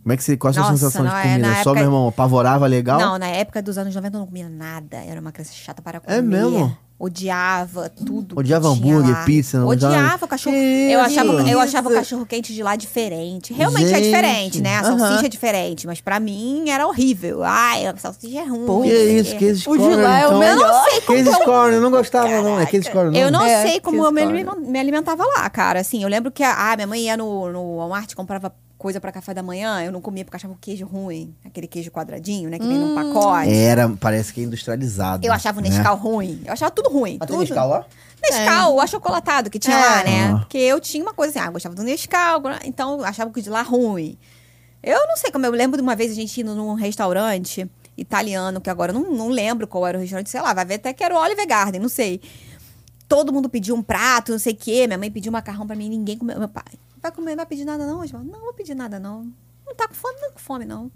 [SPEAKER 2] como é que você, qual a sua
[SPEAKER 3] Nossa,
[SPEAKER 2] sensação de
[SPEAKER 3] não, é,
[SPEAKER 2] comida?
[SPEAKER 3] na
[SPEAKER 2] Só,
[SPEAKER 3] época-
[SPEAKER 2] meu irmão, apavorava legal?
[SPEAKER 3] Não, na época dos anos 90 eu não comia nada. Eu era uma criança chata para comer.
[SPEAKER 2] É mesmo?
[SPEAKER 3] Odiava tudo.
[SPEAKER 2] Odiava
[SPEAKER 3] que tinha
[SPEAKER 2] hambúrguer,
[SPEAKER 3] lá.
[SPEAKER 2] pizza, não
[SPEAKER 3] Odiava
[SPEAKER 2] odiava-
[SPEAKER 3] o cachorro.
[SPEAKER 2] Que
[SPEAKER 3] Eu achava, eu
[SPEAKER 2] isso?
[SPEAKER 3] achava o cachorro quente de lá diferente. Realmente é
[SPEAKER 2] Gente.
[SPEAKER 3] diferente, né? A
[SPEAKER 1] Aham.
[SPEAKER 3] salsicha é diferente, mas pra mim era horrível. Ai, a salsicha é ruim.
[SPEAKER 2] Que isso, que esses
[SPEAKER 1] O de lá é o
[SPEAKER 2] então.
[SPEAKER 1] melhor.
[SPEAKER 3] Eu não sei como
[SPEAKER 2] Casey's
[SPEAKER 3] eu-
[SPEAKER 2] Corner, eu não gostava não, é Casey's Corner não.
[SPEAKER 3] Eu não
[SPEAKER 1] É,
[SPEAKER 3] sei como
[SPEAKER 1] que
[SPEAKER 3] eu me,
[SPEAKER 1] história.
[SPEAKER 3] alime- me alimentava lá, cara. Assim, eu lembro que a ah, minha mãe ia no, no Walmart, comprava coisa pra café da manhã, eu não comia porque eu achava o queijo ruim. Aquele queijo quadradinho, né? Que vem num
[SPEAKER 2] Hum.
[SPEAKER 3] pacote.
[SPEAKER 2] Era, parece que é industrializado.
[SPEAKER 3] Eu achava o
[SPEAKER 2] né?
[SPEAKER 3] Nescau ruim. Eu achava tudo ruim.
[SPEAKER 2] Até
[SPEAKER 3] tudo.
[SPEAKER 2] Nescau lá?
[SPEAKER 3] Nescau, o achocolatado que tinha
[SPEAKER 1] É.
[SPEAKER 3] lá, né?
[SPEAKER 2] Ah.
[SPEAKER 3] Porque eu tinha uma coisa assim, ah, eu gostava do Nescau, então eu achava que de lá ruim. Eu não sei como, eu lembro de uma vez a gente indo num restaurante italiano, que agora eu não, não lembro qual era o restaurante, sei lá, vai ver até que era o Olive Garden, não sei. Todo mundo pediu um prato, não sei o quê, minha mãe pediu macarrão pra mim, ninguém comeu. Meu pai, vai comer, não vai pedir nada não? hoje? Eu, não vou pedir nada não. Não tá com fome, não, com fome não.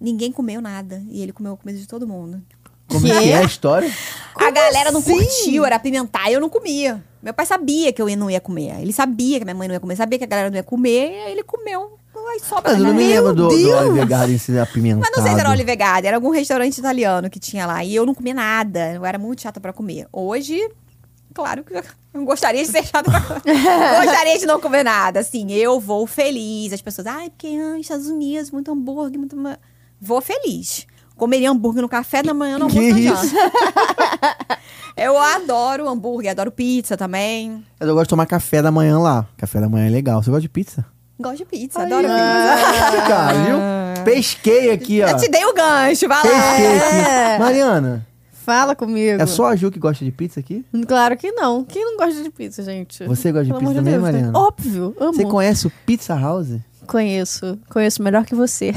[SPEAKER 3] Ninguém comeu nada, e ele comeu a comida de todo mundo.
[SPEAKER 2] Como é que é a história?
[SPEAKER 3] a galera não
[SPEAKER 1] assim?
[SPEAKER 3] curtiu, era apimentar e eu não comia. Meu pai sabia que eu não ia comer. Ele sabia que minha mãe não ia comer, sabia que a galera não ia comer, e aí ele comeu. Aí sobra
[SPEAKER 2] Mas
[SPEAKER 3] né?
[SPEAKER 2] eu
[SPEAKER 3] pra
[SPEAKER 2] não me
[SPEAKER 3] galera.
[SPEAKER 2] lembro do, do
[SPEAKER 1] Deus!
[SPEAKER 2] Oliver Garden ser apimentado.
[SPEAKER 3] Ah, Mas não sei se era Olive Garden, era algum restaurante italiano que tinha lá. E eu não comia nada, eu era muito chata pra comer. Hoje, claro que eu não gostaria de ser chata pra comer. gostaria de não comer nada. Assim, eu vou feliz. As pessoas, ai, porque ah, Estados Unidos, muito hambúrguer, muito. ma-". Vou feliz. Comeria hambúrguer no café da manhã, no
[SPEAKER 2] Que
[SPEAKER 3] almoço na
[SPEAKER 2] isso?
[SPEAKER 3] janta. Eu adoro hambúrguer, adoro pizza também.
[SPEAKER 2] Mas Eu gosto de tomar café da manhã lá. Café da manhã é legal. Você gosta de pizza?
[SPEAKER 3] Gosto de pizza,
[SPEAKER 1] Aí,
[SPEAKER 3] adoro
[SPEAKER 1] ó.
[SPEAKER 3] pizza.
[SPEAKER 2] Ah, cara, viu? Pesquei aqui, ó.
[SPEAKER 3] Eu te dei o gancho, vai lá. É.
[SPEAKER 2] Pesquei aqui. Mariana,
[SPEAKER 1] Fala comigo.
[SPEAKER 2] é só a Ju que gosta de pizza aqui?
[SPEAKER 1] Claro que não. Quem não gosta de pizza, gente?
[SPEAKER 2] Você gosta de
[SPEAKER 1] Pelo amor
[SPEAKER 2] pizza também,
[SPEAKER 1] Deus, né?
[SPEAKER 2] Mariana?
[SPEAKER 1] Óbvio, amo.
[SPEAKER 2] Você conhece o Pizza House?
[SPEAKER 1] Conheço. Conheço melhor que você.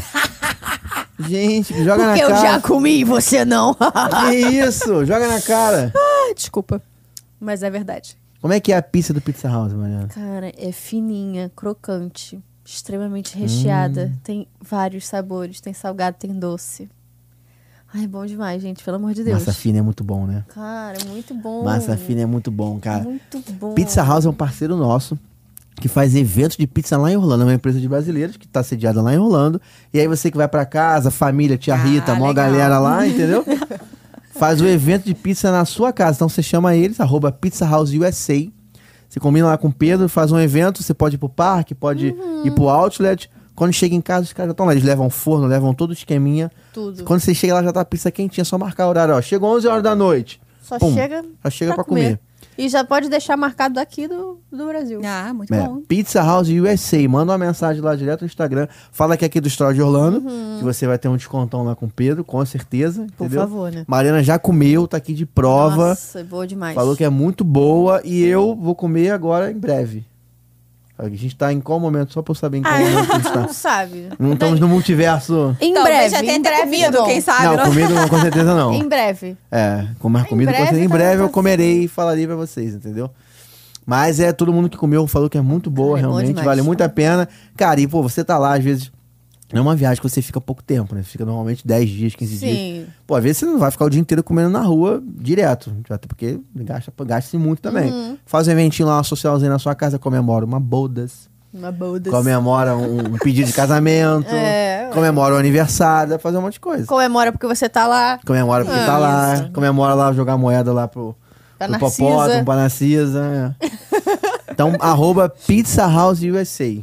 [SPEAKER 2] Gente, joga
[SPEAKER 1] Porque
[SPEAKER 2] na
[SPEAKER 1] eu
[SPEAKER 2] cara.
[SPEAKER 1] já comi e você não.
[SPEAKER 2] Que isso? Joga na cara.
[SPEAKER 1] Ah, Desculpa. Mas é verdade.
[SPEAKER 2] Como é que é a pizza do Pizza House, Mariana?
[SPEAKER 1] Cara, é fininha, crocante, extremamente recheada.
[SPEAKER 2] Hum.
[SPEAKER 1] Tem vários sabores. Tem salgado, tem doce. Ai, é bom demais, gente. Pelo amor de Deus. Hum.
[SPEAKER 2] Massa fina é muito bom, né?
[SPEAKER 1] Cara, muito bom.
[SPEAKER 2] Massa fina é muito bom, cara.
[SPEAKER 1] Muito bom.
[SPEAKER 2] Pizza House é um parceiro nosso que faz eventos de pizza lá em Orlando. É uma empresa de brasileiros que tá sediada lá em Orlando. E aí você que vai pra casa, família, tia
[SPEAKER 3] Ah,
[SPEAKER 2] Rita, mó
[SPEAKER 3] legal.
[SPEAKER 2] galera lá, entendeu? faz o evento de pizza na sua casa. Então você chama eles, arroba Pizza House USA. Você combina lá com o Pedro, faz um evento, você pode ir pro parque, pode
[SPEAKER 3] Uhum.
[SPEAKER 2] ir pro outlet. Quando chega em casa, os caras já estão lá. Eles levam forno, levam todo o esqueminha.
[SPEAKER 1] Tudo.
[SPEAKER 2] Quando você chega lá, já tá a pizza quentinha, só marcar o horário, ó. Chegou 11 horas da noite.
[SPEAKER 1] Só
[SPEAKER 2] Pum,
[SPEAKER 1] chega.
[SPEAKER 2] Já chega pra comer.
[SPEAKER 1] E já pode deixar marcado daqui do, do Brasil.
[SPEAKER 3] Ah, muito
[SPEAKER 2] É,
[SPEAKER 3] bom.
[SPEAKER 2] Pizza House USA. Manda uma mensagem lá direto no Instagram. Fala que é aqui do Story de Orlando. Que você vai ter um descontão lá com o Pedro, com certeza.
[SPEAKER 1] Uhum. Por
[SPEAKER 2] entendeu?
[SPEAKER 1] favor, né?
[SPEAKER 2] Mariana já comeu, tá aqui de prova. é
[SPEAKER 1] Nossa, boa demais.
[SPEAKER 2] falou que é muito boa. E eu vou comer agora em breve. A gente tá em qual momento? Só pra eu saber em qual momento a gente tá.
[SPEAKER 1] Não Ah, sabe.
[SPEAKER 2] Não estamos no multiverso.
[SPEAKER 1] Em
[SPEAKER 3] Talvez
[SPEAKER 1] breve,
[SPEAKER 3] Então, já tenha
[SPEAKER 1] em
[SPEAKER 3] até
[SPEAKER 1] breve,
[SPEAKER 3] comido,
[SPEAKER 1] Dom.
[SPEAKER 3] quem sabe. né?
[SPEAKER 2] não,
[SPEAKER 3] Não,
[SPEAKER 2] comida não, com certeza não.
[SPEAKER 1] Ah, Em breve.
[SPEAKER 2] É, comer comida com
[SPEAKER 1] breve
[SPEAKER 2] certeza. Em
[SPEAKER 1] tá
[SPEAKER 2] breve eu
[SPEAKER 1] acontecendo.
[SPEAKER 2] comerei e falarei pra vocês, entendeu? Mas é, todo mundo que comeu falou que é muito boa,
[SPEAKER 1] Cara, é bom
[SPEAKER 2] realmente,
[SPEAKER 1] demais.
[SPEAKER 2] vale muito a pena. Cara, e pô, você tá lá, às vezes. Não é uma viagem que você fica pouco tempo, né? Você fica normalmente 10 dias, 15 dias.
[SPEAKER 1] Sim.
[SPEAKER 2] Pô, às vezes você não vai ficar o dia inteiro comendo na rua direto. Até porque gasta, gasta-se muito também.
[SPEAKER 1] Uhum.
[SPEAKER 2] Faz um eventinho lá, uma socialzinha na sua casa, comemora uma bodas,
[SPEAKER 1] Uma bodas.
[SPEAKER 2] comemora um, um pedido de casamento,
[SPEAKER 1] É, ué.
[SPEAKER 2] comemora o aniversário, dá pra fazer um monte de coisa.
[SPEAKER 1] Comemora porque você tá lá.
[SPEAKER 2] Comemora porque
[SPEAKER 1] Ah,
[SPEAKER 2] tá lá,
[SPEAKER 1] isso.
[SPEAKER 2] comemora lá jogar moeda lá pro,
[SPEAKER 1] Pra
[SPEAKER 2] pro
[SPEAKER 1] Narcisa.
[SPEAKER 2] Popódromo, pra Narcisa. é. então, arroba Pizza House USA.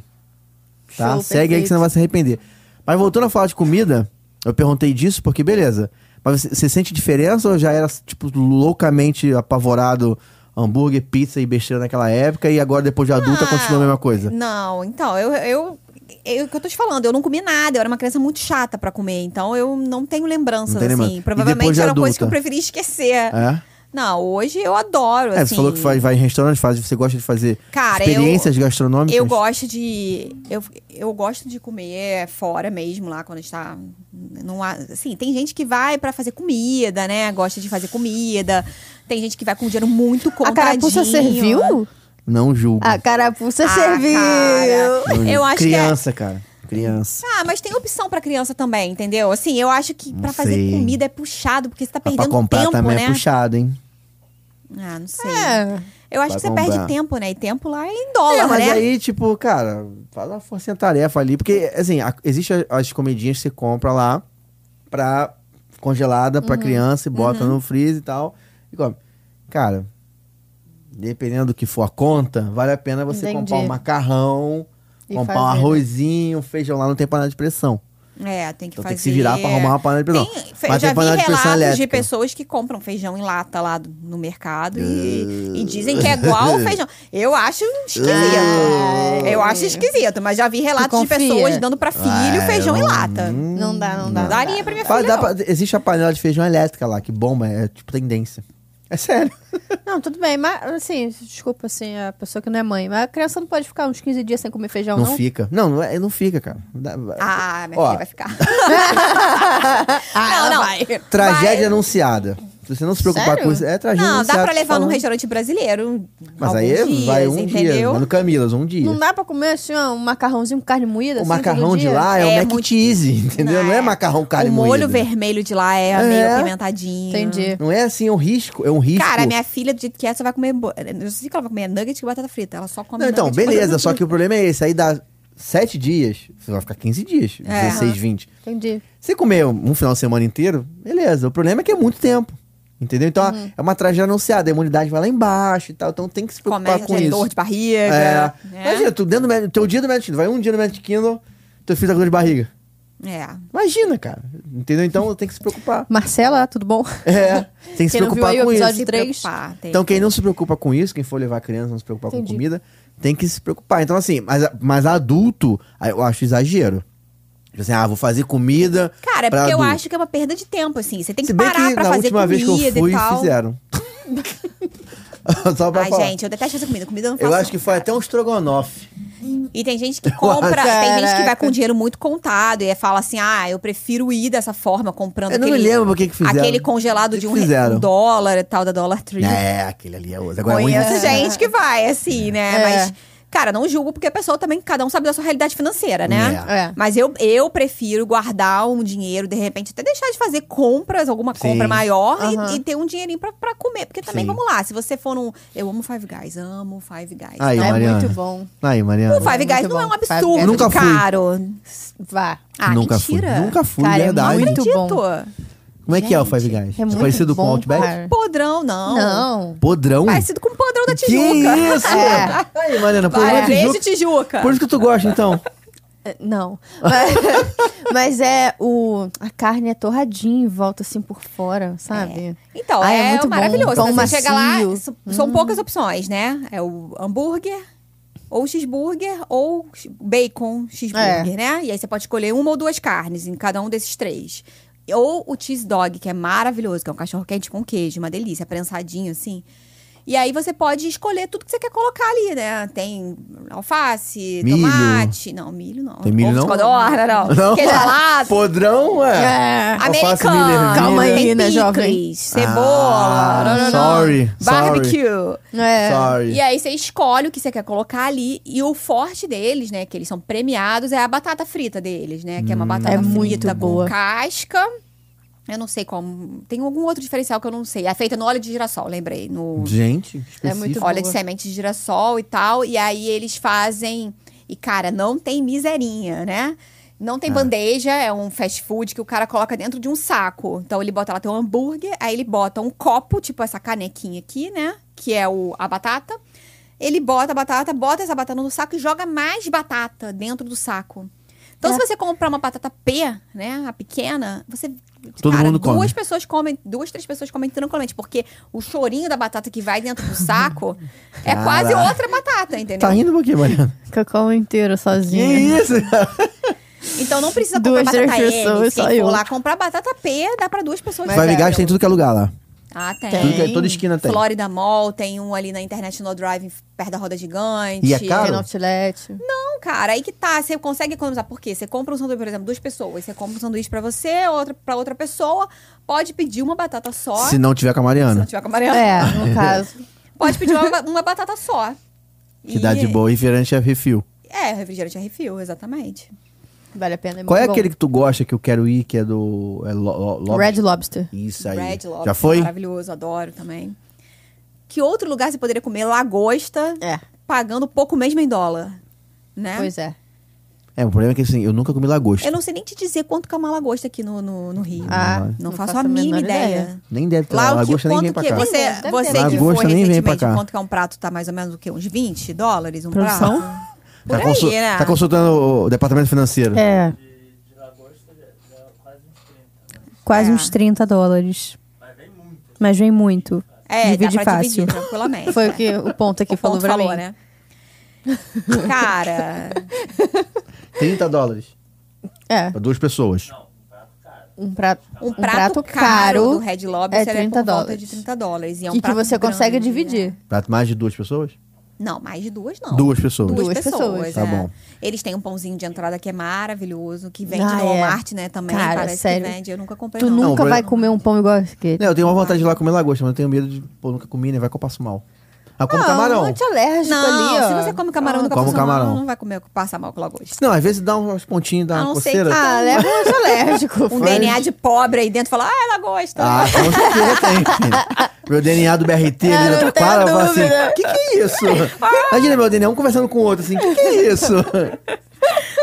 [SPEAKER 2] Tá?
[SPEAKER 1] Show,
[SPEAKER 2] Segue aí
[SPEAKER 1] perfeito.
[SPEAKER 2] que você não vai se arrepender. Mas voltando a falar de comida, eu perguntei disso porque, beleza. Mas você, você sente diferença ou já era, tipo, loucamente apavorado hambúrguer, pizza e besteira naquela época e agora, depois de
[SPEAKER 3] Ah,
[SPEAKER 2] adulta, continua a mesma coisa?
[SPEAKER 3] Não, então, eu. eu... É o que eu tô te falando, eu não comi nada, eu era uma criança muito chata pra comer, então eu não tenho lembranças,
[SPEAKER 2] Não tem
[SPEAKER 3] assim.
[SPEAKER 2] lembrança. E depois
[SPEAKER 3] Provavelmente
[SPEAKER 2] de
[SPEAKER 3] era coisa
[SPEAKER 2] adulta?
[SPEAKER 3] que eu preferia esquecer.
[SPEAKER 2] É?
[SPEAKER 3] Não, hoje eu adoro,
[SPEAKER 2] É,
[SPEAKER 3] assim.
[SPEAKER 2] você falou que faz, vai em restaurantes, faz, você gosta de fazer
[SPEAKER 3] Cara, eu-
[SPEAKER 2] experiências gastronômicas?
[SPEAKER 3] Eu gosto de. Eu, eu gosto de comer fora mesmo, lá quando a gente tá. Não há, assim, tem gente que vai pra fazer comida, né? Gosta de fazer comida. Tem gente que vai com dinheiro muito
[SPEAKER 1] A
[SPEAKER 3] contadinho.
[SPEAKER 1] carapuça serviu?
[SPEAKER 2] Não julgo.
[SPEAKER 1] A carapuça
[SPEAKER 3] Ah,
[SPEAKER 1] serviu.
[SPEAKER 3] cara.
[SPEAKER 2] Não,
[SPEAKER 3] Eu acho que é-
[SPEAKER 2] criança, cara. Criança.
[SPEAKER 3] Ah, mas tem opção pra criança também, entendeu? Assim, eu acho que pra
[SPEAKER 2] Não
[SPEAKER 3] fazer
[SPEAKER 2] sei.
[SPEAKER 3] comida é puxado, porque você tá
[SPEAKER 2] Mas pra
[SPEAKER 3] perdendo
[SPEAKER 2] comprar
[SPEAKER 3] tempo,
[SPEAKER 2] também
[SPEAKER 3] né?
[SPEAKER 2] é puxado, hein?
[SPEAKER 3] Ah, não sei.
[SPEAKER 1] É.
[SPEAKER 3] Eu acho
[SPEAKER 2] Pra
[SPEAKER 3] que você
[SPEAKER 2] comprar.
[SPEAKER 3] perde tempo, né? E tempo lá é em dólar,
[SPEAKER 2] É, mas
[SPEAKER 3] né?
[SPEAKER 2] aí, tipo, cara, faz uma força-tarefa ali. Porque, assim, a, existe a- as comidinhas que você compra lá pra congelada pra criança e bota no freezer e tal. E come. Cara, dependendo do que for a conta, vale a pena você
[SPEAKER 1] Entendi.
[SPEAKER 2] comprar um macarrão,
[SPEAKER 1] E
[SPEAKER 2] comprar um
[SPEAKER 1] fazer, né?
[SPEAKER 2] arrozinho, um feijão lá, não tem panela de pressão.
[SPEAKER 3] É, tem que
[SPEAKER 2] Então
[SPEAKER 3] fazer.
[SPEAKER 2] tem que se virar pra arrumar uma panela de pressão.
[SPEAKER 3] Tem, fe- eu
[SPEAKER 2] Mas tem
[SPEAKER 3] já vi
[SPEAKER 2] panela de pressão
[SPEAKER 3] relatos de
[SPEAKER 2] elétrica.
[SPEAKER 3] pessoas que compram feijão em lata lá do- no mercado e, e dizem que é igual ao feijão. Eu acho esquisito.
[SPEAKER 1] Ah.
[SPEAKER 3] eu acho esquisito, mas já vi relatos de
[SPEAKER 1] confia?
[SPEAKER 3] pessoas dando pra filho
[SPEAKER 2] É. Ah,
[SPEAKER 3] feijão em
[SPEAKER 2] eu-
[SPEAKER 3] lata.
[SPEAKER 2] Hum.
[SPEAKER 1] Não dá, não dá.
[SPEAKER 3] Não é
[SPEAKER 1] Não
[SPEAKER 3] daria
[SPEAKER 1] dá.
[SPEAKER 3] pra minha
[SPEAKER 2] Fala,
[SPEAKER 3] filha.
[SPEAKER 2] dá pra- existe a panela de feijão elétrica lá, que bomba, é tipo tendência. É sério.
[SPEAKER 1] Não, tudo bem, mas assim, desculpa assim, a pessoa que não é mãe, mas a criança não pode ficar uns 15 dias sem comer feijão,
[SPEAKER 2] Não,
[SPEAKER 1] não?
[SPEAKER 2] fica. Não, não, é- não fica, cara. Dá-
[SPEAKER 3] Ah, minha
[SPEAKER 2] Ó,
[SPEAKER 3] filha vai ficar.
[SPEAKER 1] Ah,
[SPEAKER 3] não, não.
[SPEAKER 1] vai.
[SPEAKER 2] Tragédia
[SPEAKER 3] Vai.
[SPEAKER 2] anunciada. Se você não se preocupar
[SPEAKER 1] Sério?
[SPEAKER 2] com isso, é tragédia
[SPEAKER 3] Não,
[SPEAKER 2] anunciada.
[SPEAKER 3] dá pra levar num
[SPEAKER 2] falando.
[SPEAKER 3] restaurante brasileiro.
[SPEAKER 2] tá Mas
[SPEAKER 3] alguns
[SPEAKER 2] aí
[SPEAKER 3] dias,
[SPEAKER 2] vai um dia.
[SPEAKER 3] entendeu?
[SPEAKER 2] Mas no Camilas, um dia.
[SPEAKER 1] Não dá pra comer assim, ó, um macarrãozinho com carne moída?
[SPEAKER 2] o
[SPEAKER 1] assim,
[SPEAKER 2] macarrão
[SPEAKER 1] todo
[SPEAKER 2] de
[SPEAKER 1] dia?
[SPEAKER 2] lá é,
[SPEAKER 3] É
[SPEAKER 2] o mac
[SPEAKER 3] muito-
[SPEAKER 2] cheese, entendeu? Não, é macarrão carne
[SPEAKER 3] O molho
[SPEAKER 2] moída.
[SPEAKER 3] vermelho de lá é,
[SPEAKER 2] É.
[SPEAKER 3] meio apimentadinho.
[SPEAKER 1] Entendi.
[SPEAKER 2] Não é assim, é um risco. É um risco.
[SPEAKER 3] Cara, minha filha, do jeito que é, só vai comer. bo- Eu não sei que ela vai comer nugget e batata frita. Ela só come
[SPEAKER 2] Não, então,
[SPEAKER 3] nugget.
[SPEAKER 2] beleza. só que o problema é esse. Aí dá sete dias, você vai ficar 15 dias.
[SPEAKER 3] É.
[SPEAKER 2] 16, 20.
[SPEAKER 1] Entendi.
[SPEAKER 2] Você comer um um final de semana inteiro, beleza. O problema é que é muito tempo. Entendeu? Então
[SPEAKER 3] Uhum.
[SPEAKER 2] é uma tragédia anunciada, a imunidade vai lá embaixo e tal. Então tem que se preocupar
[SPEAKER 3] Começa a
[SPEAKER 2] com
[SPEAKER 3] ter
[SPEAKER 2] isso.
[SPEAKER 3] dor de barriga.
[SPEAKER 2] é.
[SPEAKER 3] né?
[SPEAKER 2] Imagina, tu dentro do Magic- teu dia do Magic Kingdom, vai um dia no Magic Kingdom, teu filho tá com dor de barriga.
[SPEAKER 3] É.
[SPEAKER 2] Imagina, cara. Entendeu? Então tem que se preocupar.
[SPEAKER 1] Marcela, tudo bom?
[SPEAKER 2] É, tem que se
[SPEAKER 1] Quem não viu
[SPEAKER 2] preocupar
[SPEAKER 1] aí o
[SPEAKER 2] com
[SPEAKER 1] episódio
[SPEAKER 2] isso.
[SPEAKER 1] de três.
[SPEAKER 3] preocupar, tem
[SPEAKER 2] Então
[SPEAKER 3] que-
[SPEAKER 2] quem não se preocupa com isso, quem for levar a criança não se preocupar com
[SPEAKER 1] Entendi.
[SPEAKER 2] comida, tem que se preocupar. Então assim, mas, mas adulto, aí eu acho exagero. Tipo assim, ah, vou fazer comida
[SPEAKER 3] Cara, é
[SPEAKER 2] pra
[SPEAKER 3] porque eu
[SPEAKER 2] adulto.
[SPEAKER 3] acho que é uma perda de tempo, assim. Você tem
[SPEAKER 2] Se
[SPEAKER 3] que
[SPEAKER 2] bem
[SPEAKER 3] parar
[SPEAKER 2] que
[SPEAKER 3] pra
[SPEAKER 2] na
[SPEAKER 3] fazer
[SPEAKER 2] última
[SPEAKER 3] comida
[SPEAKER 2] vez que eu fui,
[SPEAKER 3] e tal.
[SPEAKER 2] fizeram. Só pra
[SPEAKER 3] Ai,
[SPEAKER 2] falar.
[SPEAKER 3] gente, eu detesto fazer comida, eu não faço.
[SPEAKER 2] eu acho que foi até um estrogonofe.
[SPEAKER 3] E tem gente que compra,
[SPEAKER 1] acho.
[SPEAKER 3] tem gente que vai
[SPEAKER 1] Caraca.
[SPEAKER 3] com dinheiro muito contado e fala assim: ah, eu prefiro ir dessa forma, comprando
[SPEAKER 2] Eu não
[SPEAKER 3] aquele,
[SPEAKER 2] me lembro por que que fizeram.
[SPEAKER 3] aquele congelado
[SPEAKER 2] Que
[SPEAKER 3] de
[SPEAKER 2] que
[SPEAKER 3] um, re-
[SPEAKER 2] fizeram?
[SPEAKER 3] um dólar e tal, da Dollar Tree.
[SPEAKER 2] É, aquele ali é outro. Agora é
[SPEAKER 3] Conheço
[SPEAKER 2] muito
[SPEAKER 3] gente que vai, assim, né?
[SPEAKER 1] É.
[SPEAKER 3] Mas, cara, não julgo, porque a pessoa também, cada um sabe da sua realidade financeira, né?
[SPEAKER 1] É. É.
[SPEAKER 3] Mas eu, eu prefiro guardar um dinheiro, de repente, até deixar de fazer compras, alguma
[SPEAKER 2] Sim.
[SPEAKER 3] compra maior e-
[SPEAKER 1] Aham.
[SPEAKER 3] e, ter um dinheirinho pra, pra comer. Porque também,
[SPEAKER 2] Sim.
[SPEAKER 3] vamos lá, se você for num. Eu amo Five Guys, amo Five Guys.
[SPEAKER 2] Aí,
[SPEAKER 1] é
[SPEAKER 2] Mariana.
[SPEAKER 1] muito bom.
[SPEAKER 2] Aí, Mariana.
[SPEAKER 3] o Five
[SPEAKER 1] muito
[SPEAKER 3] Guys não é um
[SPEAKER 1] bom. Five
[SPEAKER 3] absurdo
[SPEAKER 1] Guys
[SPEAKER 2] Nunca
[SPEAKER 3] de
[SPEAKER 2] fui.
[SPEAKER 3] caro.
[SPEAKER 1] Vá.
[SPEAKER 3] Ah,
[SPEAKER 2] Nunca
[SPEAKER 3] que tira.
[SPEAKER 2] fui. Nunca fui,
[SPEAKER 1] Cara, é
[SPEAKER 2] verdade.
[SPEAKER 1] muito
[SPEAKER 3] Acredito.
[SPEAKER 2] Como é que é o Five Guys?
[SPEAKER 1] É muito
[SPEAKER 2] parecido com
[SPEAKER 1] bom,
[SPEAKER 2] o Outback?
[SPEAKER 1] cara.
[SPEAKER 3] Podrão, não.
[SPEAKER 1] Não.
[SPEAKER 2] Podrão?
[SPEAKER 3] Parecido com o podrão da
[SPEAKER 2] que
[SPEAKER 3] Tijuca.
[SPEAKER 2] isso?
[SPEAKER 1] É.
[SPEAKER 2] Aí, Mariana, por
[SPEAKER 3] Vai,
[SPEAKER 2] onde
[SPEAKER 3] beijo,
[SPEAKER 2] Tijuca?
[SPEAKER 3] Tijuca.
[SPEAKER 2] Por isso que tu gosta, então.
[SPEAKER 1] É, Não. Mas, mas é o. A carne é torradinha em volta assim por fora, sabe?
[SPEAKER 3] Então,
[SPEAKER 1] Ah,
[SPEAKER 3] é,
[SPEAKER 1] é muito bom.
[SPEAKER 3] maravilhoso.
[SPEAKER 1] Pão
[SPEAKER 3] Quando você chega lá,
[SPEAKER 1] macio. Hum.
[SPEAKER 3] so- são poucas opções, né? É o hambúrguer, ou cheeseburger, ou x- bacon
[SPEAKER 1] É.
[SPEAKER 3] cheeseburger, né? E aí você pode escolher uma ou duas carnes em cada um desses três. Ou o cheese dog, que é maravilhoso, que é um cachorro quente com queijo, uma delícia, prensadinho assim. E aí você pode escolher tudo que você quer colocar ali, né? Tem alface,
[SPEAKER 2] Milho.
[SPEAKER 3] tomate. Não, milho não.
[SPEAKER 2] Tem milho
[SPEAKER 3] Ovo de
[SPEAKER 2] não?
[SPEAKER 3] Codorna, não. Queijo ralado.
[SPEAKER 2] Podrão,
[SPEAKER 1] É.
[SPEAKER 2] é. Alface Miller,
[SPEAKER 3] Americano.
[SPEAKER 1] Calma aí,
[SPEAKER 2] Miller.
[SPEAKER 3] Tem
[SPEAKER 1] né, jovem?
[SPEAKER 3] picles, Cebola.
[SPEAKER 2] Ah,
[SPEAKER 3] não, não, não.
[SPEAKER 2] sorry,
[SPEAKER 3] Barbecue.
[SPEAKER 1] É.
[SPEAKER 2] Sorry.
[SPEAKER 3] E aí você escolhe o que você quer colocar ali. E o forte deles, né? Que eles são premiados, é a batata frita deles, né?
[SPEAKER 2] Hum.
[SPEAKER 3] Que é uma batata
[SPEAKER 1] É
[SPEAKER 3] frita
[SPEAKER 1] muito
[SPEAKER 3] com
[SPEAKER 1] boa.
[SPEAKER 3] casca. Eu não sei qual. Tem algum outro diferencial que eu não sei. É feita no óleo de girassol, lembrei.
[SPEAKER 2] Hum.
[SPEAKER 3] No
[SPEAKER 2] Gente,
[SPEAKER 1] É muito
[SPEAKER 2] específico.
[SPEAKER 1] bom.
[SPEAKER 3] óleo de
[SPEAKER 1] boa.
[SPEAKER 3] semente de girassol e tal. E aí eles fazem. E, cara, não tem miserinha, né? Não tem bandeja, é um fast food que o cara coloca dentro de um saco. Então ele bota lá, tem um hambúrguer, aí ele bota um copo, tipo essa canequinha aqui, né? Que é o, a batata. Ele bota a batata, bota essa batata no saco e joga mais batata dentro do saco. Então,
[SPEAKER 2] É.
[SPEAKER 3] se você comprar uma batata P, né? A pequena, você.
[SPEAKER 2] Todo
[SPEAKER 3] cara,
[SPEAKER 2] mundo come.
[SPEAKER 3] duas pessoas comem, duas, três pessoas comem tranquilamente, porque o chorinho da batata que vai dentro do saco é
[SPEAKER 2] Caraca.
[SPEAKER 3] quase outra batata, entendeu?
[SPEAKER 2] Tá rindo um pouquinho, Mariana.
[SPEAKER 1] Que eu como inteiro
[SPEAKER 2] Que
[SPEAKER 1] sozinha.
[SPEAKER 2] isso?
[SPEAKER 3] Então não precisa
[SPEAKER 1] Duas,
[SPEAKER 3] comprar batata
[SPEAKER 1] três
[SPEAKER 3] M.
[SPEAKER 1] pessoas,
[SPEAKER 3] Quem
[SPEAKER 1] só
[SPEAKER 3] for
[SPEAKER 1] eu.
[SPEAKER 3] lá comprar batata P, dá pra duas pessoas.
[SPEAKER 1] Mas
[SPEAKER 2] Vai
[SPEAKER 1] é,
[SPEAKER 2] ligar,
[SPEAKER 1] eu-
[SPEAKER 2] tem tudo que é lugar lá.
[SPEAKER 3] Ah, tem.
[SPEAKER 1] Tudo
[SPEAKER 2] que- é- toda esquina tem.
[SPEAKER 3] Florida Mall, tem um ali na International Drive, perto da Roda Gigante.
[SPEAKER 2] E é caro?
[SPEAKER 1] Tem no outlet.
[SPEAKER 3] Não, cara, aí que tá. Você consegue economizar. Por quê? Você compra um sanduíche, por exemplo, duas pessoas. Você compra um sanduíche pra você, outra pra outra pessoa. Pode pedir uma batata só.
[SPEAKER 2] Se não tiver com a
[SPEAKER 3] se não
[SPEAKER 2] Mariana.
[SPEAKER 3] tiver com a Mariana.
[SPEAKER 1] É, no caso.
[SPEAKER 3] Pode pedir uma, ba- uma batata só.
[SPEAKER 2] Que dá de boa. E refrigerante é refil.
[SPEAKER 3] É, refrigerante é refil, exatamente.
[SPEAKER 1] Vale a pena. é
[SPEAKER 2] Qual é
[SPEAKER 1] muito bom.
[SPEAKER 2] aquele que tu gosta que eu quero ir, que é do. É lo, lo- lobster?
[SPEAKER 1] Red Lobster.
[SPEAKER 2] Isso aí.
[SPEAKER 3] Red Lobster,
[SPEAKER 2] Já foi?
[SPEAKER 3] Maravilhoso, adoro também. Que outro lugar você poderia comer lagosta
[SPEAKER 1] É,
[SPEAKER 3] pagando pouco mesmo em dólar? Né?
[SPEAKER 1] pois é.
[SPEAKER 2] É, o problema é que assim, eu nunca comi lagosta.
[SPEAKER 3] Eu não sei nem te dizer quanto que é uma lagosta aqui no, no, no Rio.
[SPEAKER 1] Ah,
[SPEAKER 3] não,
[SPEAKER 1] não
[SPEAKER 3] faço, a
[SPEAKER 1] faço a
[SPEAKER 3] mínima
[SPEAKER 1] menor
[SPEAKER 3] ideia.
[SPEAKER 1] ideia.
[SPEAKER 2] Nem deve ter.
[SPEAKER 3] Lá o que,
[SPEAKER 2] lagosta Então, nem vem
[SPEAKER 3] quanto
[SPEAKER 2] pra
[SPEAKER 3] que
[SPEAKER 2] cá.
[SPEAKER 3] é? você,
[SPEAKER 1] Deve ter,
[SPEAKER 3] você
[SPEAKER 1] deve
[SPEAKER 3] que
[SPEAKER 1] ter.
[SPEAKER 3] foi
[SPEAKER 2] Lagosta nem vem pra
[SPEAKER 3] recentemente,
[SPEAKER 2] cá.
[SPEAKER 3] quanto que é um prato? Tá mais ou menos o quê? Uns 20 dólares um
[SPEAKER 1] Produção?
[SPEAKER 3] prato? Por
[SPEAKER 2] Tá,
[SPEAKER 3] aí,
[SPEAKER 2] consul-
[SPEAKER 3] né?
[SPEAKER 2] tá consultando o departamento financeiro.
[SPEAKER 1] É, quase
[SPEAKER 3] É.
[SPEAKER 1] uns 30 dólares. Mas vem muito.
[SPEAKER 3] É,
[SPEAKER 1] Divide
[SPEAKER 3] dá pra
[SPEAKER 1] fácil.
[SPEAKER 3] dividir tranquilamente.
[SPEAKER 1] Foi o que o ponto aqui
[SPEAKER 3] O
[SPEAKER 1] falou
[SPEAKER 3] ponto
[SPEAKER 1] pra
[SPEAKER 3] falou,
[SPEAKER 1] mim.
[SPEAKER 3] né? Cara,
[SPEAKER 2] 30 dólares.
[SPEAKER 1] É,
[SPEAKER 2] Pra duas pessoas.
[SPEAKER 1] um prato,
[SPEAKER 3] um prato, caro do Red Lobster é,
[SPEAKER 1] é 30
[SPEAKER 3] por volta
[SPEAKER 1] dólares.
[SPEAKER 3] de 30 dólares. E é um
[SPEAKER 1] e que
[SPEAKER 3] prato
[SPEAKER 1] você consegue
[SPEAKER 3] grande, né?
[SPEAKER 1] dividir.
[SPEAKER 2] Pra mais de duas pessoas?
[SPEAKER 3] Não, mais de duas não.
[SPEAKER 2] Duas pessoas.
[SPEAKER 3] Duas,
[SPEAKER 1] Duas
[SPEAKER 3] pessoas.
[SPEAKER 1] pessoas.
[SPEAKER 2] Tá
[SPEAKER 3] é.
[SPEAKER 2] bom.
[SPEAKER 3] Eles têm um pãozinho de entrada que é maravilhoso, que vende
[SPEAKER 1] Ah,
[SPEAKER 3] no
[SPEAKER 1] é.
[SPEAKER 3] Walmart, né? Também
[SPEAKER 1] Cara,
[SPEAKER 3] parece
[SPEAKER 1] sério.
[SPEAKER 3] que vende. Eu nunca comprei.
[SPEAKER 1] Tu
[SPEAKER 3] não.
[SPEAKER 1] nunca
[SPEAKER 2] Não,
[SPEAKER 1] vai
[SPEAKER 2] mas-
[SPEAKER 1] comer um pão igual aquele.
[SPEAKER 2] Não, eu tenho uma vontade de ir lá comer lagosta, mas eu tenho medo de. Pô, nunca comi, né? Vai que eu passo mal. Ah, como
[SPEAKER 1] é
[SPEAKER 2] camarão.
[SPEAKER 1] alérgico
[SPEAKER 3] Não, se você come camarão
[SPEAKER 1] Ah.
[SPEAKER 3] no
[SPEAKER 2] Como camarão.
[SPEAKER 3] não vai comer passa mal com lagosta.
[SPEAKER 2] Não, às vezes dá uns pontinhos, dá
[SPEAKER 3] A
[SPEAKER 2] uma
[SPEAKER 3] não ser
[SPEAKER 2] coceira. tá?
[SPEAKER 3] que-
[SPEAKER 1] Ah, leva um antialérgico.
[SPEAKER 3] Um
[SPEAKER 1] faz.
[SPEAKER 3] DNA de pobre aí dentro fala, ah, Ah, lagosta.
[SPEAKER 2] Ah, com certeza tem. Meu DNA do BRT,
[SPEAKER 1] Eu
[SPEAKER 2] ele
[SPEAKER 1] não
[SPEAKER 2] já
[SPEAKER 1] tenho
[SPEAKER 2] para e fala assim,
[SPEAKER 1] dúvida.
[SPEAKER 2] que que é isso? Imagina meu DNA, um conversando com o outro assim, que que é isso?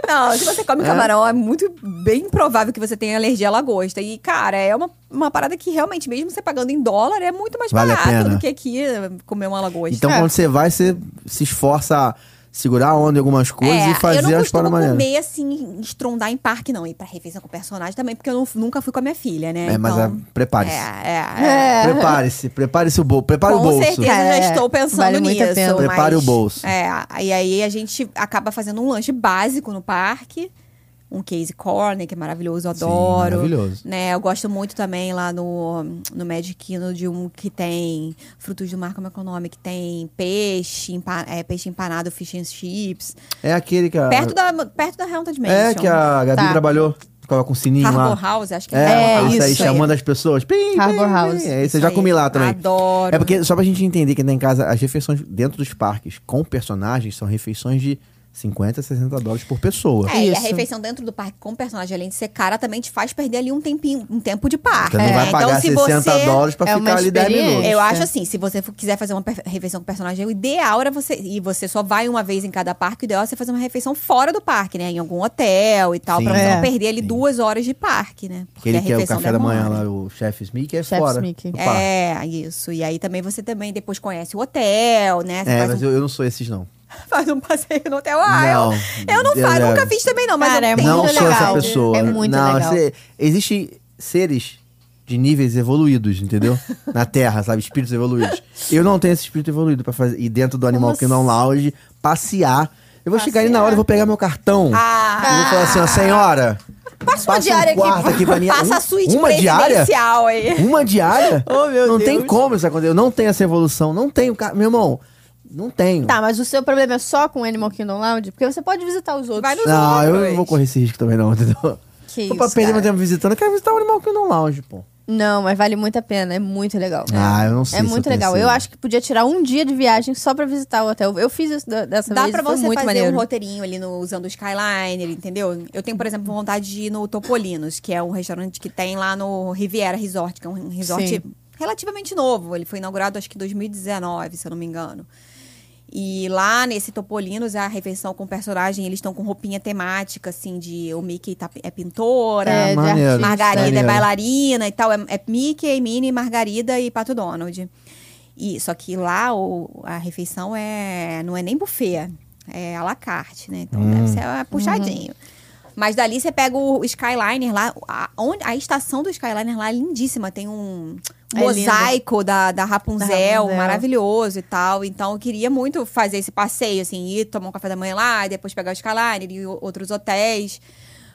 [SPEAKER 3] Não, se você come camarão, é muito bem provável que você tenha alergia à lagosta. E, cara, é uma, uma parada que realmente, mesmo você pagando em dólar, é muito mais
[SPEAKER 2] Vale a
[SPEAKER 3] barato
[SPEAKER 2] pena.
[SPEAKER 3] do que aqui eh, comer uma lagosta.
[SPEAKER 2] Então
[SPEAKER 1] É.
[SPEAKER 2] quando você vai, você se esforça a segurar a onda em algumas coisas
[SPEAKER 3] É,
[SPEAKER 2] e fazer
[SPEAKER 3] eu não
[SPEAKER 2] Então, as
[SPEAKER 3] costumo
[SPEAKER 2] para maneiras.
[SPEAKER 3] comer assim, estrondar em parque, não. Ir pra refeição com personagem também, porque eu não- nunca fui com a minha filha, né?
[SPEAKER 2] É, mas
[SPEAKER 3] então,
[SPEAKER 2] é, prepare-se.
[SPEAKER 3] é, é, é.
[SPEAKER 2] Prepare-se, prepare-se o bolso, prepare o
[SPEAKER 3] Com
[SPEAKER 2] bolso.
[SPEAKER 3] certeza
[SPEAKER 1] Cara,
[SPEAKER 3] já
[SPEAKER 1] é,
[SPEAKER 3] estou pensando
[SPEAKER 1] vale muito a
[SPEAKER 3] nisso.
[SPEAKER 1] pena.
[SPEAKER 3] mas-
[SPEAKER 2] Prepare o bolso.
[SPEAKER 3] É, e aí a gente acaba fazendo um lanche básico no parque. Um case corner, que é maravilhoso, eu
[SPEAKER 2] Sim,
[SPEAKER 3] adoro.
[SPEAKER 2] maravilhoso.
[SPEAKER 3] Né, eu gosto muito também lá no, no Magic Kingdom de um que tem frutos do mar, como é que é o nome? Que tem peixe, empa- é, peixe empanado, fish and chips.
[SPEAKER 2] É aquele que a,
[SPEAKER 3] Perto da, perto da Haunted Mansion.
[SPEAKER 2] É que a Gabi
[SPEAKER 1] Tá.
[SPEAKER 2] trabalhou, ficava com o sininho lá.
[SPEAKER 3] Harbor House, acho que
[SPEAKER 2] É,
[SPEAKER 1] É,
[SPEAKER 3] Harbor House.
[SPEAKER 2] isso aí,
[SPEAKER 1] isso aí.
[SPEAKER 2] chamando as pessoas. Pim, pim,
[SPEAKER 1] Harbor
[SPEAKER 2] pim.
[SPEAKER 1] House.
[SPEAKER 2] É, isso
[SPEAKER 3] Isso
[SPEAKER 2] eu já
[SPEAKER 3] aí.
[SPEAKER 2] comi lá também.
[SPEAKER 3] Adoro.
[SPEAKER 2] É porque, só pra gente entender que tem em casa, as refeições dentro dos parques com personagens são refeições de 50, 60 dólares por pessoa.
[SPEAKER 3] É, e a
[SPEAKER 1] Isso.
[SPEAKER 3] refeição dentro do parque com o personagem, além de ser cara, também te faz perder ali um tempinho, um tempo de parque.
[SPEAKER 2] Você não
[SPEAKER 3] né?
[SPEAKER 2] vai pagar
[SPEAKER 3] então, se
[SPEAKER 2] 60
[SPEAKER 3] você...
[SPEAKER 2] dólares pra
[SPEAKER 1] É uma
[SPEAKER 2] ficar ali 10
[SPEAKER 1] experiência.
[SPEAKER 2] minutos.
[SPEAKER 3] Eu
[SPEAKER 1] Isso.
[SPEAKER 3] acho assim, se você for- quiser fazer uma per- refeição com personagem, o ideal era você. E você só vai uma vez em cada parque, o ideal é você fazer uma refeição fora do parque, né? Em algum hotel e tal,
[SPEAKER 2] Sim.
[SPEAKER 3] pra você
[SPEAKER 1] É.
[SPEAKER 3] não perder ali duas horas de parque, né? Porque
[SPEAKER 2] Aquele
[SPEAKER 3] a
[SPEAKER 2] que é o
[SPEAKER 3] refeição
[SPEAKER 2] café da manhã
[SPEAKER 3] demora.
[SPEAKER 2] lá, o Chef Smick é
[SPEAKER 1] Chef's
[SPEAKER 2] fora.
[SPEAKER 1] Mickey.
[SPEAKER 2] do parque.
[SPEAKER 3] É, isso. E aí também você também depois conhece o hotel, né? Você
[SPEAKER 2] É,
[SPEAKER 3] faz,
[SPEAKER 2] mas
[SPEAKER 3] um,
[SPEAKER 2] eu, eu não sou esses, não.
[SPEAKER 3] faz um passeio no hotel. Ah,
[SPEAKER 2] Não.
[SPEAKER 3] eu, eu não
[SPEAKER 2] Eu
[SPEAKER 3] faço,
[SPEAKER 2] já-
[SPEAKER 3] nunca fiz também, não, mas
[SPEAKER 1] Cara,
[SPEAKER 3] eu
[SPEAKER 1] é
[SPEAKER 3] tenho
[SPEAKER 2] não
[SPEAKER 1] muito
[SPEAKER 2] sou
[SPEAKER 1] legal.
[SPEAKER 2] essa pessoa.
[SPEAKER 1] É muito
[SPEAKER 2] não,
[SPEAKER 1] legal.
[SPEAKER 2] você- existem seres de níveis evoluídos, entendeu? Na Terra, sabe? Espíritos evoluídos. Eu não tenho esse espírito evoluído pra fazer. E dentro do Animal
[SPEAKER 1] Como
[SPEAKER 3] assim?
[SPEAKER 2] Kingdom Lounge, passear. Eu vou chegar ali na hora, eu vou pegar meu cartão.
[SPEAKER 3] Ah!
[SPEAKER 2] Eu vou falar assim, ó, senhora,
[SPEAKER 3] Passa uma
[SPEAKER 2] Passa um
[SPEAKER 3] diária
[SPEAKER 2] quarto
[SPEAKER 3] aqui.
[SPEAKER 2] aqui pra mim.
[SPEAKER 3] Passa a
[SPEAKER 2] Um-
[SPEAKER 3] suíte
[SPEAKER 2] uma diária?
[SPEAKER 3] presidencial aí.
[SPEAKER 2] Uma diária?
[SPEAKER 3] Oh, meu
[SPEAKER 2] não
[SPEAKER 3] Deus.
[SPEAKER 2] tem como isso acontecer. Eu não tenho essa evolução. Não tenho, cara. Meu irmão, não tenho.
[SPEAKER 1] Tá, mas o seu problema é só com Animal Kingdom Lounge? Porque você pode visitar os outros.
[SPEAKER 3] Vai no-
[SPEAKER 2] Não, eu
[SPEAKER 3] outros.
[SPEAKER 2] não vou correr esse risco também, não, entendeu? Vou
[SPEAKER 1] Que
[SPEAKER 2] pra
[SPEAKER 1] isso,
[SPEAKER 2] perder meu
[SPEAKER 1] cara.
[SPEAKER 2] tempo visitando, eu quero visitar o Animal Kingdom Lounge, pô.
[SPEAKER 1] Não, mas vale muito a pena. É muito legal.
[SPEAKER 2] Ah, eu não sei
[SPEAKER 1] É
[SPEAKER 2] se eu
[SPEAKER 1] muito
[SPEAKER 2] tenho
[SPEAKER 1] legal.
[SPEAKER 2] esse-
[SPEAKER 1] Eu acho que podia tirar um dia de viagem só pra visitar o hotel. Eu fiz isso da- dessa
[SPEAKER 3] Dá
[SPEAKER 1] vez.
[SPEAKER 3] pra
[SPEAKER 1] foi
[SPEAKER 3] você
[SPEAKER 1] muito
[SPEAKER 3] fazer
[SPEAKER 1] maneiro.
[SPEAKER 3] um roteirinho ali no, usando o Skyliner, entendeu? Eu tenho, por exemplo, vontade de ir no Topolinos, que é um restaurante que tem lá no Riviera Resort, que é um resort
[SPEAKER 1] Sim.
[SPEAKER 3] relativamente novo. Ele foi inaugurado, acho que em 2019, se eu não me engano. E lá nesse Topolinos, a refeição com personagem, eles estão com roupinha temática, assim, de o Mickey tá- é pintora,
[SPEAKER 1] É, de
[SPEAKER 2] Maneiro.
[SPEAKER 1] artista.
[SPEAKER 3] Margarida é
[SPEAKER 2] Maneiro.
[SPEAKER 3] bailarina e tal. É, é Mickey, Minnie, Margarida e Pato Donald. E, só que lá o, a refeição é não é nem buffet, é à la carte, né? Então deve ser é, puxadinho. Mas dali você pega o Skyliner lá, a, onde- a estação do Skyliner lá é lindíssima, tem um
[SPEAKER 1] É
[SPEAKER 3] mosaico da, da Rapunzel,
[SPEAKER 1] Da Rapunzel.
[SPEAKER 3] maravilhoso e tal. Então eu queria muito fazer esse passeio, assim, ir tomar um café da manhã lá, e depois pegar o Skyliner e o- outros hotéis.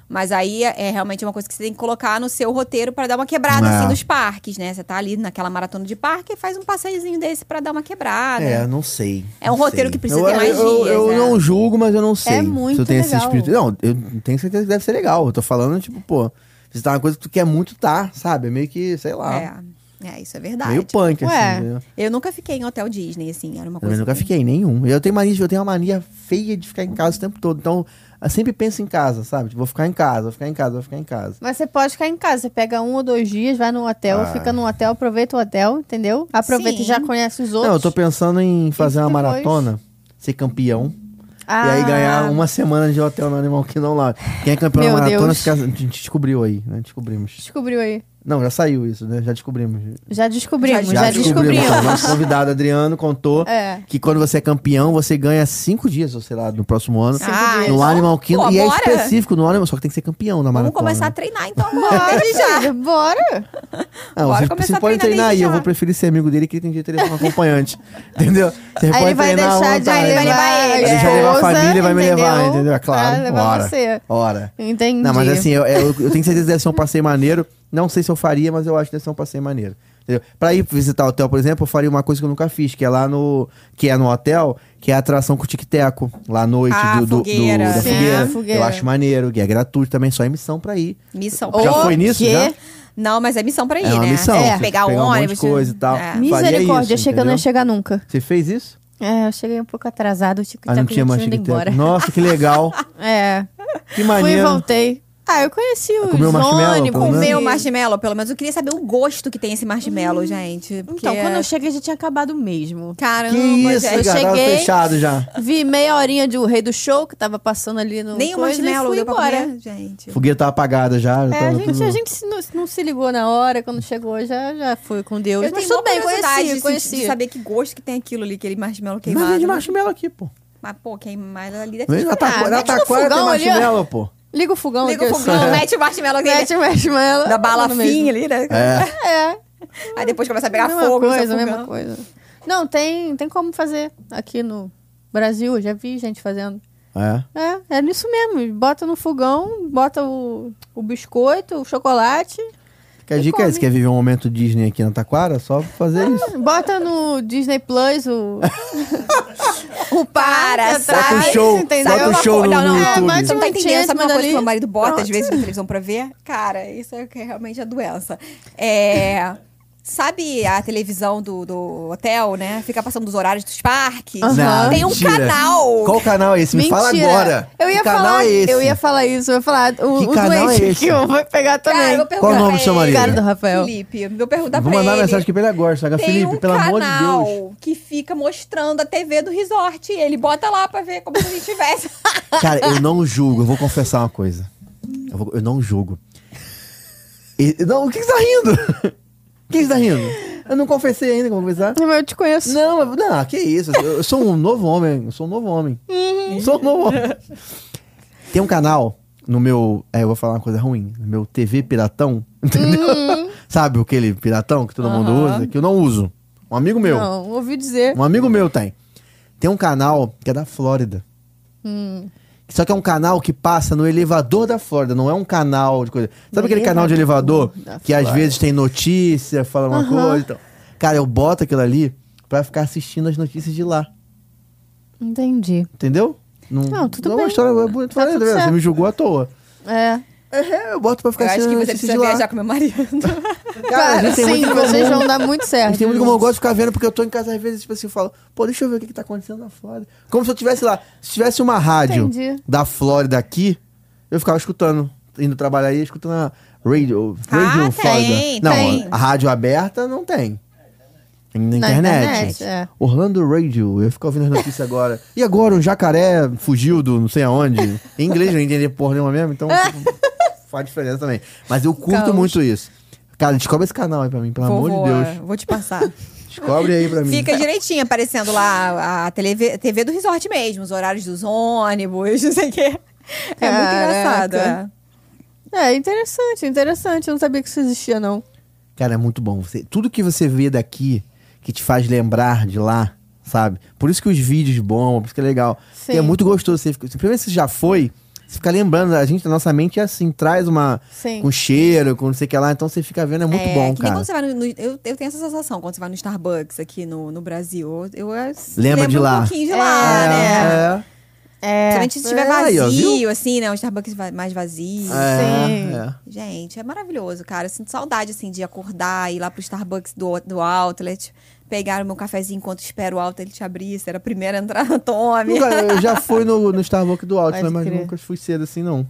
[SPEAKER 3] Mas aí é realmente uma coisa que você tem que colocar no seu roteiro pra dar uma quebrada,
[SPEAKER 2] É.
[SPEAKER 3] assim, nos parques, né? Você tá ali naquela maratona de parque e faz um passeiozinho desse pra dar uma quebrada.
[SPEAKER 2] É, não sei.
[SPEAKER 3] É um
[SPEAKER 2] não
[SPEAKER 3] roteiro
[SPEAKER 2] sei.
[SPEAKER 3] que precisa
[SPEAKER 2] eu,
[SPEAKER 3] ter É mais
[SPEAKER 2] Eu,
[SPEAKER 3] dias,
[SPEAKER 2] eu
[SPEAKER 3] né?
[SPEAKER 2] não julgo, mas eu não sei.
[SPEAKER 1] muito
[SPEAKER 2] se eu tenho Esse
[SPEAKER 1] legal.
[SPEAKER 2] espírito. Não, eu tenho certeza que deve ser legal. Eu tô falando, tipo, pô, visitar uma coisa que tu quer muito tá, sabe? É meio que, sei lá.
[SPEAKER 3] É, é, isso é verdade.
[SPEAKER 2] Meio punk,
[SPEAKER 1] Ué.
[SPEAKER 2] assim. entendeu?
[SPEAKER 3] Eu nunca fiquei em hotel Disney, assim, era uma
[SPEAKER 2] Eu
[SPEAKER 3] coisa.
[SPEAKER 2] nunca
[SPEAKER 3] que-
[SPEAKER 2] fiquei em nenhum. Eu tenho mania, eu tenho uma mania feia de ficar em casa o tempo todo. Então, eu sempre penso em casa, sabe? Tipo, vou ficar em casa, vou ficar em casa, vou ficar em casa.
[SPEAKER 1] Mas você pode ficar em casa. Você pega um ou dois dias, vai num hotel,
[SPEAKER 2] Ah.
[SPEAKER 1] fica num hotel, aproveita o hotel, entendeu? Aproveita
[SPEAKER 3] Sim.
[SPEAKER 1] e já conhece os outros.
[SPEAKER 2] Não, eu tô pensando em fazer uma
[SPEAKER 1] depois?
[SPEAKER 2] maratona, ser campeão.
[SPEAKER 1] Ah,
[SPEAKER 2] E aí ganhar um- uma semana de hotel no Animal Kingdom lá. Quem é campeão
[SPEAKER 1] Meu
[SPEAKER 2] da maratona
[SPEAKER 1] Deus.
[SPEAKER 2] fica... A gente descobriu aí, né? Descobrimos.
[SPEAKER 1] Descobriu aí.
[SPEAKER 2] Não, já saiu isso, né? Já descobrimos.
[SPEAKER 1] Já descobrimos, já,
[SPEAKER 3] Já
[SPEAKER 1] descobrimos.
[SPEAKER 2] O Nosso convidado Adriano contou
[SPEAKER 1] É.
[SPEAKER 2] que quando você é campeão, você ganha cinco dias, ou sei lá, no próximo ano.
[SPEAKER 3] Ah,
[SPEAKER 2] no
[SPEAKER 3] então,
[SPEAKER 2] Animal Kingdom.
[SPEAKER 3] pô,
[SPEAKER 2] e é
[SPEAKER 3] bora.
[SPEAKER 2] específico no Animal, só que tem que ser campeão na
[SPEAKER 3] Vamos
[SPEAKER 2] maratona. né?
[SPEAKER 3] começar a treinar, então, agora.
[SPEAKER 1] Bora, gente, bora.
[SPEAKER 2] Ah,
[SPEAKER 3] Bora
[SPEAKER 2] você,
[SPEAKER 3] começar
[SPEAKER 2] você
[SPEAKER 3] a
[SPEAKER 2] pode
[SPEAKER 3] treinar
[SPEAKER 2] treinar aí,
[SPEAKER 3] desde
[SPEAKER 2] eu
[SPEAKER 3] já.
[SPEAKER 2] vou preferir ser amigo dele, que ele tem direito a levar um acompanhante. entendeu? Você
[SPEAKER 1] Aí ele vai deixar de
[SPEAKER 3] Ele vai levar ele,
[SPEAKER 2] Ele
[SPEAKER 3] é.
[SPEAKER 2] vai levar a
[SPEAKER 1] esposa,
[SPEAKER 2] família, vai me levar,
[SPEAKER 1] entendeu?
[SPEAKER 2] entendeu? É Claro,
[SPEAKER 1] Vai levar
[SPEAKER 2] ora,
[SPEAKER 1] você.
[SPEAKER 2] ora.
[SPEAKER 1] Entendi.
[SPEAKER 2] Não, mas assim, eu, eu, eu tenho certeza que deve ser um passeio maneiro. Não sei se eu faria, mas eu acho que deve ser um passeio maneiro. Entendeu? Pra ir visitar o hotel, por exemplo, eu faria uma coisa que eu nunca fiz, que é lá no. Que é no hotel, que é a atração com o Tic-Teco, lá à noite,
[SPEAKER 3] Ah,
[SPEAKER 2] do, do- do-
[SPEAKER 3] fogueira.
[SPEAKER 2] da
[SPEAKER 1] Sim,
[SPEAKER 2] fogueira.
[SPEAKER 1] a fogueira.
[SPEAKER 2] Eu acho maneiro, que é gratuito também, só é missão pra ir.
[SPEAKER 3] Missão.
[SPEAKER 2] Já
[SPEAKER 1] O
[SPEAKER 2] foi nisso?
[SPEAKER 1] quê? Ah,
[SPEAKER 2] Já?
[SPEAKER 3] Não, mas é missão pra ir,
[SPEAKER 2] É uma
[SPEAKER 3] né?
[SPEAKER 2] missão.
[SPEAKER 3] É,
[SPEAKER 2] Você
[SPEAKER 3] pegar o
[SPEAKER 2] pegar um monte de
[SPEAKER 3] ônibus.
[SPEAKER 2] coisa e tal.
[SPEAKER 3] É.
[SPEAKER 2] Mi-
[SPEAKER 1] Misericórdia,
[SPEAKER 2] isso,
[SPEAKER 1] achei que eu não
[SPEAKER 2] entendeu?
[SPEAKER 1] ia chegar nunca.
[SPEAKER 2] Você fez isso?
[SPEAKER 1] É, eu cheguei um pouco atrasado, o Tico
[SPEAKER 2] Ah, não tinha mais
[SPEAKER 1] um indo tá embora.
[SPEAKER 2] Tic-Teco. Nossa, que legal.
[SPEAKER 1] É,
[SPEAKER 2] Que
[SPEAKER 1] fui e
[SPEAKER 2] maneiro.
[SPEAKER 1] voltei. Ah, eu conheci os
[SPEAKER 2] Comeu marshmallow,
[SPEAKER 1] ônibus.
[SPEAKER 2] pelo menos?
[SPEAKER 3] Comer o
[SPEAKER 1] e-
[SPEAKER 3] marshmallow, pelo menos. Eu queria saber o gosto que tem esse marshmallow, gente. Porque...
[SPEAKER 1] Hum, Então, quando eu cheguei já tinha acabado mesmo.
[SPEAKER 3] Caramba,
[SPEAKER 2] Que isso,
[SPEAKER 3] gente.
[SPEAKER 1] eu
[SPEAKER 2] cara. Tava
[SPEAKER 1] cheguei-
[SPEAKER 2] fechado já.
[SPEAKER 1] Vi meia horinha de O Rei do Show, que tava passando ali no
[SPEAKER 3] Nem o
[SPEAKER 1] coisa, e
[SPEAKER 3] marshmallow
[SPEAKER 1] fui
[SPEAKER 3] deu pra
[SPEAKER 1] embora.
[SPEAKER 3] comer, gente.
[SPEAKER 2] Fogueira tava apagada já. já
[SPEAKER 1] É, a
[SPEAKER 2] tava
[SPEAKER 1] gente,
[SPEAKER 2] tudo-
[SPEAKER 1] a gente se não, se não se ligou na hora, quando chegou já, já foi com Deus.
[SPEAKER 3] Eu
[SPEAKER 1] Mas
[SPEAKER 3] tenho
[SPEAKER 1] tudo
[SPEAKER 3] muita
[SPEAKER 1] bem,
[SPEAKER 3] curiosidade
[SPEAKER 1] conheci,
[SPEAKER 3] de-
[SPEAKER 1] conheci.
[SPEAKER 3] de saber que gosto que tem aquilo ali, aquele marshmallow
[SPEAKER 2] Mas
[SPEAKER 3] queimado.
[SPEAKER 2] vem de marshmallow aqui, pô.
[SPEAKER 3] Mas, pô, queimado ali deve
[SPEAKER 2] Vem
[SPEAKER 3] ser
[SPEAKER 2] na taquara,
[SPEAKER 1] Ah,
[SPEAKER 2] na
[SPEAKER 1] mete no
[SPEAKER 2] taquara tem
[SPEAKER 1] fogão ali, ó.
[SPEAKER 2] marshmallow, pô.
[SPEAKER 1] Liga o fogão,
[SPEAKER 3] Liga o
[SPEAKER 1] aqui,
[SPEAKER 3] fogão,
[SPEAKER 1] assim.
[SPEAKER 3] mete o marshmallow aqui.
[SPEAKER 1] Mete o marshmallow.
[SPEAKER 3] da bala
[SPEAKER 1] Mano mesmo.
[SPEAKER 3] fim ali, né?
[SPEAKER 2] É.
[SPEAKER 1] É,
[SPEAKER 3] Aí depois começa a pegar
[SPEAKER 1] mesma
[SPEAKER 3] fogo. no seu
[SPEAKER 1] coisa,
[SPEAKER 3] fogão.
[SPEAKER 1] mesma coisa. Não, tem, tem como fazer aqui no Brasil, eu já vi gente fazendo.
[SPEAKER 2] É.
[SPEAKER 1] É, é nisso mesmo. Bota no fogão, bota o, o biscoito, o chocolate,
[SPEAKER 2] Fica a
[SPEAKER 1] E
[SPEAKER 2] dica é,
[SPEAKER 1] come.
[SPEAKER 2] se quer viver um momento Disney aqui na Taquara, só fazer isso.
[SPEAKER 1] bota no Disney Plus o. o
[SPEAKER 3] Para,
[SPEAKER 1] Parasite,
[SPEAKER 3] sabe?
[SPEAKER 2] Bota um show,
[SPEAKER 1] entendeu?
[SPEAKER 2] bota um
[SPEAKER 1] Uma
[SPEAKER 2] show
[SPEAKER 1] co-
[SPEAKER 2] no-
[SPEAKER 1] não, não,
[SPEAKER 2] no
[SPEAKER 1] é,
[SPEAKER 2] YouTube.
[SPEAKER 1] bate
[SPEAKER 3] Você não
[SPEAKER 1] um
[SPEAKER 3] tá entendendo? Sabe
[SPEAKER 1] enchendo
[SPEAKER 3] uma coisa
[SPEAKER 1] ali.
[SPEAKER 3] que meu marido bota às
[SPEAKER 1] Pronto.
[SPEAKER 3] vezes na televisão pra ver? Cara, isso é o que é realmente a doença. É. Sabe a televisão do, do hotel, né? Fica passando os horários dos parques.
[SPEAKER 1] Aham.
[SPEAKER 3] Tem um
[SPEAKER 2] mentira.
[SPEAKER 3] canal.
[SPEAKER 2] Qual canal é esse? Me fala
[SPEAKER 1] Mentira.
[SPEAKER 2] agora.
[SPEAKER 1] Eu ia
[SPEAKER 2] que canal
[SPEAKER 1] falar,
[SPEAKER 2] é esse?
[SPEAKER 1] eu ia falar isso, eu ia falar o,
[SPEAKER 2] Que
[SPEAKER 1] o
[SPEAKER 2] canal é
[SPEAKER 1] doente
[SPEAKER 2] esse?
[SPEAKER 1] que eu vou pegar também.
[SPEAKER 3] Cara, eu vou
[SPEAKER 2] Qual
[SPEAKER 3] perguntar
[SPEAKER 2] o nome
[SPEAKER 3] pra
[SPEAKER 2] do seu
[SPEAKER 3] ele.
[SPEAKER 2] marido?
[SPEAKER 1] Cara do Rafael.
[SPEAKER 3] Felipe, vou perguntar
[SPEAKER 2] Vou
[SPEAKER 3] pra
[SPEAKER 2] mandar
[SPEAKER 3] ele.
[SPEAKER 2] mensagem aqui pra ele agora, Saga
[SPEAKER 3] Tem
[SPEAKER 2] Felipe,
[SPEAKER 3] um
[SPEAKER 2] pelo amor de
[SPEAKER 3] canal
[SPEAKER 2] Deus.
[SPEAKER 3] que fica mostrando a TV do resort. Ele bota lá pra ver como se a gente tivesse.
[SPEAKER 2] Cara, eu não julgo, eu vou confessar uma coisa. Eu, vou- eu não julgo. E- não, o que que você tá rindo? O que que você tá rindo? Eu não confessei ainda, como confessar?
[SPEAKER 1] Mas eu te conheço.
[SPEAKER 2] Não, eu- não, que isso. Eu, eu sou um novo homem. Eu sou um novo homem. Sou um novo homem. Tem um canal no meu. É, eu vou falar uma coisa ruim. No meu TV Piratão. Entendeu? Sabe aquele piratão que todo mundo
[SPEAKER 3] Aham.
[SPEAKER 2] usa? Que eu não uso. Um amigo meu.
[SPEAKER 1] Não, ouvi dizer. Hum.
[SPEAKER 2] Um amigo meu tem. Tem um canal que é da Flórida. Só que é um canal que passa no elevador da Flórida, não é um canal de coisa. Sabe aquele canal de elevador
[SPEAKER 1] da
[SPEAKER 2] que às
[SPEAKER 1] Flórida.
[SPEAKER 2] vezes tem notícia, fala uma coisa? Então. Cara, eu boto aquilo ali pra ficar assistindo as notícias de lá.
[SPEAKER 1] Entendi.
[SPEAKER 2] Entendeu?
[SPEAKER 1] Não, tudo
[SPEAKER 2] não é
[SPEAKER 1] bem.
[SPEAKER 2] uma história bonita.
[SPEAKER 1] Tá
[SPEAKER 2] falei,
[SPEAKER 1] tudo
[SPEAKER 2] tá vendo? Você
[SPEAKER 1] certo.
[SPEAKER 2] me julgou à toa.
[SPEAKER 1] É.
[SPEAKER 2] É, eu boto pra
[SPEAKER 3] Eu
[SPEAKER 2] ficar
[SPEAKER 3] acho que
[SPEAKER 2] assistindo
[SPEAKER 3] você
[SPEAKER 2] notícias
[SPEAKER 3] precisa
[SPEAKER 2] de lá.
[SPEAKER 3] viajar com meu marido.
[SPEAKER 2] Cara, a gente tem
[SPEAKER 1] Sim,
[SPEAKER 2] muito em
[SPEAKER 1] vocês
[SPEAKER 2] comum.
[SPEAKER 1] vão dar muito
[SPEAKER 2] A
[SPEAKER 1] certo.
[SPEAKER 2] gente tem muito como eu gosto de ficar vendo, porque eu tô em casa às vezes, tipo assim, eu falo, pô, deixa eu ver o que, que tá acontecendo na Flórida. Como se eu tivesse lá, se tivesse uma rádio
[SPEAKER 1] Entendi.
[SPEAKER 2] da Flórida aqui, eu ficava escutando, indo trabalhar e escutando a radio, radio
[SPEAKER 3] Ah, tem,
[SPEAKER 2] Flórida. não,
[SPEAKER 1] tem.
[SPEAKER 2] a rádio aberta não tem. Na
[SPEAKER 1] Na
[SPEAKER 2] internet.
[SPEAKER 1] internet, é.
[SPEAKER 2] Orlando Radio, eu fico ouvindo as notícias agora. E agora um jacaré fugiu do não sei aonde. Em inglês eu não entendi porra nenhuma mesmo, então tipo, faz diferença também. Mas eu curto
[SPEAKER 3] Caos.
[SPEAKER 2] muito isso. Cara, descobre esse canal aí pra mim, pelo amor
[SPEAKER 3] vou,
[SPEAKER 2] de Deus.
[SPEAKER 3] é, Vou te passar.
[SPEAKER 2] Descobre aí pra mim.
[SPEAKER 3] Fica direitinho aparecendo lá a TV, TV do resort mesmo, os horários dos ônibus, não sei o quê. É muito
[SPEAKER 1] Caraca.
[SPEAKER 3] engraçado. é.
[SPEAKER 1] É, interessante, interessante. Eu não sabia que isso existia, não.
[SPEAKER 2] Cara, é muito bom. Você- tudo que você vê daqui que te faz lembrar de lá, sabe? Por isso que os vídeos bons, por isso que é legal.
[SPEAKER 1] Sim.
[SPEAKER 2] E é muito gostoso. Você fica, primeiro você já foi, você fica lembrando. A gente, a nossa mente é assim, traz uma...
[SPEAKER 1] Sim.
[SPEAKER 2] Com cheiro, com não sei o que lá. Então você fica vendo, é muito
[SPEAKER 3] É,
[SPEAKER 2] bom,
[SPEAKER 3] que nem
[SPEAKER 2] cara.
[SPEAKER 3] quando você vai no, no- eu, eu tenho essa sensação quando você vai no Starbucks aqui no, no Brasil. Eu, eu é,
[SPEAKER 2] Lembra de
[SPEAKER 3] lembro
[SPEAKER 2] lá.
[SPEAKER 3] um pouquinho de
[SPEAKER 1] É,
[SPEAKER 3] lá, né?
[SPEAKER 2] é,
[SPEAKER 1] É.
[SPEAKER 3] Principalmente se
[SPEAKER 2] É,
[SPEAKER 3] estiver
[SPEAKER 2] aí, ó,
[SPEAKER 3] vazio,
[SPEAKER 2] viu?
[SPEAKER 3] assim, né? Um Starbucks va- mais vazio.
[SPEAKER 2] é,
[SPEAKER 1] Sim.
[SPEAKER 2] é.
[SPEAKER 3] Gente, é maravilhoso, cara. Eu sinto saudade, assim, de acordar, ir lá pro Starbucks do, do outlet, pegar o meu cafezinho enquanto espero o outlet abrir. Se era a primeira a entrar, tome.
[SPEAKER 2] Nunca- eu já fui no, no Starbucks do Alto,
[SPEAKER 1] Pode
[SPEAKER 2] mas
[SPEAKER 1] crer.
[SPEAKER 2] nunca fui cedo assim, não.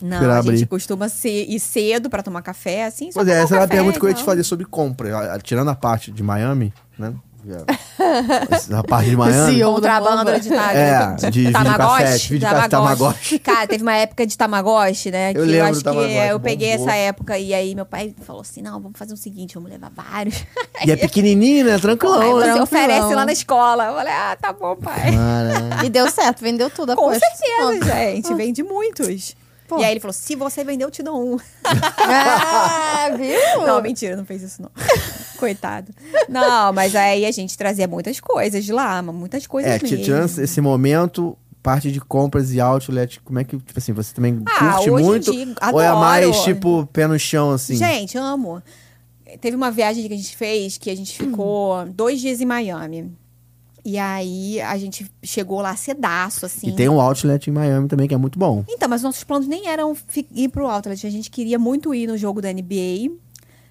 [SPEAKER 3] Não,
[SPEAKER 2] Esperar
[SPEAKER 3] a gente
[SPEAKER 2] abrir.
[SPEAKER 3] costuma ser, ir cedo pra tomar café, assim. Só
[SPEAKER 2] Pois é,
[SPEAKER 3] tomar
[SPEAKER 2] essa
[SPEAKER 3] um
[SPEAKER 2] era a
[SPEAKER 3] café,
[SPEAKER 2] pergunta que eu ia te
[SPEAKER 3] então.
[SPEAKER 2] fazer sobre compra. A- a- Tirando a parte de Miami, né? A parte de Miami.
[SPEAKER 1] CEO.
[SPEAKER 3] Contrabando de, ta-
[SPEAKER 2] É,
[SPEAKER 3] de,
[SPEAKER 2] de- de
[SPEAKER 3] Tamagotchi.
[SPEAKER 2] cassete, vídeo cassete, Tamagotchi.
[SPEAKER 3] Cara, teve uma época de Tamagotchi, né? que eu
[SPEAKER 2] lembro
[SPEAKER 3] acho
[SPEAKER 2] do Tamagotchi,
[SPEAKER 3] que eu peguei
[SPEAKER 2] bombou.
[SPEAKER 3] essa época e aí meu pai falou assim: não, vamos fazer o seguinte, vamos levar vários.
[SPEAKER 2] E é pequenininho, né?
[SPEAKER 3] aí
[SPEAKER 2] Tranquilão,
[SPEAKER 3] você
[SPEAKER 2] né?
[SPEAKER 1] tranquilão.
[SPEAKER 3] oferece lá na escola. Eu falei, ah, tá bom, pai.
[SPEAKER 2] Cara,
[SPEAKER 1] E deu certo, vendeu tudo,
[SPEAKER 3] Com
[SPEAKER 1] aposto.
[SPEAKER 3] certeza, gente. Vende muitos.
[SPEAKER 1] Pô.
[SPEAKER 3] E aí ele falou: se você vender, eu te dou um.
[SPEAKER 1] Ah, viu?
[SPEAKER 3] Não, mentira, não fez isso, não. Coitado. Não, mas aí a gente trazia muitas coisas de lá, mas muitas coisas
[SPEAKER 2] é,
[SPEAKER 3] mesmo.
[SPEAKER 2] ti- tirando esse momento, parte de compras e outlet, como é que, tipo assim, você também
[SPEAKER 3] Ah,
[SPEAKER 2] curte
[SPEAKER 3] hoje em
[SPEAKER 2] muito?
[SPEAKER 3] dia,
[SPEAKER 2] ou é
[SPEAKER 3] adoro.
[SPEAKER 2] mais, tipo, pé no chão, assim?
[SPEAKER 3] Gente, amo. Teve uma viagem que a gente fez que a gente ficou dois dias em Miami. E aí a gente chegou lá cedaço, assim.
[SPEAKER 2] e tem um outlet em Miami também, que é muito bom.
[SPEAKER 3] Então, mas nossos planos nem eram fi- ir pro Outlet. A gente queria muito ir no jogo da NBA.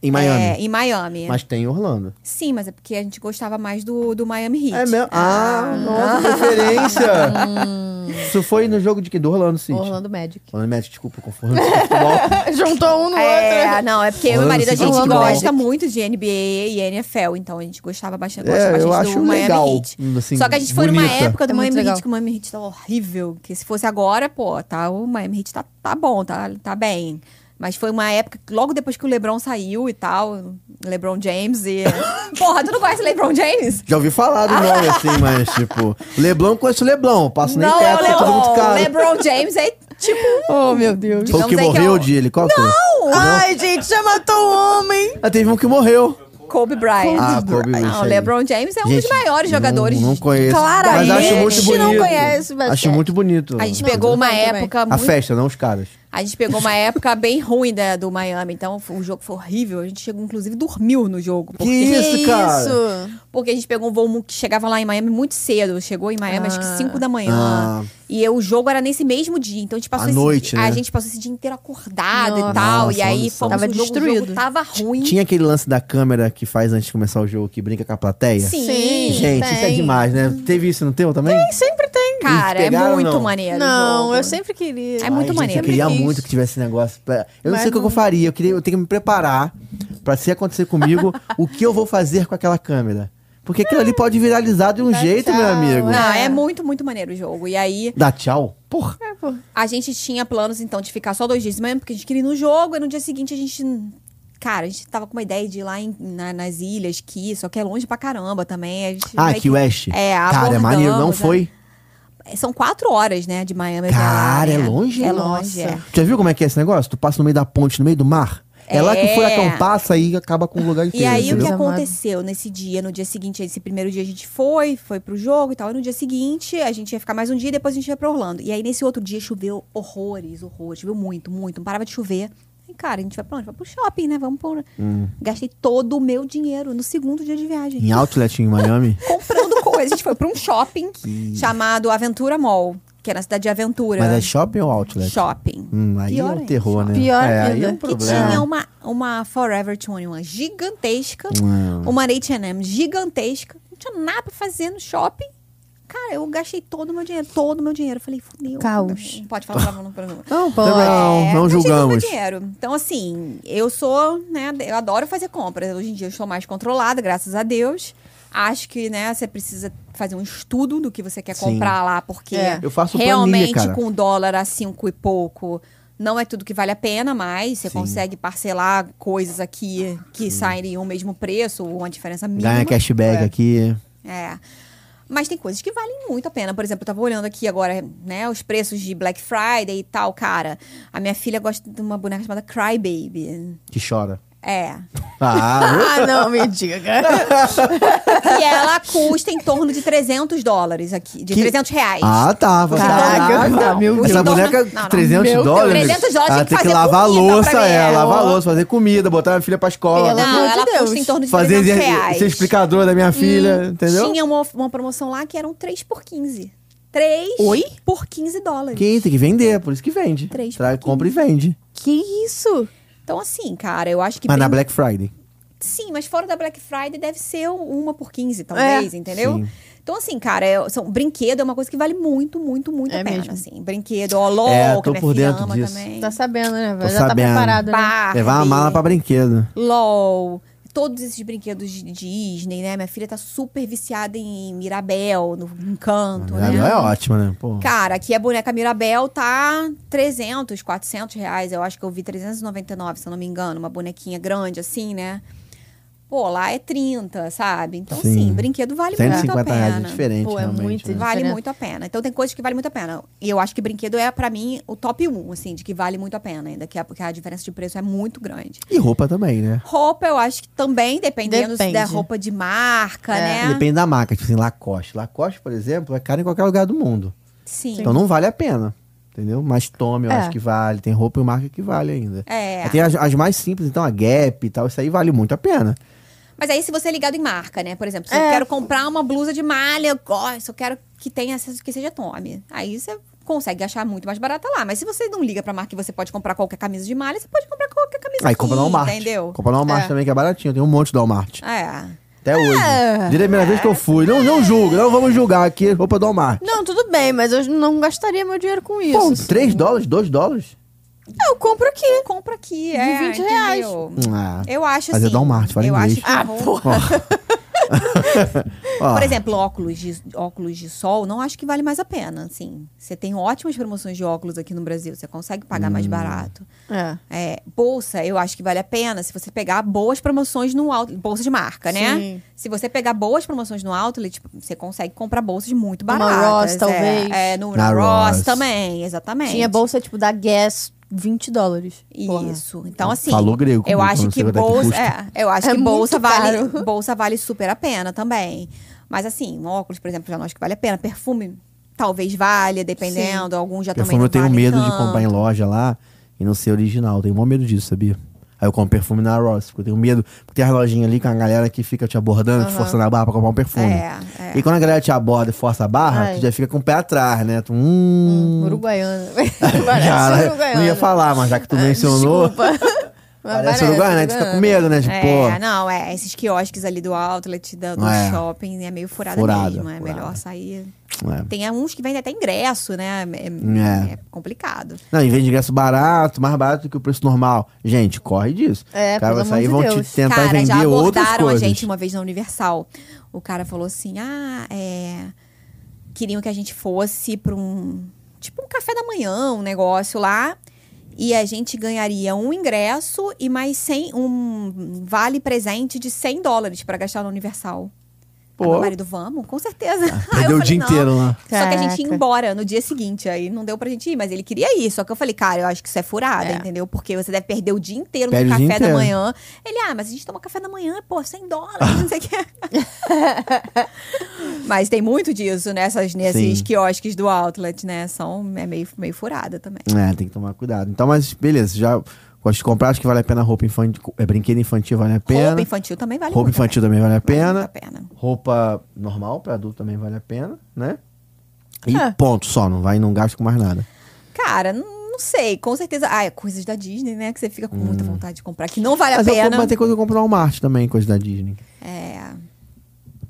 [SPEAKER 2] Em Miami.
[SPEAKER 3] É, em Miami.
[SPEAKER 2] Mas tem em Orlando.
[SPEAKER 3] Sim, mas é porque a gente gostava mais do, do Miami Heat.
[SPEAKER 2] É mesmo? Ah, nossa, referência! Isso foi no jogo de que? Do Orlando City.
[SPEAKER 1] Orlando Magic.
[SPEAKER 2] Orlando Magic, desculpa, confundo com futebol.
[SPEAKER 1] Juntou um no
[SPEAKER 3] É,
[SPEAKER 1] outro.
[SPEAKER 3] não, é porque eu e
[SPEAKER 2] Orlando
[SPEAKER 3] o marido, a
[SPEAKER 2] City
[SPEAKER 3] gente
[SPEAKER 1] Orlando Magic.
[SPEAKER 3] gosta muito de NBA e NFL, então a gente gostava bastante, gosta
[SPEAKER 2] É, eu
[SPEAKER 3] bastante
[SPEAKER 2] acho
[SPEAKER 3] do Miami
[SPEAKER 2] legal.
[SPEAKER 3] Heat.
[SPEAKER 2] assim,
[SPEAKER 3] Só que a gente foi numa
[SPEAKER 2] bonita.
[SPEAKER 3] época do
[SPEAKER 1] É muito
[SPEAKER 3] Miami
[SPEAKER 1] legal.
[SPEAKER 3] Heat que o Miami Heat tava horrível. Que se fosse agora, pô, tá, o Miami Heat tá, tá bom, tá, tá bem. Mas foi uma época, que logo depois que o LeBron saiu e tal, LeBron James e... Porra, tu não conhece LeBron James?
[SPEAKER 2] Já ouvi falar do nome assim, mas tipo. Leblon conheço Leblon, passo nem
[SPEAKER 3] não é o
[SPEAKER 2] perto, é tudo muito
[SPEAKER 3] LeBron.
[SPEAKER 2] caro.
[SPEAKER 3] Lebron James é tipo...
[SPEAKER 1] Oh, meu Deus.
[SPEAKER 2] Foi o
[SPEAKER 3] digamos
[SPEAKER 2] que
[SPEAKER 3] aí que é
[SPEAKER 2] morreu
[SPEAKER 3] o-
[SPEAKER 2] de helicóptero? Não!
[SPEAKER 1] Ai, gente, já matou um homem.
[SPEAKER 2] Ah, teve um que morreu.
[SPEAKER 3] Kobe Bryant.
[SPEAKER 2] Ah, Kobe, isso
[SPEAKER 3] Não,
[SPEAKER 2] aí.
[SPEAKER 3] LeBron James é um
[SPEAKER 2] Gente,
[SPEAKER 3] dos maiores jogadores.
[SPEAKER 2] Não, não conheço.
[SPEAKER 1] Claramente
[SPEAKER 2] mas acho muito bonito.
[SPEAKER 1] não conhece basquete.
[SPEAKER 2] Acho muito bonito.
[SPEAKER 3] é. A gente pegou uma
[SPEAKER 1] Também.
[SPEAKER 3] época
[SPEAKER 2] A
[SPEAKER 3] muito
[SPEAKER 2] festa, não os caras.
[SPEAKER 3] A gente pegou uma época bem ruim da, do Miami, então o jogo foi horrível. A gente chegou, inclusive, dormiu no jogo.
[SPEAKER 2] Que
[SPEAKER 3] Porque,
[SPEAKER 2] isso,
[SPEAKER 1] que
[SPEAKER 2] cara?
[SPEAKER 1] isso?
[SPEAKER 3] porque a gente pegou um voo mu- que chegava lá em Miami muito cedo. Chegou em Miami, acho que 5 da manhã.
[SPEAKER 2] Ah.
[SPEAKER 3] E eu- o jogo era nesse mesmo dia. Então a gente passou
[SPEAKER 2] À
[SPEAKER 3] esse
[SPEAKER 2] noite,
[SPEAKER 3] dia,
[SPEAKER 2] né?
[SPEAKER 3] A gente passou esse dia inteiro acordado
[SPEAKER 1] Nossa.
[SPEAKER 3] e tal. e
[SPEAKER 2] Nossa,
[SPEAKER 3] aí
[SPEAKER 2] olha só.
[SPEAKER 3] fomos
[SPEAKER 1] Tava
[SPEAKER 3] no jogo, o
[SPEAKER 1] destruído.
[SPEAKER 3] jogo tava ruim.
[SPEAKER 2] Tinha aquele lance da câmera que faz antes de começar o jogo que brinca com a plateia?
[SPEAKER 3] Sim.
[SPEAKER 1] Sim.
[SPEAKER 2] Gente, isso é
[SPEAKER 1] tem.
[SPEAKER 2] demais, né? Teve isso no teu também?
[SPEAKER 1] Sempre tem.
[SPEAKER 3] Cara, é
[SPEAKER 2] pegaram ou
[SPEAKER 3] muito
[SPEAKER 2] não?
[SPEAKER 3] maneiro. o
[SPEAKER 1] Não,
[SPEAKER 3] jogo.
[SPEAKER 1] eu sempre queria.
[SPEAKER 3] É
[SPEAKER 2] Ai,
[SPEAKER 3] muito
[SPEAKER 2] gente,
[SPEAKER 3] maneiro.
[SPEAKER 2] Eu queria
[SPEAKER 1] Sempre quis.
[SPEAKER 2] muito que tivesse esse negócio. pra- Eu não
[SPEAKER 1] Mas
[SPEAKER 2] sei o que eu
[SPEAKER 1] não-
[SPEAKER 2] faria. Eu, queria, eu tenho que me preparar pra se acontecer comigo o que eu vou fazer com aquela câmera. Porque aquilo ali pode viralizar de um jeito, meu
[SPEAKER 1] tchau,
[SPEAKER 2] amigo.
[SPEAKER 1] né?
[SPEAKER 3] Não, é
[SPEAKER 1] É.
[SPEAKER 3] muito, muito maneiro o jogo. E aí,
[SPEAKER 2] Dá tchau. Porra.
[SPEAKER 1] É, pô.
[SPEAKER 3] A gente tinha planos, então, de ficar só dois dias mesmo, porque a gente queria ir no jogo, e no dia seguinte a gente. Cara, a gente tava com uma ideia de ir lá em- na- nas ilhas, que só que é longe pra caramba também. A gente
[SPEAKER 2] Ah,
[SPEAKER 3] meio
[SPEAKER 2] Key West.
[SPEAKER 3] É,
[SPEAKER 2] Cara, é
[SPEAKER 3] abordamos,
[SPEAKER 2] maneiro. Não
[SPEAKER 3] né?
[SPEAKER 2] foi?
[SPEAKER 3] São quatro horas, né, de Miami. até lá,
[SPEAKER 2] Cara, é
[SPEAKER 3] né?
[SPEAKER 2] longe?
[SPEAKER 3] É longe, é.
[SPEAKER 2] Já viu como é que é esse negócio? Tu passa no meio da ponte, no meio do mar. É, lá que foi
[SPEAKER 3] É.
[SPEAKER 2] acampar, sair acaba com o lugar
[SPEAKER 3] E
[SPEAKER 2] inteiro,
[SPEAKER 3] aí, o que
[SPEAKER 2] entendeu?
[SPEAKER 1] Deus amado.
[SPEAKER 3] aconteceu nesse dia? No dia seguinte, esse primeiro dia a gente foi, foi pro jogo e tal. E no dia seguinte, a gente ia ficar mais um dia e depois a gente ia pra Orlando. E aí, nesse outro dia, choveu horrores, horrores. Choveu muito, muito. Não parava de chover. E, cara, a gente vai pra onde? Vai pro shopping, né? Vamos pro... Gastei todo o meu dinheiro no segundo dia de viagem.
[SPEAKER 2] Hum. Em Outlet, em Miami.
[SPEAKER 3] Comprando coisas. A gente foi pra um shopping chamado Aventura Mall. Que é na cidade de Aventura.
[SPEAKER 2] Mas é shopping ou Outlet?
[SPEAKER 3] Shopping.
[SPEAKER 2] Hum, aí
[SPEAKER 3] Pior
[SPEAKER 2] é um
[SPEAKER 3] ainda,
[SPEAKER 2] terror, né?
[SPEAKER 1] Pior
[SPEAKER 2] é, aí
[SPEAKER 1] ainda.
[SPEAKER 2] é um
[SPEAKER 1] Que
[SPEAKER 3] Que
[SPEAKER 2] problema.
[SPEAKER 3] tinha uma, uma Forever 21 gigantesca,
[SPEAKER 2] Hum.
[SPEAKER 3] uma H&M gigantesca. Não tinha nada pra fazer no shopping. Cara, eu gastei todo o meu dinheiro, todo o meu dinheiro. Eu Falei, fudeu.
[SPEAKER 1] Caos.
[SPEAKER 3] Não Pode falar pra no programa.
[SPEAKER 1] Não, pô.
[SPEAKER 2] Não, não
[SPEAKER 3] É, gastei todo o meu
[SPEAKER 2] julgamos.
[SPEAKER 3] dinheiro. Então, assim, eu sou, né, eu adoro fazer compras. Hoje em dia eu estou mais controlada, graças a Deus. Acho que, né, você precisa fazer um estudo do que você quer
[SPEAKER 2] Sim.
[SPEAKER 3] comprar lá, porque
[SPEAKER 1] É.
[SPEAKER 2] Eu faço planilha,
[SPEAKER 3] realmente
[SPEAKER 2] cara.
[SPEAKER 3] com o dólar a cinco e pouco não é tudo que vale a pena mais. Você
[SPEAKER 2] Sim.
[SPEAKER 3] consegue parcelar coisas aqui que sairiam o mesmo preço, ou uma diferença mínima.
[SPEAKER 2] Ganha cashback aqui.
[SPEAKER 3] É. Mas tem coisas que valem muito a pena. Por exemplo, eu tava olhando aqui agora, né, os preços de Black Friday e tal, cara. A minha filha gosta de uma boneca chamada Cry Baby.
[SPEAKER 2] Que chora.
[SPEAKER 3] É.
[SPEAKER 2] Ah,
[SPEAKER 1] Ah, não, me diga, cara.
[SPEAKER 3] E ela custa em torno de 300 dólares aqui, de
[SPEAKER 2] Que-
[SPEAKER 3] 300 reais.
[SPEAKER 2] ah, tá. Você
[SPEAKER 1] Caraca,
[SPEAKER 2] tá
[SPEAKER 1] não,
[SPEAKER 2] grávida.
[SPEAKER 1] meu
[SPEAKER 2] Essa
[SPEAKER 3] Deus.
[SPEAKER 2] boneca,
[SPEAKER 3] Não, não.
[SPEAKER 2] 300
[SPEAKER 1] Meu Deus.
[SPEAKER 2] dólares.
[SPEAKER 3] 300 dólares
[SPEAKER 2] ela
[SPEAKER 3] tem que
[SPEAKER 2] tem que
[SPEAKER 3] fazer
[SPEAKER 2] lavar a
[SPEAKER 3] comida
[SPEAKER 2] louça,
[SPEAKER 3] pra mim,
[SPEAKER 2] é,
[SPEAKER 3] é.
[SPEAKER 2] lavar a louça, fazer comida, botar minha filha pra escola.
[SPEAKER 1] Pelo amor
[SPEAKER 3] Não,
[SPEAKER 1] de
[SPEAKER 3] ela
[SPEAKER 1] Deus.
[SPEAKER 3] custa em torno de
[SPEAKER 2] fazer
[SPEAKER 3] 300
[SPEAKER 2] exer-
[SPEAKER 3] reais. Hum,
[SPEAKER 2] ser explicador da minha filha, entendeu?
[SPEAKER 3] Tinha uma, uma promoção lá que eram 3 por 15. 3
[SPEAKER 1] Oi?
[SPEAKER 3] por 15 dólares.
[SPEAKER 2] Que tem que vender, por isso que vende.
[SPEAKER 3] Três
[SPEAKER 2] Traz,
[SPEAKER 3] pouquinho.
[SPEAKER 2] compra e vende.
[SPEAKER 1] Que isso?
[SPEAKER 3] Então, assim, cara, eu acho que.
[SPEAKER 2] Mas na
[SPEAKER 3] prim-
[SPEAKER 2] Black Friday.
[SPEAKER 3] Sim, mas fora da Black Friday deve ser um, uma por 15, talvez, entendeu?
[SPEAKER 2] É, Sim.
[SPEAKER 3] Então, assim, cara, é, são, brinquedo é uma coisa que vale muito, muito, muito
[SPEAKER 1] É
[SPEAKER 3] a pena.
[SPEAKER 1] mesmo.
[SPEAKER 3] Assim. Brinquedo, ó, LOL,
[SPEAKER 2] É,
[SPEAKER 3] que
[SPEAKER 2] tô
[SPEAKER 3] minha
[SPEAKER 2] por
[SPEAKER 3] filha
[SPEAKER 2] dentro
[SPEAKER 3] ama
[SPEAKER 2] disso.
[SPEAKER 3] também.
[SPEAKER 1] Tá sabendo, né?
[SPEAKER 2] Tô
[SPEAKER 1] Já tá
[SPEAKER 2] sabendo.
[SPEAKER 1] preparado, né?
[SPEAKER 3] Barbie,
[SPEAKER 2] Levar uma mala pra brinquedo.
[SPEAKER 3] LOL, todos esses brinquedos de Disney, né? Minha filha tá super viciada em Mirabel, no Encanto,
[SPEAKER 2] A
[SPEAKER 3] né?
[SPEAKER 2] Mel é ótima, né? Pô.
[SPEAKER 3] Cara, aqui a boneca Mirabel tá 300, 400 reais. Eu acho que eu vi 399, se eu não me engano. Uma bonequinha grande assim, né? Pô, lá é 30, sabe? Então,
[SPEAKER 2] Sim.
[SPEAKER 3] sim, brinquedo vale muito a
[SPEAKER 2] 150 reais, é
[SPEAKER 3] pena.
[SPEAKER 2] diferente,
[SPEAKER 1] Pô, é
[SPEAKER 2] realmente.
[SPEAKER 1] muito
[SPEAKER 2] né?
[SPEAKER 3] vale
[SPEAKER 1] Diferente.
[SPEAKER 3] muito a pena. Então, tem coisas que vale muito a pena. E eu acho que brinquedo é, pra mim, o top 1, assim, de que vale muito a pena. Ainda que a, porque a diferença de preço é muito grande.
[SPEAKER 2] E roupa também, né?
[SPEAKER 3] Roupa, eu acho que também, dependendo se
[SPEAKER 1] Depende.
[SPEAKER 3] der roupa de marca,
[SPEAKER 1] É.
[SPEAKER 3] né?
[SPEAKER 2] Depende da marca, tipo assim, Lacoste. Lacoste, por exemplo, é caro em qualquer lugar do mundo.
[SPEAKER 3] Sim.
[SPEAKER 2] Então não vale a pena, entendeu? Mas Tommy eu
[SPEAKER 1] É.
[SPEAKER 2] acho que vale, tem roupa e marca que vale ainda.
[SPEAKER 3] É.
[SPEAKER 2] Aí Tem as, as mais simples, então a Gap e tal, isso aí vale muito a pena.
[SPEAKER 3] Mas aí, se você é ligado em marca, né? Por exemplo, se
[SPEAKER 1] É.
[SPEAKER 3] eu quero comprar uma blusa de malha, eu gosto, eu quero que tenha acesso que seja Tommy. Aí você consegue achar muito mais barata lá. Mas se você não liga pra marca e você pode comprar qualquer camisa de malha, você pode comprar qualquer camisa
[SPEAKER 2] Aí
[SPEAKER 3] aqui,
[SPEAKER 2] compra no Walmart.
[SPEAKER 3] entendeu?
[SPEAKER 2] Compra no Walmart
[SPEAKER 1] É.
[SPEAKER 2] também, que é baratinho, tem um monte do Walmart.
[SPEAKER 3] É.
[SPEAKER 2] Até hoje.
[SPEAKER 1] É.
[SPEAKER 2] Direito a primeira vez que eu fui. Não, não julgo, não vamos julgar aqui, roupa do Walmart.
[SPEAKER 1] Não, tudo bem, mas eu não gastaria meu dinheiro com isso.
[SPEAKER 2] Pô, 3 dólares, 2 dólares?
[SPEAKER 1] Eu compro aqui.
[SPEAKER 3] Compra aqui, é.
[SPEAKER 1] 20 reais.
[SPEAKER 3] entendeu?
[SPEAKER 2] Ah,
[SPEAKER 3] Eu acho
[SPEAKER 2] Mas é
[SPEAKER 3] assim.
[SPEAKER 2] da Walmart, fala
[SPEAKER 3] eu
[SPEAKER 2] inglês.
[SPEAKER 3] acho que
[SPEAKER 1] Ah,
[SPEAKER 3] roupa-
[SPEAKER 1] porra.
[SPEAKER 2] ó,
[SPEAKER 3] Por exemplo, óculos de, óculos de sol, não acho que vale mais a pena, assim. Você tem ótimas promoções de óculos aqui no Brasil, você consegue pagar
[SPEAKER 2] Hum.
[SPEAKER 3] mais barato.
[SPEAKER 1] É.
[SPEAKER 3] É, bolsa, eu acho que vale a pena se você pegar boas promoções no outlet. Bolsa de marca, né?
[SPEAKER 1] Sim.
[SPEAKER 3] Se você pegar boas promoções no outlet, você consegue comprar bolsas muito
[SPEAKER 1] Numa
[SPEAKER 3] baratas.
[SPEAKER 1] Ross,
[SPEAKER 3] é,
[SPEAKER 1] talvez.
[SPEAKER 3] É, no,
[SPEAKER 2] Na
[SPEAKER 3] na, Ross,
[SPEAKER 2] Ross.
[SPEAKER 3] também, exatamente.
[SPEAKER 1] Tinha bolsa, tipo, da Guess, 20 dólares. Porra.
[SPEAKER 3] Isso. Então, assim.
[SPEAKER 2] Falou grego
[SPEAKER 3] Eu
[SPEAKER 2] comigo,
[SPEAKER 3] acho
[SPEAKER 2] não sei
[SPEAKER 3] que
[SPEAKER 2] quanto é que
[SPEAKER 3] bolsa.
[SPEAKER 2] custa.
[SPEAKER 3] é, eu acho
[SPEAKER 1] É
[SPEAKER 3] que bolsa
[SPEAKER 1] muito
[SPEAKER 3] vale,
[SPEAKER 1] caro.
[SPEAKER 3] bolsa vale super a pena também. Mas assim, um óculos, por exemplo, já não acho que vale a pena. Perfume talvez valha, dependendo. Alguns já também
[SPEAKER 2] perfume
[SPEAKER 3] não
[SPEAKER 2] eu tenho
[SPEAKER 3] valem
[SPEAKER 2] medo de
[SPEAKER 3] tanto.
[SPEAKER 2] comprar em loja lá e não ser original. Tenho maior medo disso, sabia? Aí eu compro perfume na Ross, porque eu tenho medo. Porque tem as lojinhas ali com a galera que fica te abordando, te forçando a barra pra comprar um perfume.
[SPEAKER 3] É, é.
[SPEAKER 2] E quando a galera te aborda e força a barra,
[SPEAKER 1] Ai.
[SPEAKER 2] tu já fica com o pé atrás, né? Tu, hum.
[SPEAKER 1] Uruguaiana.
[SPEAKER 2] Já, né?
[SPEAKER 1] Parece
[SPEAKER 2] não ia falar, mas já que
[SPEAKER 3] É,
[SPEAKER 2] tu mencionou.
[SPEAKER 1] Desculpa. Mas
[SPEAKER 2] Parece Uruguaiana, aí tu fica com medo, né? Tipo,
[SPEAKER 3] É,
[SPEAKER 2] pô.
[SPEAKER 3] não, é. Esses quiosques ali do outlet, da- do
[SPEAKER 2] É.
[SPEAKER 3] shopping, é meio furada,
[SPEAKER 2] Furada,
[SPEAKER 3] mesmo. É
[SPEAKER 2] furada.
[SPEAKER 3] melhor sair.
[SPEAKER 2] é.
[SPEAKER 3] Tem alguns que vendem até ingresso, né? É,
[SPEAKER 2] É.
[SPEAKER 3] é. complicado.
[SPEAKER 2] Não, em vez de ingresso barato, mais barato do que o preço normal. Gente, corre disso.
[SPEAKER 1] É,
[SPEAKER 2] o cara
[SPEAKER 1] pelo
[SPEAKER 2] vai sair e
[SPEAKER 1] amor
[SPEAKER 2] vão
[SPEAKER 1] de Deus.
[SPEAKER 2] te tentar
[SPEAKER 3] cara, já
[SPEAKER 2] vender outras
[SPEAKER 3] abordaram a
[SPEAKER 2] coisas.
[SPEAKER 3] gente Ah, uma vez na Universal. O cara falou assim: ah, é. Queriam que a gente fosse pra um. Tipo um café da manhã, um negócio lá. E a gente ganharia um ingresso e mais 100, um vale presente de 100 dólares pra gastar na Universal.
[SPEAKER 2] Pô.
[SPEAKER 3] Aí meu marido, vamos? Com certeza. Aí
[SPEAKER 2] Perdeu
[SPEAKER 3] eu
[SPEAKER 2] o
[SPEAKER 3] falei,
[SPEAKER 2] dia
[SPEAKER 3] "Não."
[SPEAKER 2] inteiro né? lá.
[SPEAKER 3] Só que a gente ia
[SPEAKER 1] Caraca.
[SPEAKER 3] embora no dia seguinte. Aí não deu pra gente ir, mas ele queria ir. Só que eu falei, cara, eu acho que isso é furada,
[SPEAKER 1] É.
[SPEAKER 3] entendeu? Porque você deve perder o dia inteiro
[SPEAKER 2] Perde
[SPEAKER 3] no
[SPEAKER 2] o dia
[SPEAKER 3] café da
[SPEAKER 2] inteiro.
[SPEAKER 3] manhã. Ele, ah, mas a gente toma café da manhã, pô, 100 dólares, não sei o que. mas tem muito disso, né? Essas, nesses
[SPEAKER 2] Sim.
[SPEAKER 3] quiosques do outlet, né? São, é meio, meio furada também.
[SPEAKER 2] É, tem que tomar cuidado. Então, mas beleza, já gosto de comprar, acho que vale a pena roupa infantil, é, brinquedo infantil vale a pena.
[SPEAKER 3] Roupa infantil também vale
[SPEAKER 2] Roupa
[SPEAKER 3] muito, né?
[SPEAKER 2] infantil também vale a
[SPEAKER 3] Vale muito
[SPEAKER 2] pena.
[SPEAKER 3] a pena.
[SPEAKER 2] Roupa normal pra adulto também vale a pena, né? E
[SPEAKER 1] É.
[SPEAKER 2] ponto só, não vai, não gasta com mais nada.
[SPEAKER 3] Cara, não, não sei. Com certeza. Ah, é coisas da Disney, né? Que você fica com muita vontade de comprar. Que não vale
[SPEAKER 2] Hum. mas,
[SPEAKER 3] a
[SPEAKER 2] eu,
[SPEAKER 3] pena.
[SPEAKER 2] mas tem coisa que eu compro no Walmart também, coisa da Disney.
[SPEAKER 3] É.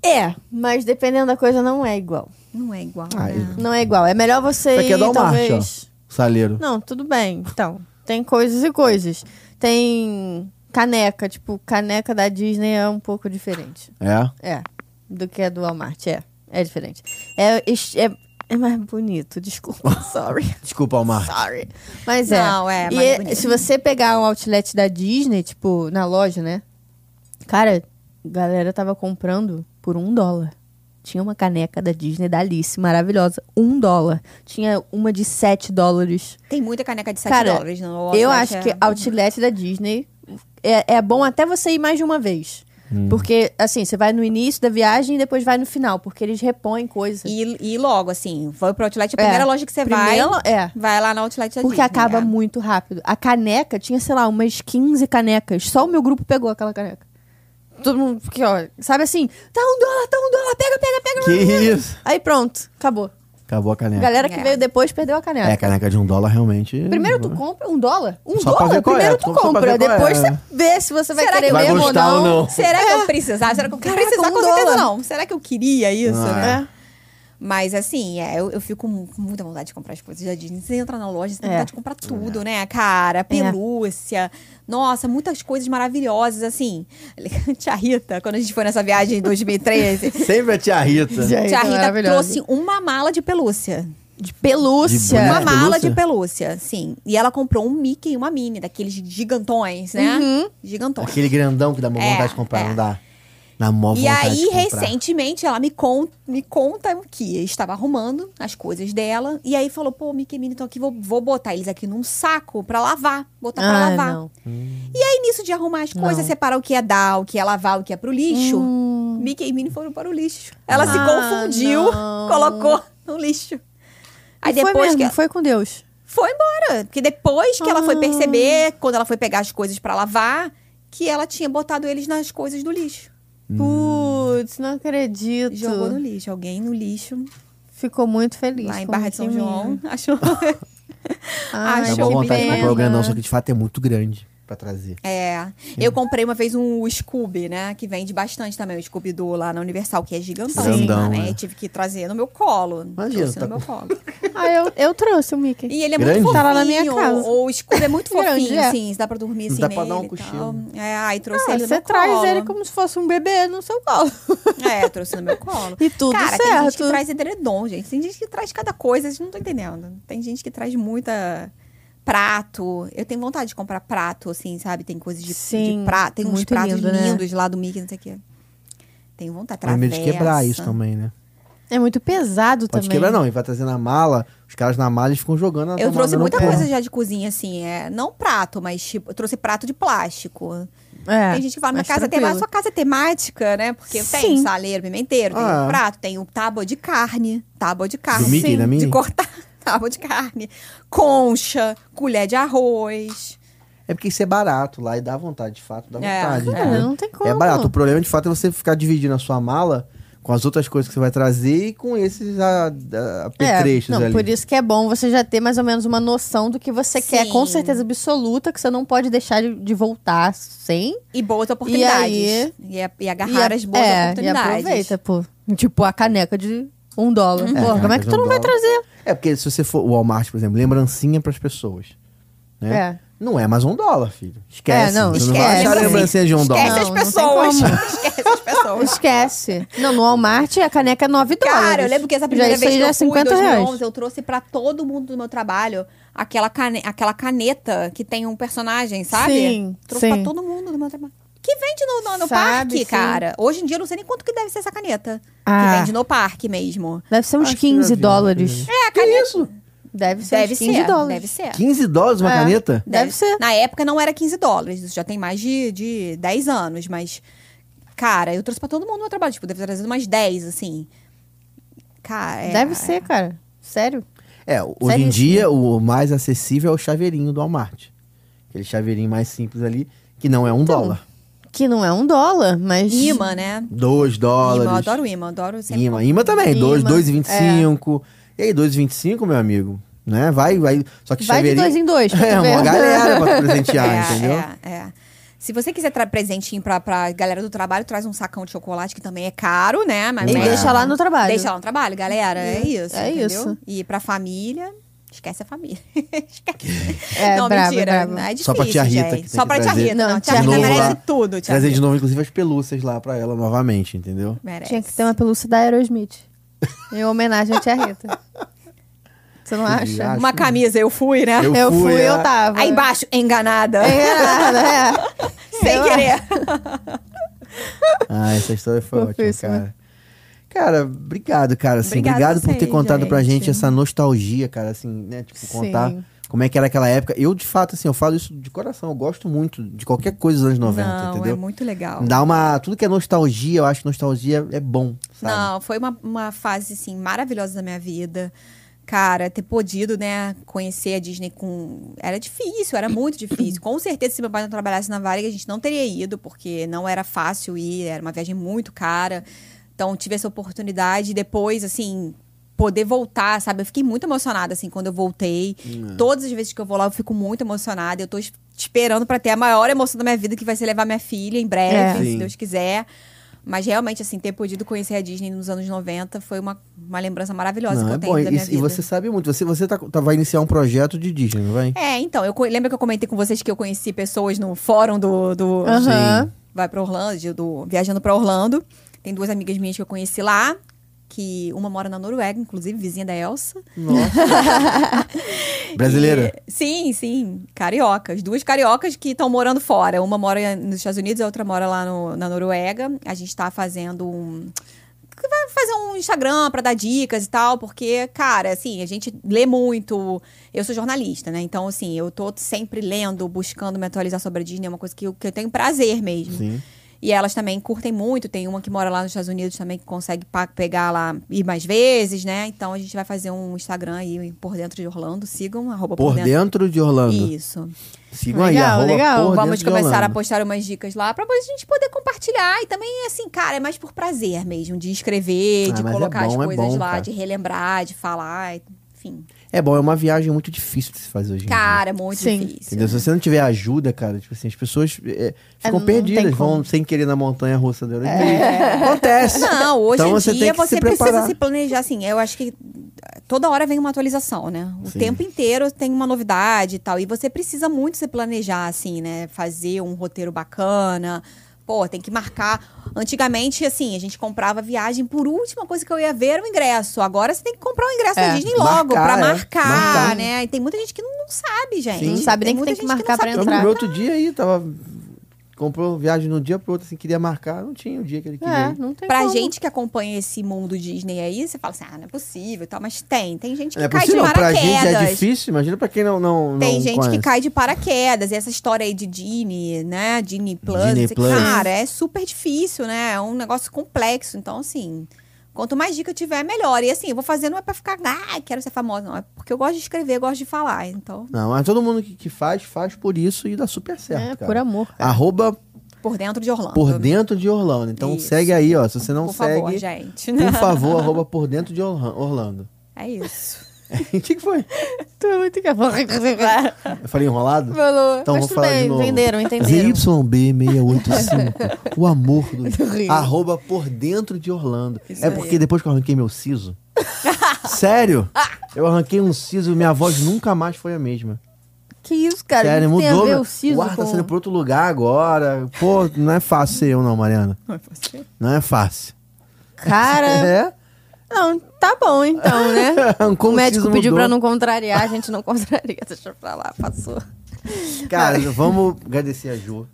[SPEAKER 1] É, mas dependendo da coisa não é igual.
[SPEAKER 3] Não é igual.
[SPEAKER 2] Ah,
[SPEAKER 3] né?
[SPEAKER 2] eu-
[SPEAKER 1] Não é igual. É melhor você
[SPEAKER 2] Isso aqui é
[SPEAKER 1] ir,
[SPEAKER 2] da Walmart,
[SPEAKER 1] talvez...
[SPEAKER 2] Saleiro.
[SPEAKER 1] Não, tudo bem. Então, tem coisas e coisas. Tem caneca, tipo, caneca da Disney é um pouco diferente.
[SPEAKER 2] É?
[SPEAKER 1] É, do que a do Walmart, é. É diferente. É, es- é, é mais bonito, desculpa, sorry.
[SPEAKER 2] Desculpa, Walmart.
[SPEAKER 1] Sorry. Mas é.
[SPEAKER 3] Não, é
[SPEAKER 1] E
[SPEAKER 3] mais
[SPEAKER 1] é-
[SPEAKER 3] bonito.
[SPEAKER 1] se você pegar um outlet da Disney, tipo, na loja, né? Cara, galera tava comprando por um dólar. Tinha uma caneca da Disney da Alice, maravilhosa. Um dólar. Tinha uma de sete dólares.
[SPEAKER 3] Tem muita caneca de 7
[SPEAKER 1] Cara,
[SPEAKER 3] dólares. Não,
[SPEAKER 1] Eu acho
[SPEAKER 3] é
[SPEAKER 1] que outlet da Disney é, é bom até você ir mais de uma vez. Porque, assim, você vai no início da viagem e depois vai no final, porque eles repõem coisas.
[SPEAKER 3] E, e logo, assim, foi pro outlet, a primeira
[SPEAKER 1] É.
[SPEAKER 3] loja que você
[SPEAKER 1] Primeira
[SPEAKER 3] vai,
[SPEAKER 1] lo- é.
[SPEAKER 3] vai lá na outlet da
[SPEAKER 1] Porque
[SPEAKER 3] Disney,
[SPEAKER 1] acaba
[SPEAKER 3] é.
[SPEAKER 1] muito rápido. A caneca tinha, sei lá, umas 15 canecas. Só o meu grupo pegou aquela caneca. Todo mundo, porque, ó, sabe assim, tá um dólar, tá um dólar, pega, pega, pega.
[SPEAKER 2] Que isso?
[SPEAKER 1] Aí pronto, acabou.
[SPEAKER 2] Acabou a caneca.
[SPEAKER 1] Galera que
[SPEAKER 3] É.
[SPEAKER 1] veio depois perdeu a caneca.
[SPEAKER 2] é, a caneca de um dólar realmente.
[SPEAKER 1] Primeiro tu compra um dólar? Um
[SPEAKER 2] Só pra
[SPEAKER 1] dólar?
[SPEAKER 2] ver qual é,
[SPEAKER 1] Primeiro tu
[SPEAKER 2] só pra
[SPEAKER 1] compra,
[SPEAKER 2] ver qual é.
[SPEAKER 1] depois você vê se você vai
[SPEAKER 3] Será
[SPEAKER 1] querer
[SPEAKER 3] que-
[SPEAKER 2] Vai
[SPEAKER 1] mesmo ou
[SPEAKER 2] gostar
[SPEAKER 1] não.
[SPEAKER 2] ou não?
[SPEAKER 3] Será que eu precisava? Será que eu
[SPEAKER 1] É. Caraca,
[SPEAKER 3] precisava?
[SPEAKER 1] um
[SPEAKER 3] Com certeza
[SPEAKER 1] dólar.
[SPEAKER 3] não. Será que eu queria isso,
[SPEAKER 2] Ah,
[SPEAKER 3] né?
[SPEAKER 2] é.
[SPEAKER 3] Mas assim, é, eu, eu fico mu- com muita vontade de comprar as coisas da Disney. Você entra na loja, você tem
[SPEAKER 1] É.
[SPEAKER 3] vontade de comprar tudo, né? Cara, pelúcia. Nossa, muitas coisas maravilhosas, assim. Tia Rita, quando a gente foi nessa viagem em 2013,
[SPEAKER 2] Sempre a tia Rita. né?
[SPEAKER 1] Tia é
[SPEAKER 3] Tia Rita
[SPEAKER 1] maravilhosa.
[SPEAKER 3] trouxe uma mala de pelúcia.
[SPEAKER 1] De pelúcia.
[SPEAKER 2] De
[SPEAKER 3] Uma
[SPEAKER 2] boneca.
[SPEAKER 1] Uma-
[SPEAKER 3] mala
[SPEAKER 2] É, pelúcia?
[SPEAKER 3] de pelúcia, sim. E ela comprou um Mickey e uma Minnie, daqueles gigantões, né?
[SPEAKER 1] Uhum.
[SPEAKER 3] Gigantões.
[SPEAKER 2] Aquele grandão que dá mó
[SPEAKER 3] É,
[SPEAKER 2] vontade de comprar,
[SPEAKER 3] é.
[SPEAKER 2] não dá? Na mó
[SPEAKER 3] E
[SPEAKER 2] vontade de
[SPEAKER 3] aí,
[SPEAKER 2] comprar.
[SPEAKER 3] recentemente, ela me, con me conta que estava arrumando as coisas dela. E aí falou, pô, Mickey e Minnie estão aqui, vou, vou botar eles aqui num saco pra lavar. Botar pra
[SPEAKER 1] Ah,
[SPEAKER 3] lavar.
[SPEAKER 1] não.
[SPEAKER 3] E aí, nisso de arrumar as coisas, separar o que é dar, o que é lavar, o que é pro lixo. Mickey e Minnie foram para o lixo. Ela se
[SPEAKER 1] Hum. Ah,
[SPEAKER 3] confundiu,
[SPEAKER 1] não.
[SPEAKER 3] colocou no lixo. Aí
[SPEAKER 1] E foi
[SPEAKER 3] depois
[SPEAKER 1] mesmo,
[SPEAKER 3] que ela...
[SPEAKER 1] foi com Deus.
[SPEAKER 3] foi embora. Porque depois que ela
[SPEAKER 1] Ah.
[SPEAKER 3] foi perceber, quando ela foi pegar as coisas pra lavar, que ela tinha botado eles nas coisas do lixo.
[SPEAKER 2] Hum.
[SPEAKER 1] Putz, não acredito.
[SPEAKER 3] Jogou no lixo. Alguém no lixo,
[SPEAKER 1] Ficou muito feliz.
[SPEAKER 3] lá em
[SPEAKER 1] com
[SPEAKER 3] Barra de São
[SPEAKER 1] Mickey
[SPEAKER 3] João,
[SPEAKER 1] Mouse.
[SPEAKER 3] achou.
[SPEAKER 1] Ai,
[SPEAKER 2] Dá
[SPEAKER 3] Achou
[SPEAKER 2] mó
[SPEAKER 1] que
[SPEAKER 2] vontade de
[SPEAKER 1] pena.
[SPEAKER 2] comprar o grandão, só que de fato é muito grande pra trazer.
[SPEAKER 3] é. Eu comprei uma vez um Scooby, né? Que vende bastante também, o scooby do lá na Universal, que é gigantão.
[SPEAKER 2] Grandão,
[SPEAKER 3] né?
[SPEAKER 2] né?
[SPEAKER 3] Eu tive que trazer no meu colo.
[SPEAKER 2] Imagina,
[SPEAKER 3] trouxe
[SPEAKER 2] tá
[SPEAKER 3] no meu
[SPEAKER 2] com-
[SPEAKER 3] colo.
[SPEAKER 1] Ah, eu, eu trouxe o Mickey.
[SPEAKER 3] E ele é
[SPEAKER 2] Grande?
[SPEAKER 3] muito fofinho.
[SPEAKER 1] Tá lá na minha casa.
[SPEAKER 3] O Scooby é muito
[SPEAKER 1] Grande,
[SPEAKER 3] fofinho,
[SPEAKER 1] é.
[SPEAKER 3] assim. Dá pra dormir assim
[SPEAKER 2] Dá
[SPEAKER 3] nele
[SPEAKER 2] pra dar um
[SPEAKER 3] e tal.
[SPEAKER 2] cochilo.
[SPEAKER 3] É, aí trouxe
[SPEAKER 1] Ah,
[SPEAKER 3] ele no
[SPEAKER 1] você
[SPEAKER 3] meu
[SPEAKER 1] traz
[SPEAKER 3] colo.
[SPEAKER 1] ele como se fosse um bebê no seu colo.
[SPEAKER 3] É, trouxe no meu colo.
[SPEAKER 1] E tudo
[SPEAKER 3] Cara, tem gente que
[SPEAKER 1] certo.
[SPEAKER 3] traz edredom, gente. Tem gente que traz cada coisa, vocês não estão entendendo. Tem gente que traz muita prato. Eu tenho vontade de comprar prato, assim, sabe? Tem coisas de,
[SPEAKER 1] Sim,
[SPEAKER 3] de prato. Tem uns
[SPEAKER 1] muito
[SPEAKER 3] pratos
[SPEAKER 1] lindo, né?
[SPEAKER 3] lindos lá do Mickey, não sei o quê. Tenho vontade.
[SPEAKER 2] Tem
[SPEAKER 3] Travessa.
[SPEAKER 2] medo de quebrar isso também, né?
[SPEAKER 1] É muito pesado
[SPEAKER 2] Pode
[SPEAKER 1] também.
[SPEAKER 2] quebrar não, e vai trazer na mala, os caras na mala eles ficam jogando. na
[SPEAKER 3] Eu
[SPEAKER 2] tomada,
[SPEAKER 3] trouxe
[SPEAKER 2] não
[SPEAKER 3] muita
[SPEAKER 2] pega.
[SPEAKER 3] coisa já de cozinha, assim. É, não prato, mas tipo, eu trouxe prato de plástico.
[SPEAKER 1] É,
[SPEAKER 3] tem gente que fala, minha
[SPEAKER 1] mas
[SPEAKER 3] casa é
[SPEAKER 1] tranquilo.
[SPEAKER 3] temática, sua casa é temática, né? Porque tem
[SPEAKER 1] Sim.
[SPEAKER 3] saleiro, pimenteiro, tem
[SPEAKER 2] Ah, é.
[SPEAKER 3] prato, tem o tábua de carne. Tábua de carne.
[SPEAKER 2] Mickey, né,
[SPEAKER 3] Sim,
[SPEAKER 2] da
[SPEAKER 3] De
[SPEAKER 2] Minnie?
[SPEAKER 3] cortar tábua de carne. Concha, colher de arroz.
[SPEAKER 2] É porque isso é barato lá e dá vontade, de fato, dá
[SPEAKER 3] É.
[SPEAKER 2] vontade.
[SPEAKER 1] Cara,
[SPEAKER 2] entendeu?
[SPEAKER 1] não tem como.
[SPEAKER 2] É barato. O problema, de fato, é você ficar dividindo a sua mala com as outras coisas que você vai trazer e com esses a,
[SPEAKER 3] É,
[SPEAKER 2] a, apetrechos
[SPEAKER 1] não,
[SPEAKER 2] ali.
[SPEAKER 1] por isso que é bom você já ter mais ou menos uma noção do que você quer, com
[SPEAKER 3] Sim.
[SPEAKER 1] certeza absoluta, que você não pode deixar de, de voltar sem.
[SPEAKER 3] E boas oportunidades.
[SPEAKER 1] aí-
[SPEAKER 3] E, a- e agarrar
[SPEAKER 1] E a-
[SPEAKER 3] as boas
[SPEAKER 1] é,
[SPEAKER 3] oportunidades.
[SPEAKER 1] E aproveita, pô. Tipo, a caneca de um dólar.
[SPEAKER 2] É,
[SPEAKER 1] Pô, como é
[SPEAKER 2] caneca
[SPEAKER 1] que
[SPEAKER 2] de
[SPEAKER 1] tu
[SPEAKER 2] um
[SPEAKER 1] não vai
[SPEAKER 2] dólar.
[SPEAKER 1] trazer?
[SPEAKER 2] É porque se você for o Walmart, por exemplo, lembrancinha pras pessoas. Né?
[SPEAKER 1] É.
[SPEAKER 2] Não é mais um dólar, filho. Esquece.
[SPEAKER 1] É, não,
[SPEAKER 2] você
[SPEAKER 1] esquece.
[SPEAKER 2] não vai achar lembrancinha de um
[SPEAKER 3] Esquece
[SPEAKER 2] dólar.
[SPEAKER 3] as
[SPEAKER 1] Não, não tem
[SPEAKER 3] pessoas.
[SPEAKER 1] como.
[SPEAKER 3] Esquece as pessoas.
[SPEAKER 1] Esquece. Não, no Walmart a caneca é 9 dólares.
[SPEAKER 3] Cara, eu lembro que essa primeira
[SPEAKER 1] já,
[SPEAKER 3] vez
[SPEAKER 1] isso aí
[SPEAKER 3] que
[SPEAKER 1] já
[SPEAKER 3] eu
[SPEAKER 1] é
[SPEAKER 3] fui, em
[SPEAKER 1] 50
[SPEAKER 3] 2011,
[SPEAKER 1] reais.
[SPEAKER 3] eu trouxe pra todo mundo do meu trabalho aquela, cane aquela caneta que tem um personagem, sabe?
[SPEAKER 1] Sim,
[SPEAKER 3] trouxe
[SPEAKER 1] sim.
[SPEAKER 3] pra todo mundo do meu trabalho. Que vende no, no, no
[SPEAKER 1] Sabe,
[SPEAKER 3] parque,
[SPEAKER 1] sim.
[SPEAKER 3] cara. Hoje em dia eu não sei nem quanto que deve ser essa caneta.
[SPEAKER 1] Ah.
[SPEAKER 3] Que vende no parque mesmo.
[SPEAKER 1] Deve ser uns
[SPEAKER 2] Ah, Acho que eu já
[SPEAKER 1] 15
[SPEAKER 2] vi,
[SPEAKER 1] dólares.
[SPEAKER 3] É, a
[SPEAKER 2] Que
[SPEAKER 3] caneta.
[SPEAKER 2] isso?
[SPEAKER 1] Deve ser é
[SPEAKER 3] Deve
[SPEAKER 1] uns 15
[SPEAKER 3] ser,
[SPEAKER 1] dólares.
[SPEAKER 3] deve ser.
[SPEAKER 2] 15 dólares uma
[SPEAKER 1] É.
[SPEAKER 2] caneta?
[SPEAKER 1] Deve ser.
[SPEAKER 3] Na época não era 15 dólares, isso já tem mais de, de 10 anos, mas. Cara, eu trouxe pra todo mundo no meu trabalho, tipo, deve ter trazido umas 10, assim. Cara. é-
[SPEAKER 1] Deve ser, cara. Sério.
[SPEAKER 2] É, hoje em
[SPEAKER 1] Seríssimo.
[SPEAKER 2] dia o mais acessível é o chaveirinho do Walmart. Aquele chaveirinho mais simples ali, que não é um
[SPEAKER 3] Então.
[SPEAKER 2] dólar.
[SPEAKER 1] Que não é um dólar, mas.
[SPEAKER 3] Imã, né?
[SPEAKER 2] Dois
[SPEAKER 3] Imã, eu
[SPEAKER 2] dólares.
[SPEAKER 3] adoro imã, adoro sempre. É.
[SPEAKER 2] Ima, Ima também,
[SPEAKER 1] Ima,
[SPEAKER 2] 2, 2,25. E aí, 2,25, meu amigo? Né? Vai, vai. Só que
[SPEAKER 1] Vai de
[SPEAKER 2] chaveirinho.
[SPEAKER 1] dois em dois. pra tu
[SPEAKER 2] É,
[SPEAKER 1] ver.
[SPEAKER 2] uma galera pra tu presentear,
[SPEAKER 3] é,
[SPEAKER 2] entendeu?
[SPEAKER 3] É, é. Se você quiser trazer presentinho pra, pra galera do trabalho, traz um sacão de chocolate, que também é caro, né? Mas
[SPEAKER 1] E
[SPEAKER 3] mas-
[SPEAKER 1] deixa lá no trabalho.
[SPEAKER 3] Deixa lá no trabalho, galera. É, isso.
[SPEAKER 1] é
[SPEAKER 3] entendeu?
[SPEAKER 1] isso.
[SPEAKER 3] E pra família, esquece a família. esquece.
[SPEAKER 1] É,
[SPEAKER 3] não,
[SPEAKER 1] brava,
[SPEAKER 3] mentira.
[SPEAKER 1] brava.
[SPEAKER 3] não, É difícil,
[SPEAKER 2] Só pra tia Rita, que
[SPEAKER 3] gente.
[SPEAKER 2] tem
[SPEAKER 3] Só
[SPEAKER 2] que
[SPEAKER 3] pra tia
[SPEAKER 2] trazer.
[SPEAKER 3] Rita. Não,
[SPEAKER 1] Não,
[SPEAKER 3] tia
[SPEAKER 1] tia
[SPEAKER 3] Rita
[SPEAKER 1] Rita
[SPEAKER 3] tá merece
[SPEAKER 2] lá.
[SPEAKER 3] tudo, tia
[SPEAKER 2] Trazer de
[SPEAKER 3] Rita.
[SPEAKER 2] novo, inclusive, as pelúcias lá pra ela novamente, entendeu?
[SPEAKER 3] Merece.
[SPEAKER 1] Tinha que ter uma pelúcia da Aerosmith. em homenagem à tia Rita. Você não
[SPEAKER 2] Entendi,
[SPEAKER 1] acha?
[SPEAKER 2] acho.
[SPEAKER 3] Uma camisa, eu fui, né?
[SPEAKER 2] Eu
[SPEAKER 1] Eu
[SPEAKER 2] fui,
[SPEAKER 1] fui,
[SPEAKER 2] é.
[SPEAKER 1] eu tava.
[SPEAKER 3] Aí embaixo, enganada.
[SPEAKER 1] Enganada, é.
[SPEAKER 3] Sem
[SPEAKER 1] Eu-
[SPEAKER 3] querer.
[SPEAKER 2] Ah, essa história foi ótima,
[SPEAKER 1] Fofíssima.
[SPEAKER 2] cara. Cara, obrigado, cara. Assim,
[SPEAKER 3] né? Obrigada
[SPEAKER 2] obrigado por ter
[SPEAKER 3] vocês,
[SPEAKER 2] contado pra gente
[SPEAKER 3] gente.
[SPEAKER 2] essa nostalgia, cara, assim, né? Tipo, contar
[SPEAKER 1] Sim.
[SPEAKER 2] como é que era aquela época. Eu, de fato, assim, eu falo isso de coração. Eu gosto muito de qualquer coisa dos anos 90,
[SPEAKER 3] não, é
[SPEAKER 2] entendeu?
[SPEAKER 3] muito legal.
[SPEAKER 2] Dá uma. Tudo que é nostalgia, eu acho que nostalgia é bom, sabe?
[SPEAKER 3] Não, foi uma, uma fase, assim, maravilhosa da minha vida. Cara, ter podido, né, conhecer a Disney com... Era difícil, era muito difícil. Com certeza, se meu pai não trabalhasse na Varig, a gente não teria ido, porque não era fácil ir, era uma viagem muito cara. Então, tive essa oportunidade. e Depois, assim, poder voltar, sabe? Eu fiquei muito emocionada, assim, quando eu voltei.
[SPEAKER 2] É.
[SPEAKER 3] Todas as vezes que eu vou lá, eu fico muito emocionada. Eu tô es- esperando pra ter a maior emoção da minha vida, que vai ser levar minha filha em breve,
[SPEAKER 1] É.
[SPEAKER 3] se
[SPEAKER 2] Sim.
[SPEAKER 3] Deus quiser. Mas realmente, assim, ter podido conhecer a Disney nos anos 90 foi uma, uma lembrança maravilhosa que
[SPEAKER 2] é
[SPEAKER 3] eu tenho
[SPEAKER 2] bom.
[SPEAKER 3] da minha
[SPEAKER 2] E,
[SPEAKER 3] vida.
[SPEAKER 2] e você sabe muito. Você, você tá, tá- vai iniciar um projeto de Disney, não vai?
[SPEAKER 3] É, então, eu co- lembra que eu comentei com vocês que eu conheci pessoas no fórum do, do,
[SPEAKER 1] Aham.
[SPEAKER 3] vai para Orlando, de- do viajando para Orlando. Tem duas amigas minhas que eu conheci lá, que uma mora na Noruega, inclusive vizinha da Elsa.
[SPEAKER 2] Brasileira?
[SPEAKER 3] E- sim, sim, cariocas, duas cariocas que estão morando fora. Uma mora nos Estados Unidos, a outra mora lá no- na Noruega. A gente tá fazendo um que vai fazer um Instagram pra dar dicas e tal, porque, cara, assim, a gente lê muito. Eu sou jornalista, né? Então, assim, eu tô sempre lendo, buscando me atualizar sobre a Disney, é uma coisa que eu, que eu tenho prazer mesmo.
[SPEAKER 2] Sim.
[SPEAKER 3] E elas também curtem muito. Tem uma que mora lá nos Estados Unidos também que consegue pa- pegar lá ir mais vezes, né? Então a gente vai fazer um Instagram aí por dentro de Orlando. Sigam, arroba
[SPEAKER 2] Por dentro de Orlando.
[SPEAKER 3] Isso.
[SPEAKER 2] Sigam aí,
[SPEAKER 1] Legal,
[SPEAKER 2] arroba
[SPEAKER 1] legal.
[SPEAKER 2] Por
[SPEAKER 3] Vamos
[SPEAKER 2] Dentro de
[SPEAKER 3] começar a
[SPEAKER 2] Orlando.
[SPEAKER 3] postar umas dicas lá pra a gente poder compartilhar. E também, assim, cara, é mais por prazer mesmo, de escrever,
[SPEAKER 2] Ah,
[SPEAKER 3] de
[SPEAKER 2] mas é
[SPEAKER 3] colocar as
[SPEAKER 2] bom, é
[SPEAKER 3] coisas
[SPEAKER 2] bom,
[SPEAKER 3] lá,
[SPEAKER 2] cara.
[SPEAKER 3] de relembrar, de falar, enfim.
[SPEAKER 2] É bom, é uma viagem muito difícil de se fazer hoje em dia.
[SPEAKER 3] Cara, é muito
[SPEAKER 1] Sim.
[SPEAKER 3] difícil.
[SPEAKER 2] Entendeu? Se você não tiver ajuda, cara, tipo assim, as pessoas é, ficam
[SPEAKER 1] não tem
[SPEAKER 2] perdidas, vão
[SPEAKER 1] como.
[SPEAKER 2] sem querer na montanha russa da é. Acontece.
[SPEAKER 3] Não, hoje
[SPEAKER 2] Então
[SPEAKER 3] em
[SPEAKER 2] você tem
[SPEAKER 3] dia
[SPEAKER 2] que se
[SPEAKER 3] você precisa
[SPEAKER 2] preparar.
[SPEAKER 3] se planejar, assim, eu acho que toda hora vem uma atualização, né? O
[SPEAKER 2] Sim.
[SPEAKER 3] tempo inteiro tem uma novidade e tal, e você precisa muito se planejar, assim, né? Fazer um roteiro bacana, pô, tem que marcar. Antigamente, assim, a gente comprava viagem, por última coisa que eu ia ver era o ingresso, agora você tem que comprar o ingresso
[SPEAKER 1] É.
[SPEAKER 3] da Disney
[SPEAKER 2] Marcar,
[SPEAKER 3] logo, pra
[SPEAKER 2] é.
[SPEAKER 3] marcar,
[SPEAKER 2] Marcar.
[SPEAKER 3] né? E tem muita gente que não não sabe, gente.
[SPEAKER 1] Não sabe nem que tem
[SPEAKER 3] muita
[SPEAKER 1] que
[SPEAKER 3] gente
[SPEAKER 1] marcar
[SPEAKER 3] não
[SPEAKER 1] pra
[SPEAKER 3] sabe
[SPEAKER 2] Eu
[SPEAKER 1] entrar.
[SPEAKER 2] lembro outro dia aí, tava. Comprou viagem de um dia pro outro, assim, queria marcar, não tinha o dia que ele queria.
[SPEAKER 1] É,
[SPEAKER 2] ir.
[SPEAKER 1] não tem
[SPEAKER 3] Pra
[SPEAKER 1] como.
[SPEAKER 3] gente que acompanha esse mundo Disney aí, você fala assim, ah, não é possível e tal, mas tem. Tem gente que
[SPEAKER 2] É
[SPEAKER 3] cai
[SPEAKER 2] possível,
[SPEAKER 3] de
[SPEAKER 2] pra
[SPEAKER 3] paraquedas.
[SPEAKER 2] gente é difícil, imagina pra quem não. não
[SPEAKER 3] Tem
[SPEAKER 2] não
[SPEAKER 3] gente
[SPEAKER 2] conhece.
[SPEAKER 3] que cai de paraquedas. E essa história aí de Disney, né? Disney Plus,
[SPEAKER 2] Disney
[SPEAKER 3] não sei o que.
[SPEAKER 2] Plus.
[SPEAKER 3] cara, é super difícil, né? É um negócio complexo. Então, assim, quanto mais dica eu tiver, melhor. E assim, eu vou fazer não é pra ficar, ah, quero ser famosa, não. É porque eu gosto de escrever, eu gosto de falar. Então,
[SPEAKER 2] Não, mas todo mundo que, que faz, faz por isso e dá super certo.
[SPEAKER 1] É,
[SPEAKER 2] cara.
[SPEAKER 1] por amor.
[SPEAKER 2] Arroba
[SPEAKER 3] por dentro de Orlando.
[SPEAKER 2] por dentro de Orlando. Então
[SPEAKER 3] Isso.
[SPEAKER 2] segue aí, ó. Se você não
[SPEAKER 3] por
[SPEAKER 2] segue,
[SPEAKER 3] favor, gente.
[SPEAKER 2] por favor, arroba por dentro de Orla- Orlando.
[SPEAKER 3] É isso.
[SPEAKER 2] O que, que foi?
[SPEAKER 1] Tu é muito engraçado.
[SPEAKER 2] Eu falei enrolado?
[SPEAKER 1] Falou.
[SPEAKER 2] Então,
[SPEAKER 1] Mas
[SPEAKER 2] vou
[SPEAKER 1] tudo
[SPEAKER 2] falar de
[SPEAKER 1] bem,
[SPEAKER 2] novo. é
[SPEAKER 1] entenderam, entenderam.
[SPEAKER 2] ZYB685. o amor do,
[SPEAKER 1] Do Rio.
[SPEAKER 2] Arroba por dentro de Orlando.
[SPEAKER 3] Isso
[SPEAKER 2] é
[SPEAKER 3] aí.
[SPEAKER 2] porque depois que eu arranquei meu siso. sério?
[SPEAKER 1] Ah.
[SPEAKER 2] Eu arranquei um siso e minha voz nunca mais foi a mesma.
[SPEAKER 1] Que isso, cara?
[SPEAKER 2] sério,
[SPEAKER 1] Isso tem a
[SPEAKER 2] mudou.
[SPEAKER 1] ver
[SPEAKER 2] meu-
[SPEAKER 1] o siso
[SPEAKER 2] o ar tá
[SPEAKER 1] com-
[SPEAKER 2] saindo pra outro lugar agora. Pô, não é fácil ser eu, não, Mariana. Não é fácil.
[SPEAKER 1] Cara,
[SPEAKER 2] É?
[SPEAKER 1] não, tá bom então, né?
[SPEAKER 2] Arrancou
[SPEAKER 1] o
[SPEAKER 2] um
[SPEAKER 1] médico
[SPEAKER 2] siso,
[SPEAKER 1] pediu
[SPEAKER 2] mudou.
[SPEAKER 1] pra não contrariar, a gente não contraria. Deixa pra lá, passou.
[SPEAKER 2] Cara, vamos agradecer a Ju.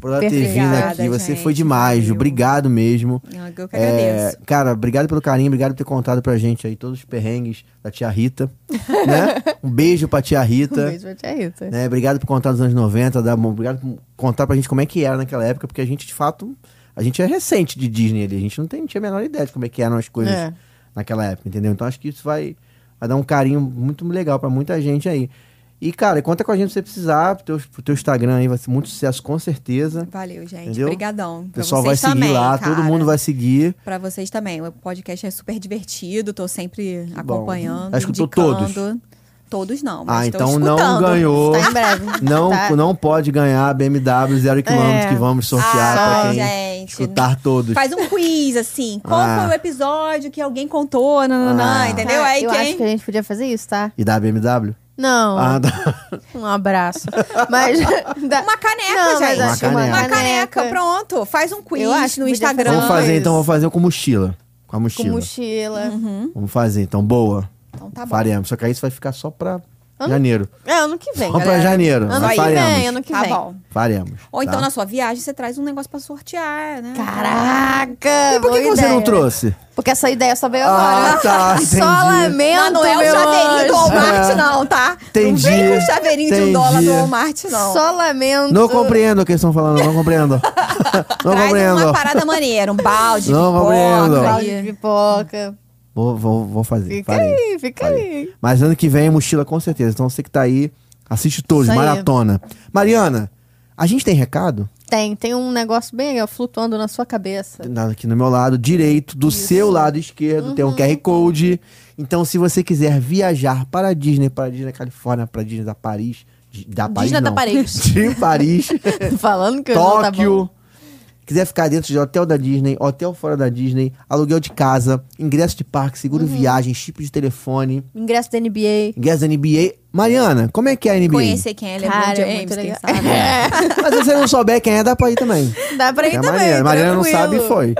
[SPEAKER 2] por ela ter vindo
[SPEAKER 3] Obrigada,
[SPEAKER 2] aqui. Você
[SPEAKER 3] gente,
[SPEAKER 2] foi demais, Ju.
[SPEAKER 3] valeu.
[SPEAKER 2] Obrigado mesmo.
[SPEAKER 3] Eu que
[SPEAKER 2] É,
[SPEAKER 3] agradeço.
[SPEAKER 2] cara, obrigado pelo carinho, obrigado por ter contado pra gente aí todos os perrengues da tia Rita. né? Um beijo pra tia
[SPEAKER 1] Um
[SPEAKER 2] Rita.
[SPEAKER 1] beijo pra tia Rita.
[SPEAKER 2] né? Obrigado por contar dos anos 90, da- obrigado por contar pra gente como é que era naquela época, porque a gente, de fato, a gente é recente de Disney ali, a gente não tem, tinha a menor ideia de como é que eram as coisas
[SPEAKER 1] É.
[SPEAKER 2] naquela época, entendeu? Então acho que isso vai, vai dar um carinho muito legal pra muita gente aí. E, cara, conta com a gente se você precisar, pro teu, pro teu Instagram aí vai ser muito sucesso, com certeza.
[SPEAKER 3] Valeu, gente.
[SPEAKER 2] Entendeu?
[SPEAKER 3] Obrigadão.
[SPEAKER 2] O pessoal vai seguir lá, todo mundo vai seguir.
[SPEAKER 3] Pra vocês também. O podcast é super divertido, tô sempre
[SPEAKER 2] bom.
[SPEAKER 3] acompanhando.
[SPEAKER 2] Já escutou
[SPEAKER 3] indicando.
[SPEAKER 2] todos?
[SPEAKER 3] Todos não, mas
[SPEAKER 2] Ah,
[SPEAKER 3] tô
[SPEAKER 2] então não
[SPEAKER 3] escutando.
[SPEAKER 2] ganhou.
[SPEAKER 1] Tá em breve.
[SPEAKER 2] Não,
[SPEAKER 1] Tá.
[SPEAKER 2] não pode ganhar a BMW zero quilômetro
[SPEAKER 1] É.
[SPEAKER 2] que vamos sortear
[SPEAKER 3] Ah,
[SPEAKER 2] pra quem
[SPEAKER 3] gente.
[SPEAKER 2] escutar todos.
[SPEAKER 3] Faz um quiz, assim. Qual
[SPEAKER 2] Ah.
[SPEAKER 3] foi o episódio que alguém contou, nananã,
[SPEAKER 2] Ah.
[SPEAKER 3] entendeu?
[SPEAKER 1] Tá,
[SPEAKER 3] Aí
[SPEAKER 1] eu
[SPEAKER 3] quem...
[SPEAKER 1] acho que a gente podia fazer isso, tá?
[SPEAKER 2] E da BMW?
[SPEAKER 1] Não.
[SPEAKER 2] Ah, tá.
[SPEAKER 1] Um abraço. Mas. dá-
[SPEAKER 3] Uma caneca,
[SPEAKER 1] Não, mas
[SPEAKER 3] gente.
[SPEAKER 2] Uma
[SPEAKER 1] acho que uma
[SPEAKER 2] caneca.
[SPEAKER 3] Uma
[SPEAKER 1] caneca.
[SPEAKER 3] caneca, pronto. Faz um quiz
[SPEAKER 1] Eu acho que
[SPEAKER 3] no
[SPEAKER 1] podia
[SPEAKER 3] Instagram.
[SPEAKER 1] Grande.
[SPEAKER 2] Vamos fazer então, vamos fazer com mochila. Com a
[SPEAKER 1] Com
[SPEAKER 2] mochila.
[SPEAKER 1] mochila.
[SPEAKER 2] Vamos fazer então, boa.
[SPEAKER 3] Então tá bom.
[SPEAKER 2] Faremos. Só que aí isso vai ficar só pra janeiro.
[SPEAKER 1] É, ano que vem.
[SPEAKER 2] Só pra
[SPEAKER 1] galera.
[SPEAKER 2] janeiro.
[SPEAKER 1] Ano
[SPEAKER 2] Mas
[SPEAKER 1] que vem,
[SPEAKER 2] faremos.
[SPEAKER 1] ano que
[SPEAKER 3] tá
[SPEAKER 1] vem.
[SPEAKER 3] bom.
[SPEAKER 2] Faremos.
[SPEAKER 3] Ou então
[SPEAKER 2] tá?
[SPEAKER 3] na sua viagem você traz um negócio pra sortear, né?
[SPEAKER 1] Caraca!
[SPEAKER 2] E por que, que
[SPEAKER 1] boa
[SPEAKER 2] você não
[SPEAKER 1] ideia.
[SPEAKER 2] trouxe?
[SPEAKER 1] Porque essa ideia só veio
[SPEAKER 2] Ah,
[SPEAKER 1] agora.
[SPEAKER 2] tá, entendi.
[SPEAKER 1] Só lamento,
[SPEAKER 3] Não, não é o
[SPEAKER 1] meu
[SPEAKER 3] chaveirinho
[SPEAKER 1] anjo.
[SPEAKER 3] do Walmart,
[SPEAKER 2] É.
[SPEAKER 3] não, tá?
[SPEAKER 2] Entendi,
[SPEAKER 3] Não vem com o chaveirinho de um
[SPEAKER 2] entendi.
[SPEAKER 3] dólar do Walmart, não.
[SPEAKER 1] Só lamento.
[SPEAKER 2] Não compreendo o que eles estão falando, não compreendo. não
[SPEAKER 3] Traz uma
[SPEAKER 2] compreendo.
[SPEAKER 3] parada maneira, um balde,
[SPEAKER 2] Não compreendo.
[SPEAKER 3] pipoca.
[SPEAKER 1] Balde de pipoca.
[SPEAKER 2] Vou, vou, vou fazer.
[SPEAKER 1] Fica
[SPEAKER 2] farei.
[SPEAKER 1] aí, fica
[SPEAKER 2] Farei.
[SPEAKER 1] aí.
[SPEAKER 2] Mas ano que vem, mochila com certeza. Então você que tá aí, assiste todos,
[SPEAKER 1] Isso aí.
[SPEAKER 2] maratona. Mariana, a gente tem recado?
[SPEAKER 1] Tem, tem um negócio bem legal flutuando na sua cabeça.
[SPEAKER 2] Tem nada aqui no meu lado direito, do seu lado esquerdo
[SPEAKER 1] Uhum.
[SPEAKER 2] tem um QR Code. Então, se você quiser viajar para a Disney, para a Disney da Califórnia, para a Disney da Paris, de- da Paris
[SPEAKER 1] Disney da
[SPEAKER 2] não.
[SPEAKER 1] Paris.
[SPEAKER 2] de Paris,
[SPEAKER 1] Falando que eu não tá
[SPEAKER 2] Tóquio.
[SPEAKER 1] bom.
[SPEAKER 2] Quiser ficar dentro de hotel da Disney, hotel fora da Disney, aluguel de casa, ingresso de parque, seguro
[SPEAKER 1] Uhum.
[SPEAKER 2] viagem, chip de telefone,
[SPEAKER 1] Ingresso da NBA.
[SPEAKER 2] ingresso da NBA. Mariana, como é que é a NBA?
[SPEAKER 3] Conhecer quem é LeBron
[SPEAKER 1] Cara, é
[SPEAKER 3] James,
[SPEAKER 1] muito
[SPEAKER 3] quem
[SPEAKER 1] legal.
[SPEAKER 3] sabe.
[SPEAKER 2] Mas se você não souber quem é, dá pra ir também.
[SPEAKER 1] Dá pra ir
[SPEAKER 2] É
[SPEAKER 1] também.
[SPEAKER 2] Mariana. Mariana não sabe
[SPEAKER 1] tranquilo.
[SPEAKER 2] e foi.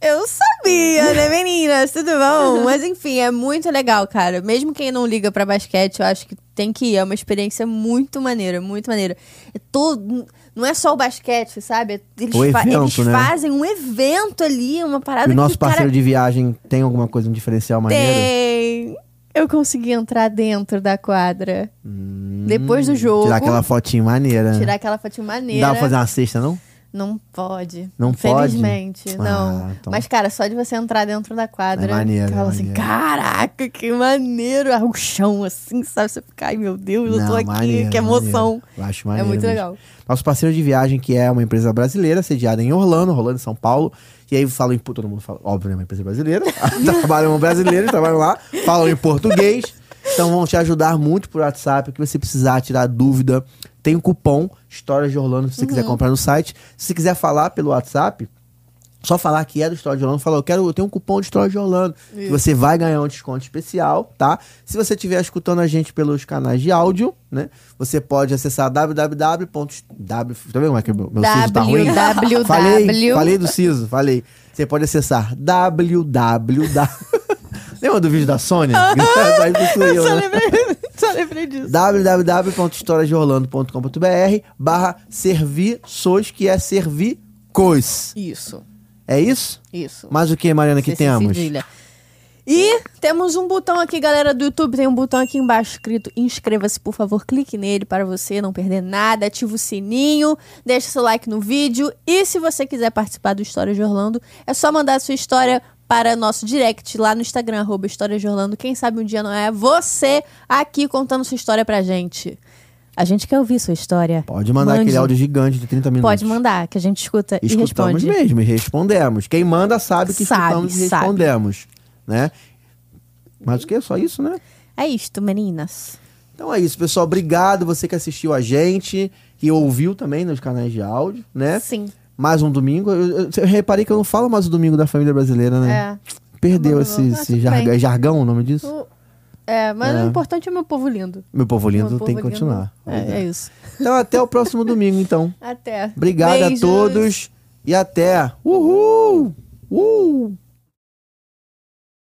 [SPEAKER 1] Eu
[SPEAKER 2] É.
[SPEAKER 1] sabia, né, meninas? Tudo bom? Mas enfim, é muito legal, cara. Mesmo quem não liga pra basquete, eu acho que tem que ir. É uma experiência muito maneira, muito maneira. É todo. Não é só o basquete, sabe? Eles,
[SPEAKER 2] O
[SPEAKER 1] fa-
[SPEAKER 2] evento,
[SPEAKER 1] eles
[SPEAKER 2] né?
[SPEAKER 1] fazem um evento ali, uma parada
[SPEAKER 2] E o nosso
[SPEAKER 1] que, cara,
[SPEAKER 2] parceiro de viagem tem alguma coisa, um diferencial maneiro?
[SPEAKER 1] tem. Eu consegui entrar dentro da quadra. Depois do jogo.
[SPEAKER 2] Hum. Tirar aquela fotinha maneira.
[SPEAKER 1] tirar aquela fotinha
[SPEAKER 2] Não
[SPEAKER 1] maneira.
[SPEAKER 2] dá pra fazer uma cesta, não?
[SPEAKER 1] Não pode.
[SPEAKER 2] Não pode?
[SPEAKER 1] Felizmente,
[SPEAKER 2] Ah,
[SPEAKER 1] não.
[SPEAKER 2] então.
[SPEAKER 1] Mas, cara, só de você entrar dentro da quadra.
[SPEAKER 2] É maneiro,
[SPEAKER 1] que fala
[SPEAKER 2] é
[SPEAKER 1] assim,
[SPEAKER 2] maneiro.
[SPEAKER 1] caraca, que maneiro. Ah, o chão, assim, sabe? Você fica, ai, meu Deus, eu tô aqui, que emoção.
[SPEAKER 2] maneiro. Eu acho maneiro
[SPEAKER 1] é muito
[SPEAKER 2] mesmo.
[SPEAKER 1] legal.
[SPEAKER 2] Nosso parceiro de viagem, que é uma empresa brasileira, sediada em Orlando, Orlando, em São Paulo. E aí falam em... pu- Todo mundo fala... Óbvio, né? Uma empresa brasileira. trabalham brasileiros, trabalham lá. Falam em português. Então vão te ajudar muito por WhatsApp. O que você precisar tirar dúvida. Tem o cupom Histórias de Orlando, se você quiser comprar no site. Se você quiser falar pelo WhatsApp... Só falar que é do História de Orlando, falar, eu quero, eu tenho um cupom de História de Orlando. que Você vai ganhar um desconto especial, tá? Se você estiver escutando a gente pelos canais de áudio, né? Você pode acessar www. W, tá vendo como é que meu, meu siso tá ruim?
[SPEAKER 1] www.
[SPEAKER 2] falei, falei do siso, falei. Você pode acessar www. Lembra do vídeo da Sônia? Aí isso eu,
[SPEAKER 1] Só
[SPEAKER 2] né?
[SPEAKER 1] lembrei, só lembrei disso.
[SPEAKER 2] www.historiasdeorlando.com.br barra serviços, que é servicos.
[SPEAKER 1] Isso,
[SPEAKER 2] É isso?
[SPEAKER 1] isso.
[SPEAKER 2] Mas o que, Mariana, que
[SPEAKER 1] Esse
[SPEAKER 2] temos?
[SPEAKER 1] é cedilha. E temos um botão aqui, galera do YouTube. Tem um botão aqui embaixo escrito inscreva-se, por favor. Clique nele para você não perder nada. Ativa o sininho, deixa seu like no vídeo. E se você quiser participar do História de Orlando, é só mandar a sua história para nosso direct lá no Instagram, arroba História de Orlando. Quem sabe um dia não é você aqui contando sua história pra gente. A gente quer ouvir sua história.
[SPEAKER 2] Pode mandar
[SPEAKER 1] Mande.
[SPEAKER 2] aquele áudio gigante de 30 minutos.
[SPEAKER 1] Pode mandar, que a gente escuta e
[SPEAKER 2] Escutamos
[SPEAKER 1] responde.
[SPEAKER 2] mesmo e respondemos. Quem manda sabe que
[SPEAKER 1] Sabe,
[SPEAKER 2] escutamos e
[SPEAKER 1] sabe.
[SPEAKER 2] respondemos. Né? Mas o que? Só isso, né?
[SPEAKER 1] É isto, meninas.
[SPEAKER 2] Então é isso, pessoal. Obrigado você que assistiu a gente, que ouviu também nos canais de áudio, né?
[SPEAKER 1] Sim.
[SPEAKER 2] Mais um domingo. Eu, eu- eu reparei que eu não falo mais o domingo da família brasileira, né?
[SPEAKER 1] É.
[SPEAKER 2] Perdeu
[SPEAKER 1] Acabou,
[SPEAKER 2] esse,
[SPEAKER 1] acabou. Ah,
[SPEAKER 2] esse
[SPEAKER 1] tudo
[SPEAKER 2] jargão.
[SPEAKER 1] bem.
[SPEAKER 2] É jargão o nome disso?
[SPEAKER 1] O- É, mas
[SPEAKER 2] É.
[SPEAKER 1] o importante é meu povo lindo.
[SPEAKER 2] Meu povo lindo
[SPEAKER 1] Meu
[SPEAKER 2] tem que
[SPEAKER 1] povo lindo.
[SPEAKER 2] continuar.
[SPEAKER 1] É, é isso.
[SPEAKER 2] Então até o próximo domingo, então.
[SPEAKER 1] Até.
[SPEAKER 2] Obrigado
[SPEAKER 1] Beijos.
[SPEAKER 2] a todos e até. Uhul! Uhul!